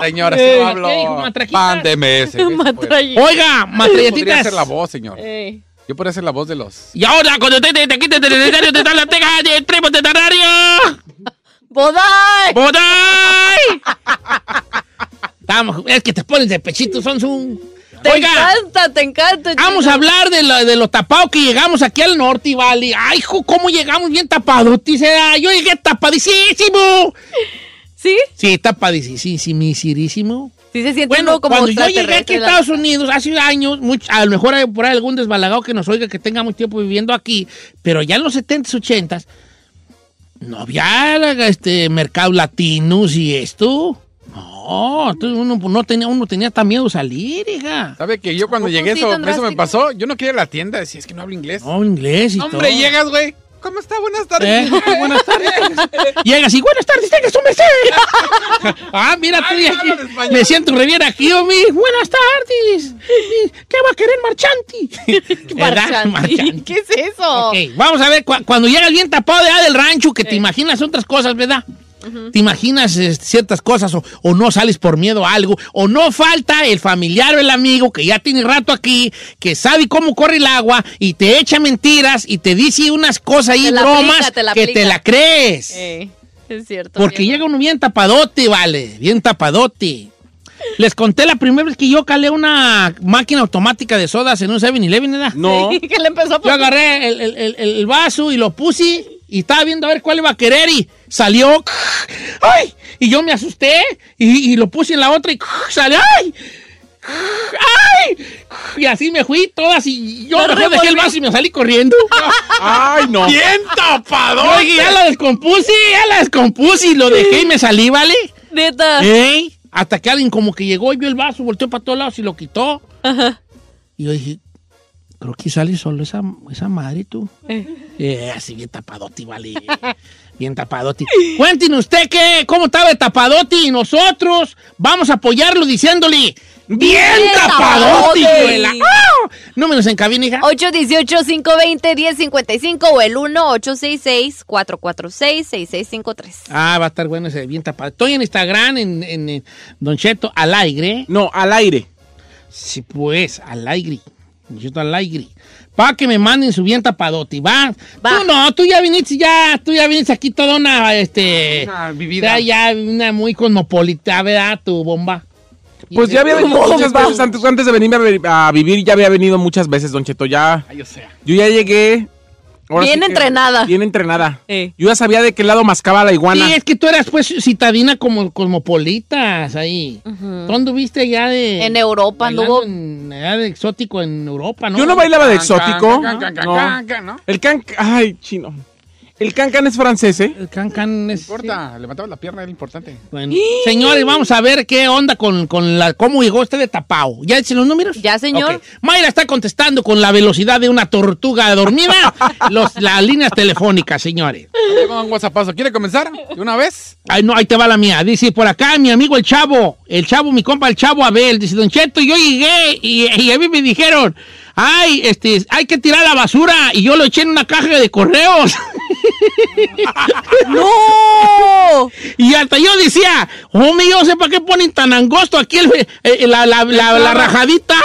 Señora, Eh, si no hablo. ¿Qué dijo, matraquita? Mándeme ese. Oiga, Podría matralletitas. ser la voz, señor. Yo podría ser la voz de los. Y ahora, cuando te te te quites del escenario, te dan la teja del primo de Tarario. ¡Bodai! ¡Bodai! Vamos, es que te pones de pechito, son un. Te Oiga, encanta, te encanta. vamos chino. a hablar de lo, de lo tapado que llegamos aquí al norte, y Vale. Ay, hijo, cómo llegamos bien tapados. Yo llegué tapadísimo. ¿Sí? Sí, tapadísimo. Sí se siente Bueno, uno como cuando yo llegué aquí extraterrestre, a la- Estados Unidos hace años, much- a lo mejor hay por ahí algún desbalagado que nos oiga que tenga mucho tiempo viviendo aquí, pero ya en los 70s, 80s, no había este, mercado latinos y esto. No, entonces uno pues, no tenía, uno tenía tan miedo salir, hija. ¿Sabe que yo cuando ¿A poco llegué sí, eso, tan eso me drástico? pasó? Yo no quería ir a la tienda, decía, es que no hablo inglés. No, inglés y Hombre, todo. llegas, güey. ¿Cómo está? Buenas tardes. Eh, buenas tardes. Llegas y buenas tardes, tengas un merced. ah, mira, tú de aquí. Me siento re bien aquí, homie. Buenas tardes. ¿Qué va a querer marchanti? ¿Verdad? Marchanti. Marchanti. ¿Qué es eso? Ok, vamos a ver, cua- cuando llegas bien tapado de allá del rancho, que te imaginas otras cosas, ¿verdad? Ujú. Te imaginas eh, ciertas cosas o, o no sales por miedo a algo, o no falta el familiar o el amigo que ya tiene rato aquí, que sabe cómo corre el agua y te echa mentiras y te dice unas cosas y Te la bromas aplica, te la que aplica. te la crees. Eh, es cierto. Porque viejo. llega uno bien tapadote, vale, bien tapadote. Les conté la primera vez que yo calé una máquina automática de sodas en un 7-Eleven, ¿verdad? que le empezó a Yo pues, poner- agarré el, el- el- el vaso y lo puse y estaba viendo a ver cuál iba a querer y salió. ¡Ay! Y yo me asusté y, y lo puse en la otra y salió. ¡Ay! ¡Ay! Y así me fui todas y yo mejor dejé el vaso y me salí corriendo. ¡Ay, no! ¡Bien tapador! Yo dije, ya lo descompuse, ya la descompuse y lo dejé y me salí, ¿vale? Neta. ¿Eh? Hasta que alguien como que llegó y vio el vaso, volteó para todos lados y lo quitó. Y yo dije, creo que sale solo esa, esa madre tú. Eh, así bien tapadote, vale. Bien tapadote. Cuéntenos usted que, cómo estaba el tapadote y nosotros vamos a apoyarlo diciéndole ¡Bien Bien tapadote, tapadote. hijuela! ¡Ah! Números en cabina, hija. 818-520-1055 o el 1-866-446-6653. Ah, va a estar bueno ese bien tapado. Estoy en Instagram, en, en, en Don Cheto, al aire. No, al aire. Sí, pues, al aire. Don Cheto, al aire. Para que me manden su bien tapadote, va. Tú no, tú ya viniste, ya, tú ya viniste aquí toda una, este... Una vivida. Ya, ya una muy cosmopolita, ¿verdad? Tu bomba. Pues ya había Tu venido muchas bomba. veces antes, antes de venirme a vi- a, vivir, ya había venido muchas veces, Don Cheto. Ya, Ay, o sea. yo ya llegué. Bien que- entrenada. Bien entrenada. Eh. Yo ya sabía de qué lado mascaba la iguana. Sí, es que tú eras, pues, citadina como cosmopolitas ahí. Mm. ¿Dónde viste ya de...? En Europa bailando anduvo. en- allá de exótico en Europa, ¿no? Yo no bailaba de Can, can, exótico. can, can, can, No. can, can, ¿no? El can... Ay, chino. El cancan es francés, ¿eh? El cancan es... No importa, levantaba la pierna, era importante. Bueno, señores, vamos a ver qué onda con, con la. ¿Cómo llegó usted de tapao? ¿Ya dicen los números? Ya, señor. Ok. Mayra está contestando con la velocidad de una tortuga dormida los, las líneas telefónicas, señores. Tengo un WhatsAppazo. ¿Quiere comenzar? ¿De una vez? Ay, no, ahí te va la mía. Dice por acá mi amigo el Chavo, el Chavo, mi compa el Chavo Abel. Dice, Don Cheto, yo llegué y, y a mí me dijeron, ay, este, hay que tirar la basura. Y yo lo eché en una caja de correos. ¡No! Y hasta yo decía, hombre, yo sé para qué ponen tan angosto aquí el- eh, la, la- la- la rajadita.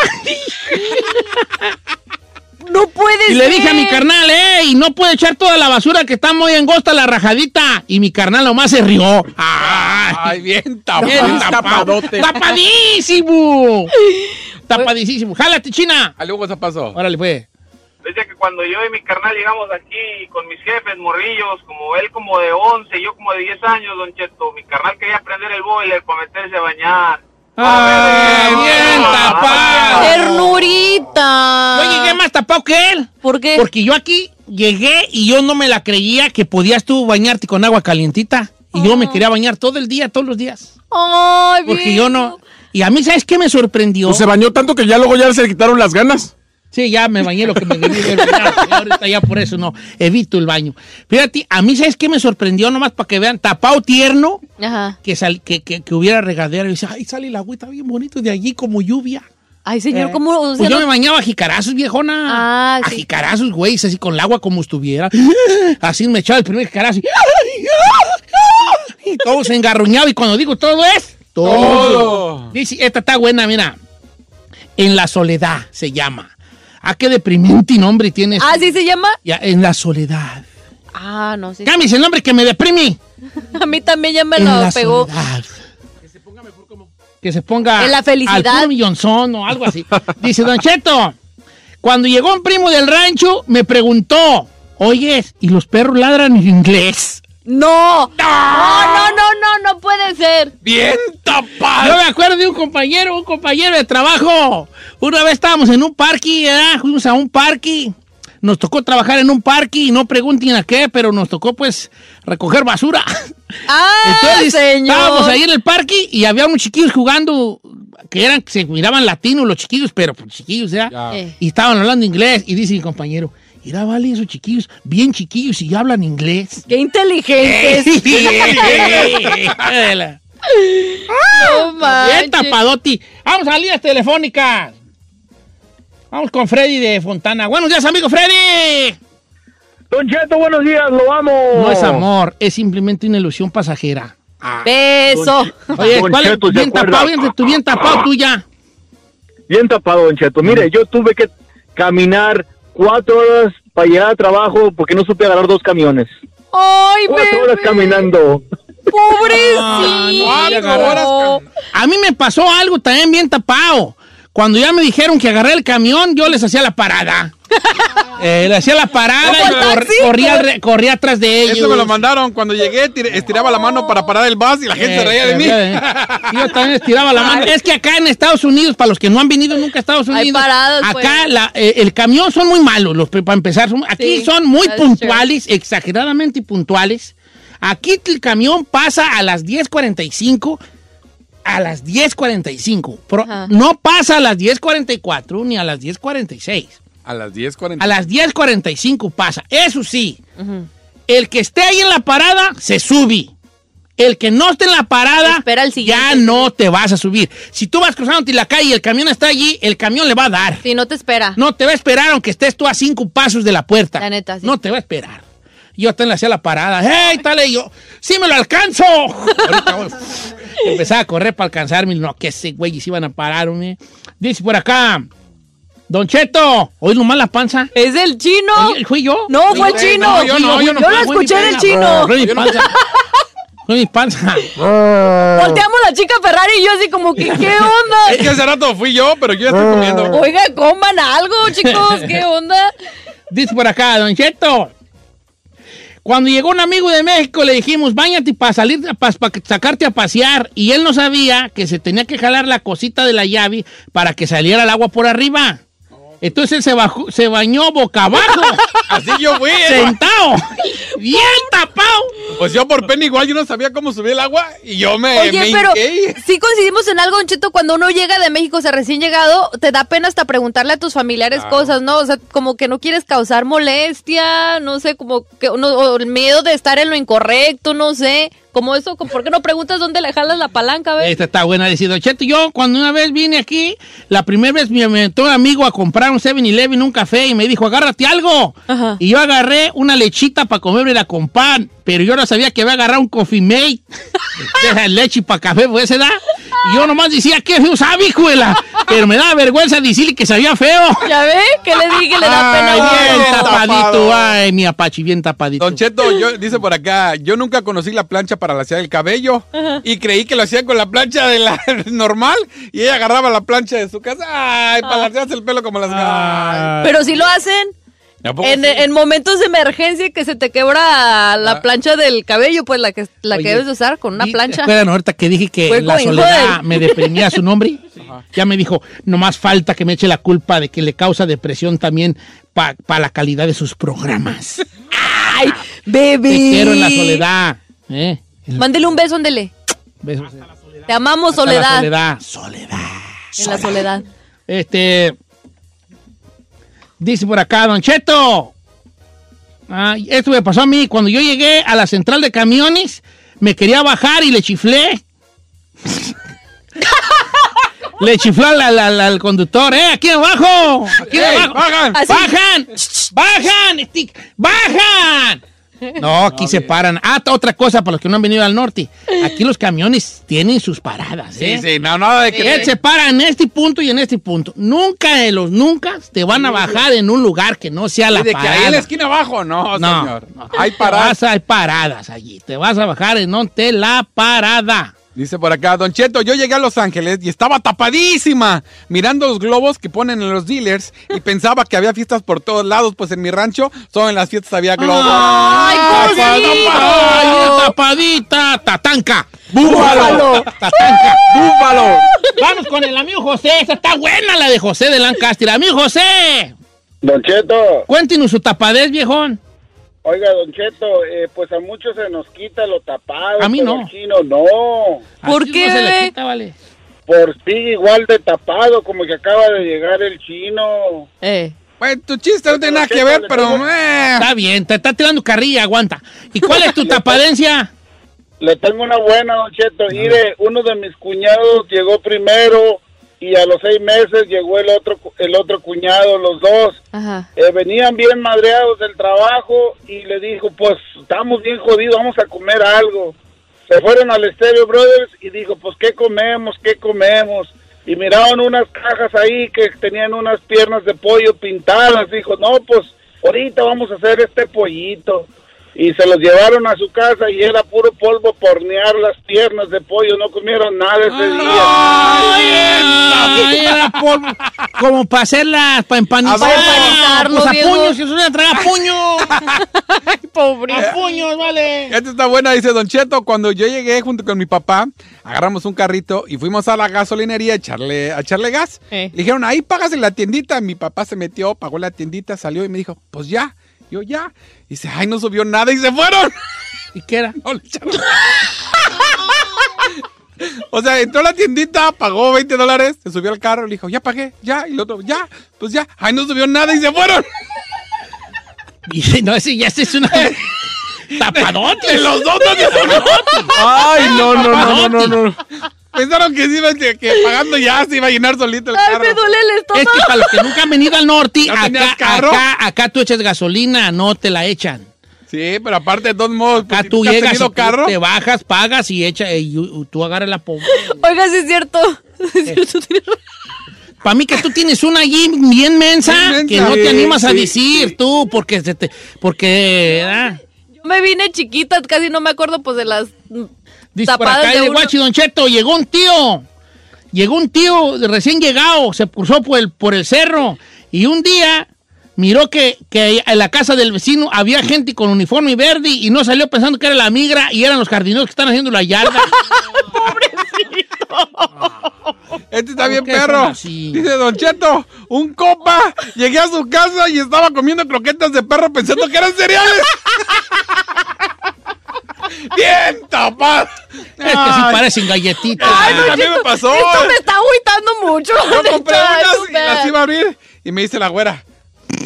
No puedes. Y le dije a mi carnal, ey, no puede echar toda la basura que está muy angosta la rajadita. Y mi carnal nomás se rió. ¡Ay! Ay, bien Bien tapado. tapado. tapadote. ¡Tapadísimo! Tapadísimo. ¡Jálate, China! Algo WhatsAppazo. Órale, pues. Dice que cuando yo y mi carnal llegamos aquí con mis jefes, morrillos, como él como de 11, yo como de 10 años, don Cheto, mi carnal quería prender el boiler para meterse a bañar. ¡Ay, bien tapado! Ternurita. Yo Ah, llegué más tapado que él. ¿Por qué? Porque yo aquí llegué y yo no me la creía que podías tú bañarte con agua calientita. Y yo Ah. me quería bañar todo el día, todos los días. Ay, Porque bien. yo no... Y a mí, ¿sabes qué me sorprendió? Pues se bañó tanto que ya luego ya se le quitaron las ganas. Sí, ya me bañé lo que me debí de bañar. Ya Ahorita ya por eso no, evito el baño. Fíjate, a mí, ¿sabes qué me sorprendió? Nomás para que vean, tapado tierno, Ajá. que, sal- que, que, que hubiera regadera. Y dice, ay, sale la agüita bien bonito de allí como lluvia. Ay, señor, Eh, ¿cómo? o sea, Pues yo no- me bañaba a jicarazos, viejona. Ah, a sí. jicarazos, güey, así con el agua como estuviera. Así me echaba el primer jicarazo. Y, y todo se engarruñaba. Y cuando digo todo es... Todo. Dice, esta está buena, mira. En la soledad se llama. Ah, qué deprimente nombre tienes. Ah, ¿sí se llama? Ya, en la soledad. Ah, no sé. Camis, el nombre que me deprime. A mí también ya me en lo la pegó. soledad. Que se ponga mejor como. Que se ponga. En la felicidad. Al millonzón o algo así. Dice Don Cheto. Cuando llegó un primo del rancho, me preguntó: Oye, ¿y los perros ladran en inglés? ¡No! ¡No, no, no, no! ¡No puede ser! Bien tapado. Yo me acuerdo de un compañero, un compañero de trabajo. Una vez estábamos en un parque, ¿verdad? Fuimos a un parque. Nos tocó trabajar en un parque y no pregunten a qué, pero nos tocó pues recoger basura. ¡Ah, Entonces señor! estábamos ahí en el parque y había unos chiquillos jugando que eran, se miraban latinos los chiquillos, pero pues, chiquillos, ¿verdad? Eh. Y estaban hablando inglés y dice mi compañero, mira, vale, esos chiquillos, bien chiquillos y ya hablan inglés. ¡Qué inteligentes! ¡No Ah, manches! Bien tapadotti. Vamos a líneas telefónicas. Vamos con Freddy de Fontana. Buenos días, amigo Freddy. Don Cheto, buenos días, lo amo. No es amor, es simplemente una ilusión pasajera. Ah, ¡Beso! Oye, Ah, Don ¿cuál es Cheto, tu ¿se bien acuerda? Ah. tapado? Bien, tu bien tapado Mm. tuya. Bien tapado, Don Cheto. Mire, yo tuve que caminar cuatro horas para llegar al trabajo porque no supe agarrar dos camiones. ¡Ay, Cuatro horas bebé! caminando. Ah, no, ¡Pobrecito! cuatro A mí me pasó algo también bien tapado. Cuando ya me dijeron que agarré el camión, yo les hacía la parada. Eh, le hacía la parada ¿Como y el cor- taxi? corría, al re- corría atrás de ellos. Eso me lo mandaron. Cuando llegué, tir- estiraba la mano para parar el bus y la Eh, gente se reía de mí. Sí, eh. Yo también estiraba la mano. Es que acá en Estados Unidos, para los que no han venido nunca a Estados Unidos, paradas, acá pues. la- eh, el camión son muy malos, los, para empezar. son- aquí Sí, son muy that's puntuales, exageradamente puntuales. Aquí el camión pasa a las 10.45, a las 10.45. Pero No pasa a las 10.44 ni a las 10.46. A las 10.40. A las 10.45 pasa. Eso sí, el que esté ahí en la parada, se sube. El que no esté en la parada, ya no te vas a subir. Si tú vas cruzándote la calle y el camión está allí, el camión le va a dar. Si no te espera. No te va a esperar aunque estés tú a cinco pasos de la puerta. La neta, sí. No te va a esperar. Yo te le hacía la parada. ¡Hey, tale! Yo, ¡sí me lo alcanzo! Ahorita voy. Empezaba a correr para alcanzarme. No, que ese güey, se iban a pararme. Dice por acá. Don Cheto, ¿oís nomás la panza? ¿Es el chino? ¿Fui yo? No, fue el Fui- chino. fui fui Yo fui lo fui mi escuché del panza. chino. Fue mi panza. Fue mi panza. Volteamos la chica Ferrari y yo así como que, ¿qué onda? Es que hace rato fui yo, pero yo ya estoy comiendo. Oiga, coman algo, chicos, ¿qué onda? Dice por acá, Don Cheto. Cuando llegó un amigo de México le dijimos, bañate para salir, para sacarte a pasear. Y él no sabía que se tenía que jalar la cosita de la llave para que saliera el agua por arriba. Entonces él se, bajó- se bañó boca abajo. Así yo fui. ¿eh? Sentado. Bien tapado. Pues yo por pena igual, yo no sabía cómo subir el agua y yo me, Oye, me pero hinqué. sí coincidimos en algo, Don Cheto, cuando uno llega de México, o sea, recién llegado, te da pena hasta preguntarle a tus familiares Claro. cosas, ¿no? O sea, como que no quieres causar molestia, no sé, como que uno- o el miedo de estar en lo incorrecto, no sé, como eso, como, ¿por qué no preguntas dónde le jalas la palanca, ves? Esta está buena. Dice, Don Cheto, yo cuando una vez vine aquí, la primera vez me inventó un amigo a comprar un 7-Eleven, un café, y me dijo, agárrate algo. Y yo agarré una lechita para comérmela con pan, pero yo no sabía que había agarrado un coffee mate. de esa leche para café, pues se da. Y yo nomás decía, qué feo sabe, hijuela. Pero me da vergüenza decirle que sabía feo. ¿Ya ve? ¿Qué le dije? Le da pena. Ay, a uno. bien tapado. tapadito, ay, mi apache, bien tapadito. Don Cheto, yo, dice por acá, yo nunca conocí la plancha para lasear el cabello y creí que lo hacían con la plancha de la normal y ella agarraba la plancha de su casa ay, para lasearse el pelo como las... Ay. Pero si lo hacen. ¿A poco En, sí? en momentos de emergencia que se te quebra la plancha del cabello, pues la que la que Ah. Oye, debes de usar con una plancha. ¿Recuerdan ahorita que dije que Fue la como hijo soledad de- me deprimía su nombre? Ya me dijo, no más falta que me eche la culpa de que le causa depresión también para la calidad de sus programas. ¡Ay, bebé! Te quiero en la soledad. ¿eh? Mándele un beso, ándele. Besos. Te amamos, Hasta soledad. La soledad. Soledad. En la soledad. Este. Dice por acá, Don Cheto. Ay, esto me pasó a mí. Cuando yo llegué a la central de camiones, me quería bajar y le chiflé. le chifló al, al- al- al conductor. ¡Eh, aquí abajo! ¡Aquí Ey, abajo! bajan. Así. ¡Bajan! ¡Bajan! Stick. ¡Bajan! No, aquí se paran. Ah, otra cosa para los que no han venido al norte. Aquí los camiones tienen sus paradas. Sí, ¿eh? sí, no, nada de que... Él se para en este punto y en este punto. Nunca de los nunca te van a bajar en un lugar que no sea la de que ahí en la parada. esquina abajo, no, No, señor. no. Hay Te paradas. vas a- hay paradas allí. Te vas a bajar en donde la parada. Dice por acá, Don Cheto, yo llegué a Los Ángeles y estaba tapadísima mirando los globos que ponen en los dealers y pensaba que había fiestas por todos lados, pues en mi rancho solo en las fiestas había globos. Ah, ¡Ay, Tapadón, ¡Ay, tapadita! ¡Tatanca! Búfalo. ¡Tatanca! ¡Búfalo! Vamos con el amigo José. Esa está buena la de José de Lancaster. ¡Amigo José! Don Cheto. Cuéntenos su tapadez, viejón. Oiga, Don Cheto, eh, pues a muchos se nos quita lo tapado. A mí pero no. al chino no. ¿Por Así qué, no se le bebé? quita, Por sí, igual de tapado, como que acaba de llegar el chino. Eh. Pues tu chiste no tiene nada que ver, pero... eh. Está bien, te está tirando carrilla, aguanta. ¿Y cuál es tu tapadencia? Le tengo una buena, Don Cheto. Mire, uno de mis cuñados llegó primero y a los seis meses llegó el otro, cu- el otro cuñado, los dos. Ajá. Eh, venían bien madreados del trabajo y le dijo, pues estamos bien jodidos, vamos a comer algo. Se fueron al Stereo Brothers y dijo, pues ¿qué comemos? ¿Qué comemos? Y miraron unas cajas ahí que tenían unas piernas de pollo pintadas. Dijo, no, pues ahorita vamos a hacer este pollito. y se los llevaron a su casa y era puro polvo pornear las piernas de pollo, no comieron nada ese día. Ay, era polvo. Como para hacerlas, para empanizar. Para Ah, Pues a puños, si es una traga a puños. Pobre. A puños, vale. Esta está buena, dice Don Cheto. Cuando yo llegué junto con mi papá, agarramos un carrito y fuimos a la gasolinería a echarle, a echarle gas. Eh. Le dijeron, ahí pagas en la tiendita. Mi papá se metió, pagó la tiendita, salió y me dijo, pues ya. Yo ya. dice, ay, no subió nada y se fueron. ¿Y qué era? O sea, entró a la tiendita, pagó 20 dólares, se subió al carro, le dijo, ya pagué, ya. Y el otro, ya, pues ya. Ay, no subió nada y se fueron. Y no, ese ya ese es una. Tapadotes. De los dos, no te- Ay, no, no, no, no, no, no. Pensaron que, sí iba- que, que pagando ya se iba a llenar solito el Ay, carro. me duele el Es que para los que nunca han venido al norte, ¿No tenías acá, carro? acá, acá tú echas gasolina, no te la echan. Sí, pero aparte de todos modos, pues, Acá tú ¿nunca has llegas, tenido y tú carro? te bajas, pagas y echa, y, y tú agarras la po- Oiga, sí es cierto. Para mí que tú tienes una allí bien mensa, Bien mensa. que no Sí, te animas a sí, decir tú, porque se te, porque ah. Yo me vine chiquita, casi no me acuerdo pues de las mm, Dice por tapadas acá de de uno. Guachi Don Cheto, llegó un tío, llegó un tío recién llegado, se cruzó por el, por el cerro y un día miró que, que en la casa del vecino había gente con uniforme verde y no salió pensando que era la migra y eran los jardineros que están haciendo la yarda. Este está ¿Por bien, qué son perro. así? Dice Don Cheto, un copa. Llegué a su casa y estaba comiendo croquetas de perro pensando que eran cereales. bien tapado. Es que sí parecen galletitas. Ah. Ay, no, también me pasó. Esto me está agüitando mucho. Yo de compré verdad, unas y súper. las iba a abrir y me dice la güera.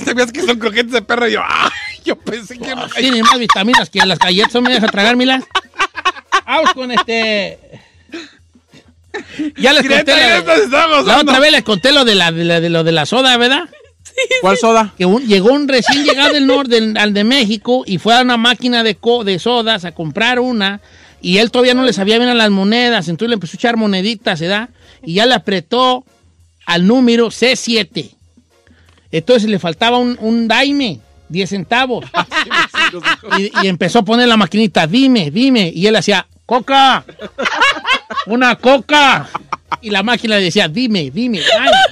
¿Sabías que son croquetas de perro? Y yo, "Ah". ay, yo pensé que no. Tienen Pues, más vitaminas que las galletas, ¿no me dejas tragar, Mila? Vamos con este... Ya les Directo, conté la- directo, se está la, gozando. otra vez les conté lo de la, de la- de lo de la soda, ¿verdad? ¿Cuál soda? Que un- llegó un recién llegado del norte del- al de México y fue a una máquina de, co- de sodas a comprar una y él todavía no le sabía bien a las monedas, entonces le empezó a echar moneditas, ¿verdad? Y ya le apretó al número C7. Entonces le faltaba un, un daime, 10 centavos. y, y empezó a poner la maquinita, dime, dime. Y él hacía, coca, una coca. Y la máquina le decía, dime, dime, dime,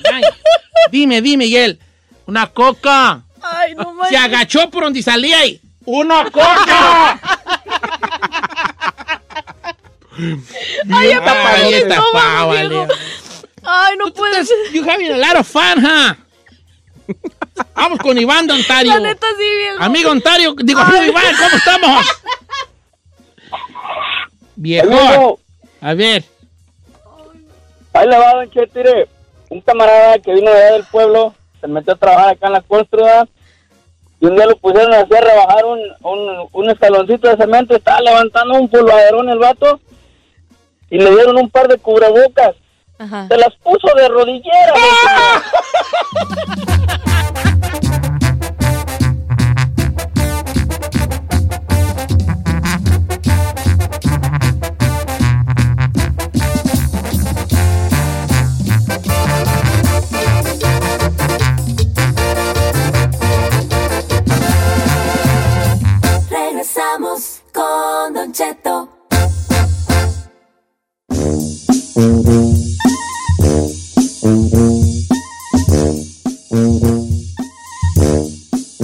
dime, dime, dime. Y él, una coca. Ay, no Se manches. agachó por donde salía y, una coca. Ay, Bien aparte, tapado, bien no, tapado, vamos, vale. Diego. Ay, no puede ser. You having a lot of fun, huh? Vamos con Iván de Ontario. La neta sí, viejo. Amigo Ontario, digo, Ay. amigo Iván, ¿cómo estamos? Viejo. Amigo. A ver. Ahí le va, don Cheto, mire, un camarada que vino de allá del pueblo, se metió a trabajar acá en la construcción y un día lo pusieron a hacer rebajar un, un, un escaloncito de cemento, estaba levantando un pulvaderón el vato, y le dieron un par de cubrebocas, Ajá. se las puso de rodillera. Regresamos con Don Cheto.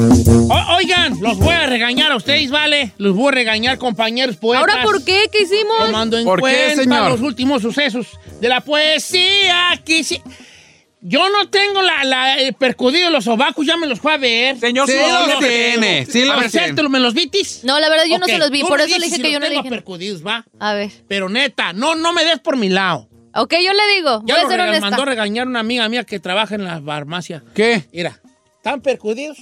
O- oigan, los voy a regañar a ustedes, ¿vale? Los voy a regañar, compañeros poetas. ¿Ahora por qué? ¿Qué hicimos? Tomando en cuenta los últimos sucesos de la poesía. que hice- Yo no tengo la, la- el percudido, los sobacos, ya me los fue a ver. Señor, Sí Sol, los no tiene, creo. sí a los ver, tiene. ¿tú ¿me los vitis? No, la verdad yo no Ok, se los vi, tú por me eso le dije dices si que los yo no le tengo dije. percudidos, va. A ver. Pero neta, no, no me des por mi lado. Ok, yo le digo. Ya voy lo a ser rega- honesta. mandó regañar una amiga mía que trabaja en la farmacia. ¿Qué? Mira, ¿están percudidos?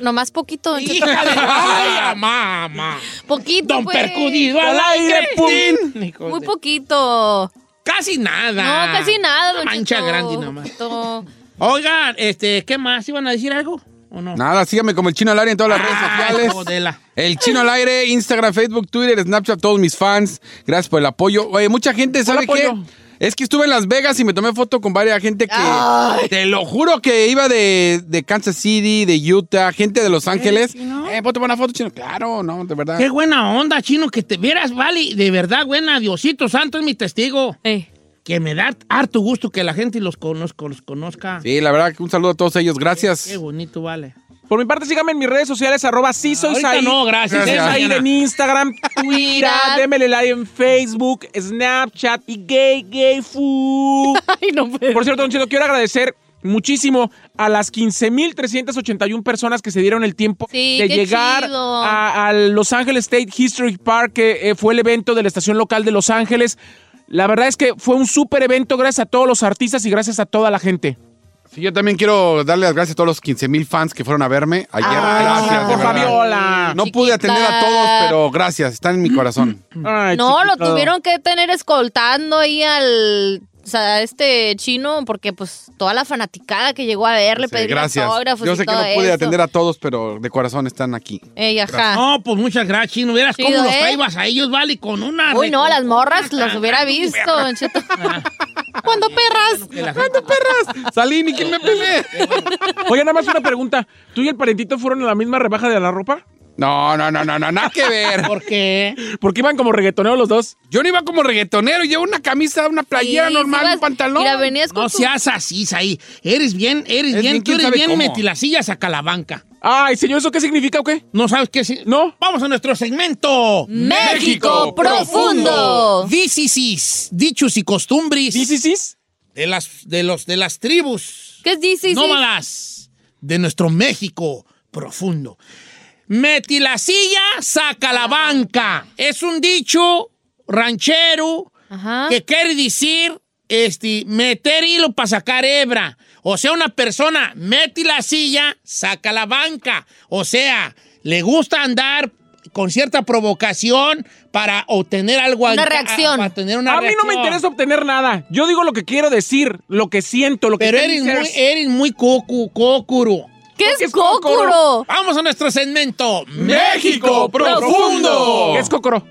Nomás poquito, don Cheto. Hija de- ¡Ay, mamá! Poquito, Don pues. percudido al aire, pum. Hijo Muy de- poquito. Casi nada. No, casi nada, don Mancha Cheto. grande nomás. Poquito. Oigan, este, ¿qué más? ¿Iban a decir algo? ¿O no? Nada, sígame como el chino al aire en todas las Ay, redes sociales. jodela. El chino al aire, Instagram, Facebook, Twitter, Snapchat, todos mis fans. Gracias por el apoyo. Oye, mucha gente, ¿sabe qué? Es que estuve en Las Vegas y me tomé foto con varias gente que. Ay. Te lo juro que iba de, de Kansas City, de Utah, gente de Los Ángeles. Eh, ponte una foto, chino. Claro, no, de verdad. Qué buena onda, chino, que te vieras, vale. De verdad, buena. Diosito Santo es mi testigo. Que me da harto gusto que la gente los, conozco, los conozca. Sí, la verdad, que un saludo a todos ellos. Gracias. Qué bonito, vale. Por mi parte, síganme en mis redes sociales, arroba sí soy ahorita Said. no, gracias. Soy Gracias. Said en Instagram, Twitter, démele like en Facebook, Snapchat y gay, gay food. Por cierto, Don Chelo, quiero agradecer muchísimo a las 15.381 personas que se dieron el tiempo Sí, de qué llegar chido. a, a Los Ángeles State History Park, que eh, fue el evento de la estación local de Los Ángeles. La verdad es que fue un súper evento gracias a todos los artistas y gracias a toda la gente. Sí, yo también quiero darle las gracias a todos los 15 mil fans que fueron a verme ayer. gracias, de verdad. Fabiola. No pude atender a todos, pero gracias. Están en mi corazón. No, lo tuvieron que tener escoltando ahí al o sea, a este chino porque pues toda la fanaticada que llegó a ver le Sí, pedí gracias. autógrafos Yo y sé que todo no pude eso. atender a todos, pero de corazón están aquí. Ey, ajá. No, pues muchas gracias, chino. Vieras cómo Chido, los ¿eh? traibas a ellos, vale, con una. Uy, no, recon- las morras las hubiera visto, Don Cheto. Ah. ¿Cuándo perras? ¿Cuándo perras? ¡Ah, Salí, ni quién me pegué. Oye, nada más una pregunta. ¿Tú y el parentito fueron a la misma rebaja de la ropa? No, no, no, no, no, nada que ver. ¿Por qué? Porque iban como reggaetoneros los dos. Yo no iba como reggaetonero, llevo una camisa, una playera Sí, normal, sí vas- un pantalón. mira, venías no con No tu- seas así, ahí. Eres bien, eres Es bien, bien, tú ¿quién eres sabe bien cómo? metilasillas a calabanca. Ay, señor, ¿eso qué significa o qué? ¿No sabes qué significa? No. Vamos a nuestro segmento. México Profundo. Dícisis, dichos y costumbres. ¿Dícisis? De las, de los, de las tribus ¿Qué dices? nómadas de nuestro México Profundo. Meti la silla, saca la banca. Es un dicho ranchero Ajá. que quiere decir este, meter hilo para sacar hebra. O sea, una persona mete la silla, saca la banca. O sea, le gusta andar con cierta provocación para obtener algo. Una a- reacción. para obtener una a mí no me reacción. interesa obtener nada. Yo digo lo que quiero decir, lo que siento, lo que Pero está en eres mi ser. muy, eres muy cocu, cócuro. ¿Qué es es cócuro? Vamos a nuestro segmento. México Profundo. ¿Qué es Cocoro?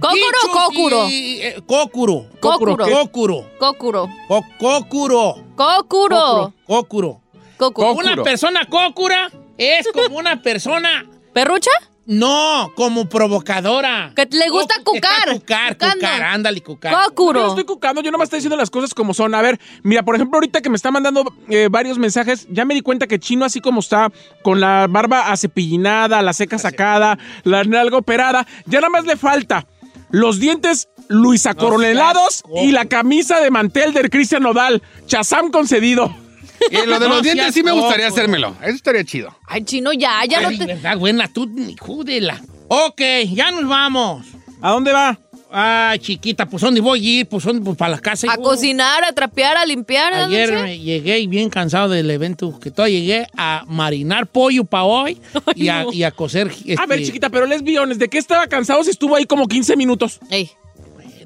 ¿Cócuro o cócuro? eh, Cócuro. Cócuro. Cócuro. Cócuro. Co- Cócuro. Cócuro. Cócuro. Cócuro. Una persona cócura es como una persona. ¿Perrucha? No, como provocadora. Que le gusta Cocu- está cucar. Cucar, Cucando. cucar, ándale, cucar. Yo no Cócuro. estoy cucando, yo nomás estoy diciendo las cosas como son. A ver, mira, por ejemplo, ahorita que me está mandando eh, varios mensajes, ya me di cuenta que Chino, así como está, con la barba acepillinada, la seca sacada, la nalga operada, ya nada más le falta los dientes Luisa Coronelados y la camisa de mantel del Cristian Nodal. Chazam concedido. Y lo de los No dientes seas sí me gustaría loco. hacérmelo. Eso estaría chido. Ay, chino, ya, ya no Ay, te. verdad, buena, tú ni júdela. Ok, ya nos vamos. ¿A dónde va? Ay, chiquita, pues ¿dónde voy a ir? Pues, ¿dónde? Pues, para la casa. A hijo. cocinar, a trapear, a limpiar. ¿a Ayer dónde? me llegué y bien cansado del evento, que todavía llegué a marinar pollo para hoy y, a, no. y a cocer. A ver, este, chiquita, pero lesbiones, ¿de qué estaba cansado si estuvo ahí como 15 minutos? Ey.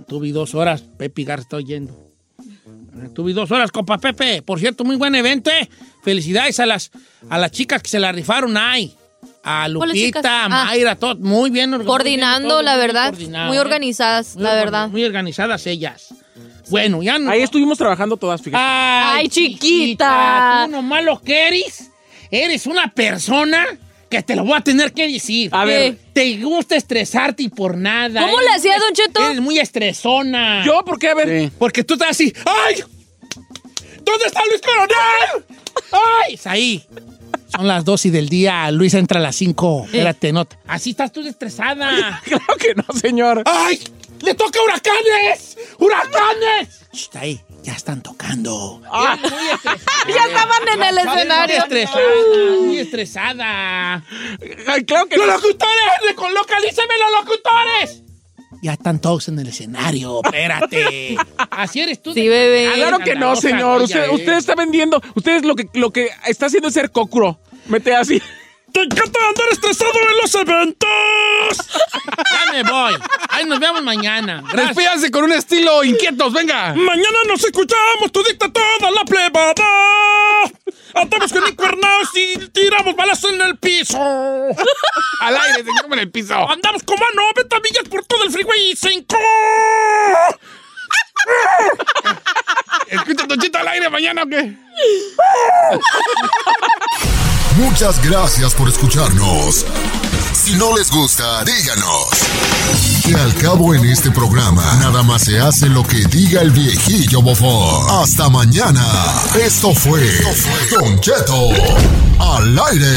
Tuve dos horas, Pepe Gar está oyendo. Tuve dos horas, compa Pepe. Por cierto, muy buen evento, ¿eh? Felicidades a las, a las chicas que se la rifaron ahí. A ¿Cuáles chicas? Lupita, a Ah. Mayra, todo muy bien organizado. Coordinando, la verdad. Muy organizadas, la verdad. Muy organizadas eh. ellas. Bueno, ya no. Ahí estuvimos trabajando todas, fíjate. Ay, chiquita. Tú nomás lo que eres, eres una persona que te lo voy a tener que decir. A ver. Eh, Te gusta estresarte y por nada. ¿Cómo Eres le hacía, muy- Don Cheto? Eres muy estresona. ¿Yo? ¿Por qué? A ver. Porque tú estás así. ¡Ay! ¿Dónde está Luis Coronel? ¡Ay! Es ahí. Son las 2 y del día. Luis entra a las 5. Espérate, no. te- Así estás tú estresada. Claro que no, señor. ¡Ay! ¡Le toca huracanes! ¡Huracanes! Shh, Está ahí. Ya están tocando. Ah. Eres muy estresada. Ya estaban en el Eres muy escenario. estresada, muy estresada. Ah. Ay, claro que ¡Los no. locutores! ¡Localíceme los locutores! Ya están todos en el escenario, espérate. Así eres tú. Sí, de- bebé. Ah, Claro que no, escandalosa, señor. oye, Usted, eh. usted está vendiendo. Usted lo que, lo que está haciendo es ser cocro. Mete así. ¡Te encanta andar estresado en los eventos! ya me voy. Ahí nos vemos mañana. Gracias. Despídanse con un estilo inquietos, venga. Mañana nos escuchamos, todita toda la plebada. Atamos con cuernos y tiramos balas en el piso. Al aire, señor, en el piso. Andamos como a 90 millas por todo el freeway 5. ¿Escucha Don Cheto al aire mañana o qué? Muchas gracias por escucharnos. Si no les gusta, díganos. Que al cabo en este programa, nada más se hace lo que diga el viejillo bofón. Hasta mañana. Esto fue Don Cheto al aire.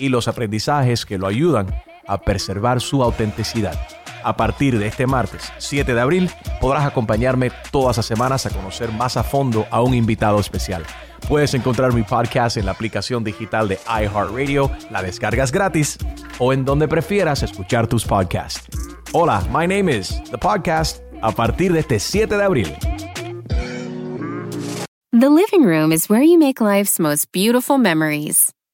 y los aprendizajes que lo ayudan a preservar su autenticidad. A partir de este martes 7 de abril podrás acompañarme todas las semanas a conocer más a fondo a un invitado especial. Puedes encontrar mi podcast en la aplicación digital de iHeartRadio, la descargas gratis o en donde prefieras escuchar tus podcasts. Hola, my name is The Podcast a partir de este 7 de abril. The living room is where you make life's most beautiful memories.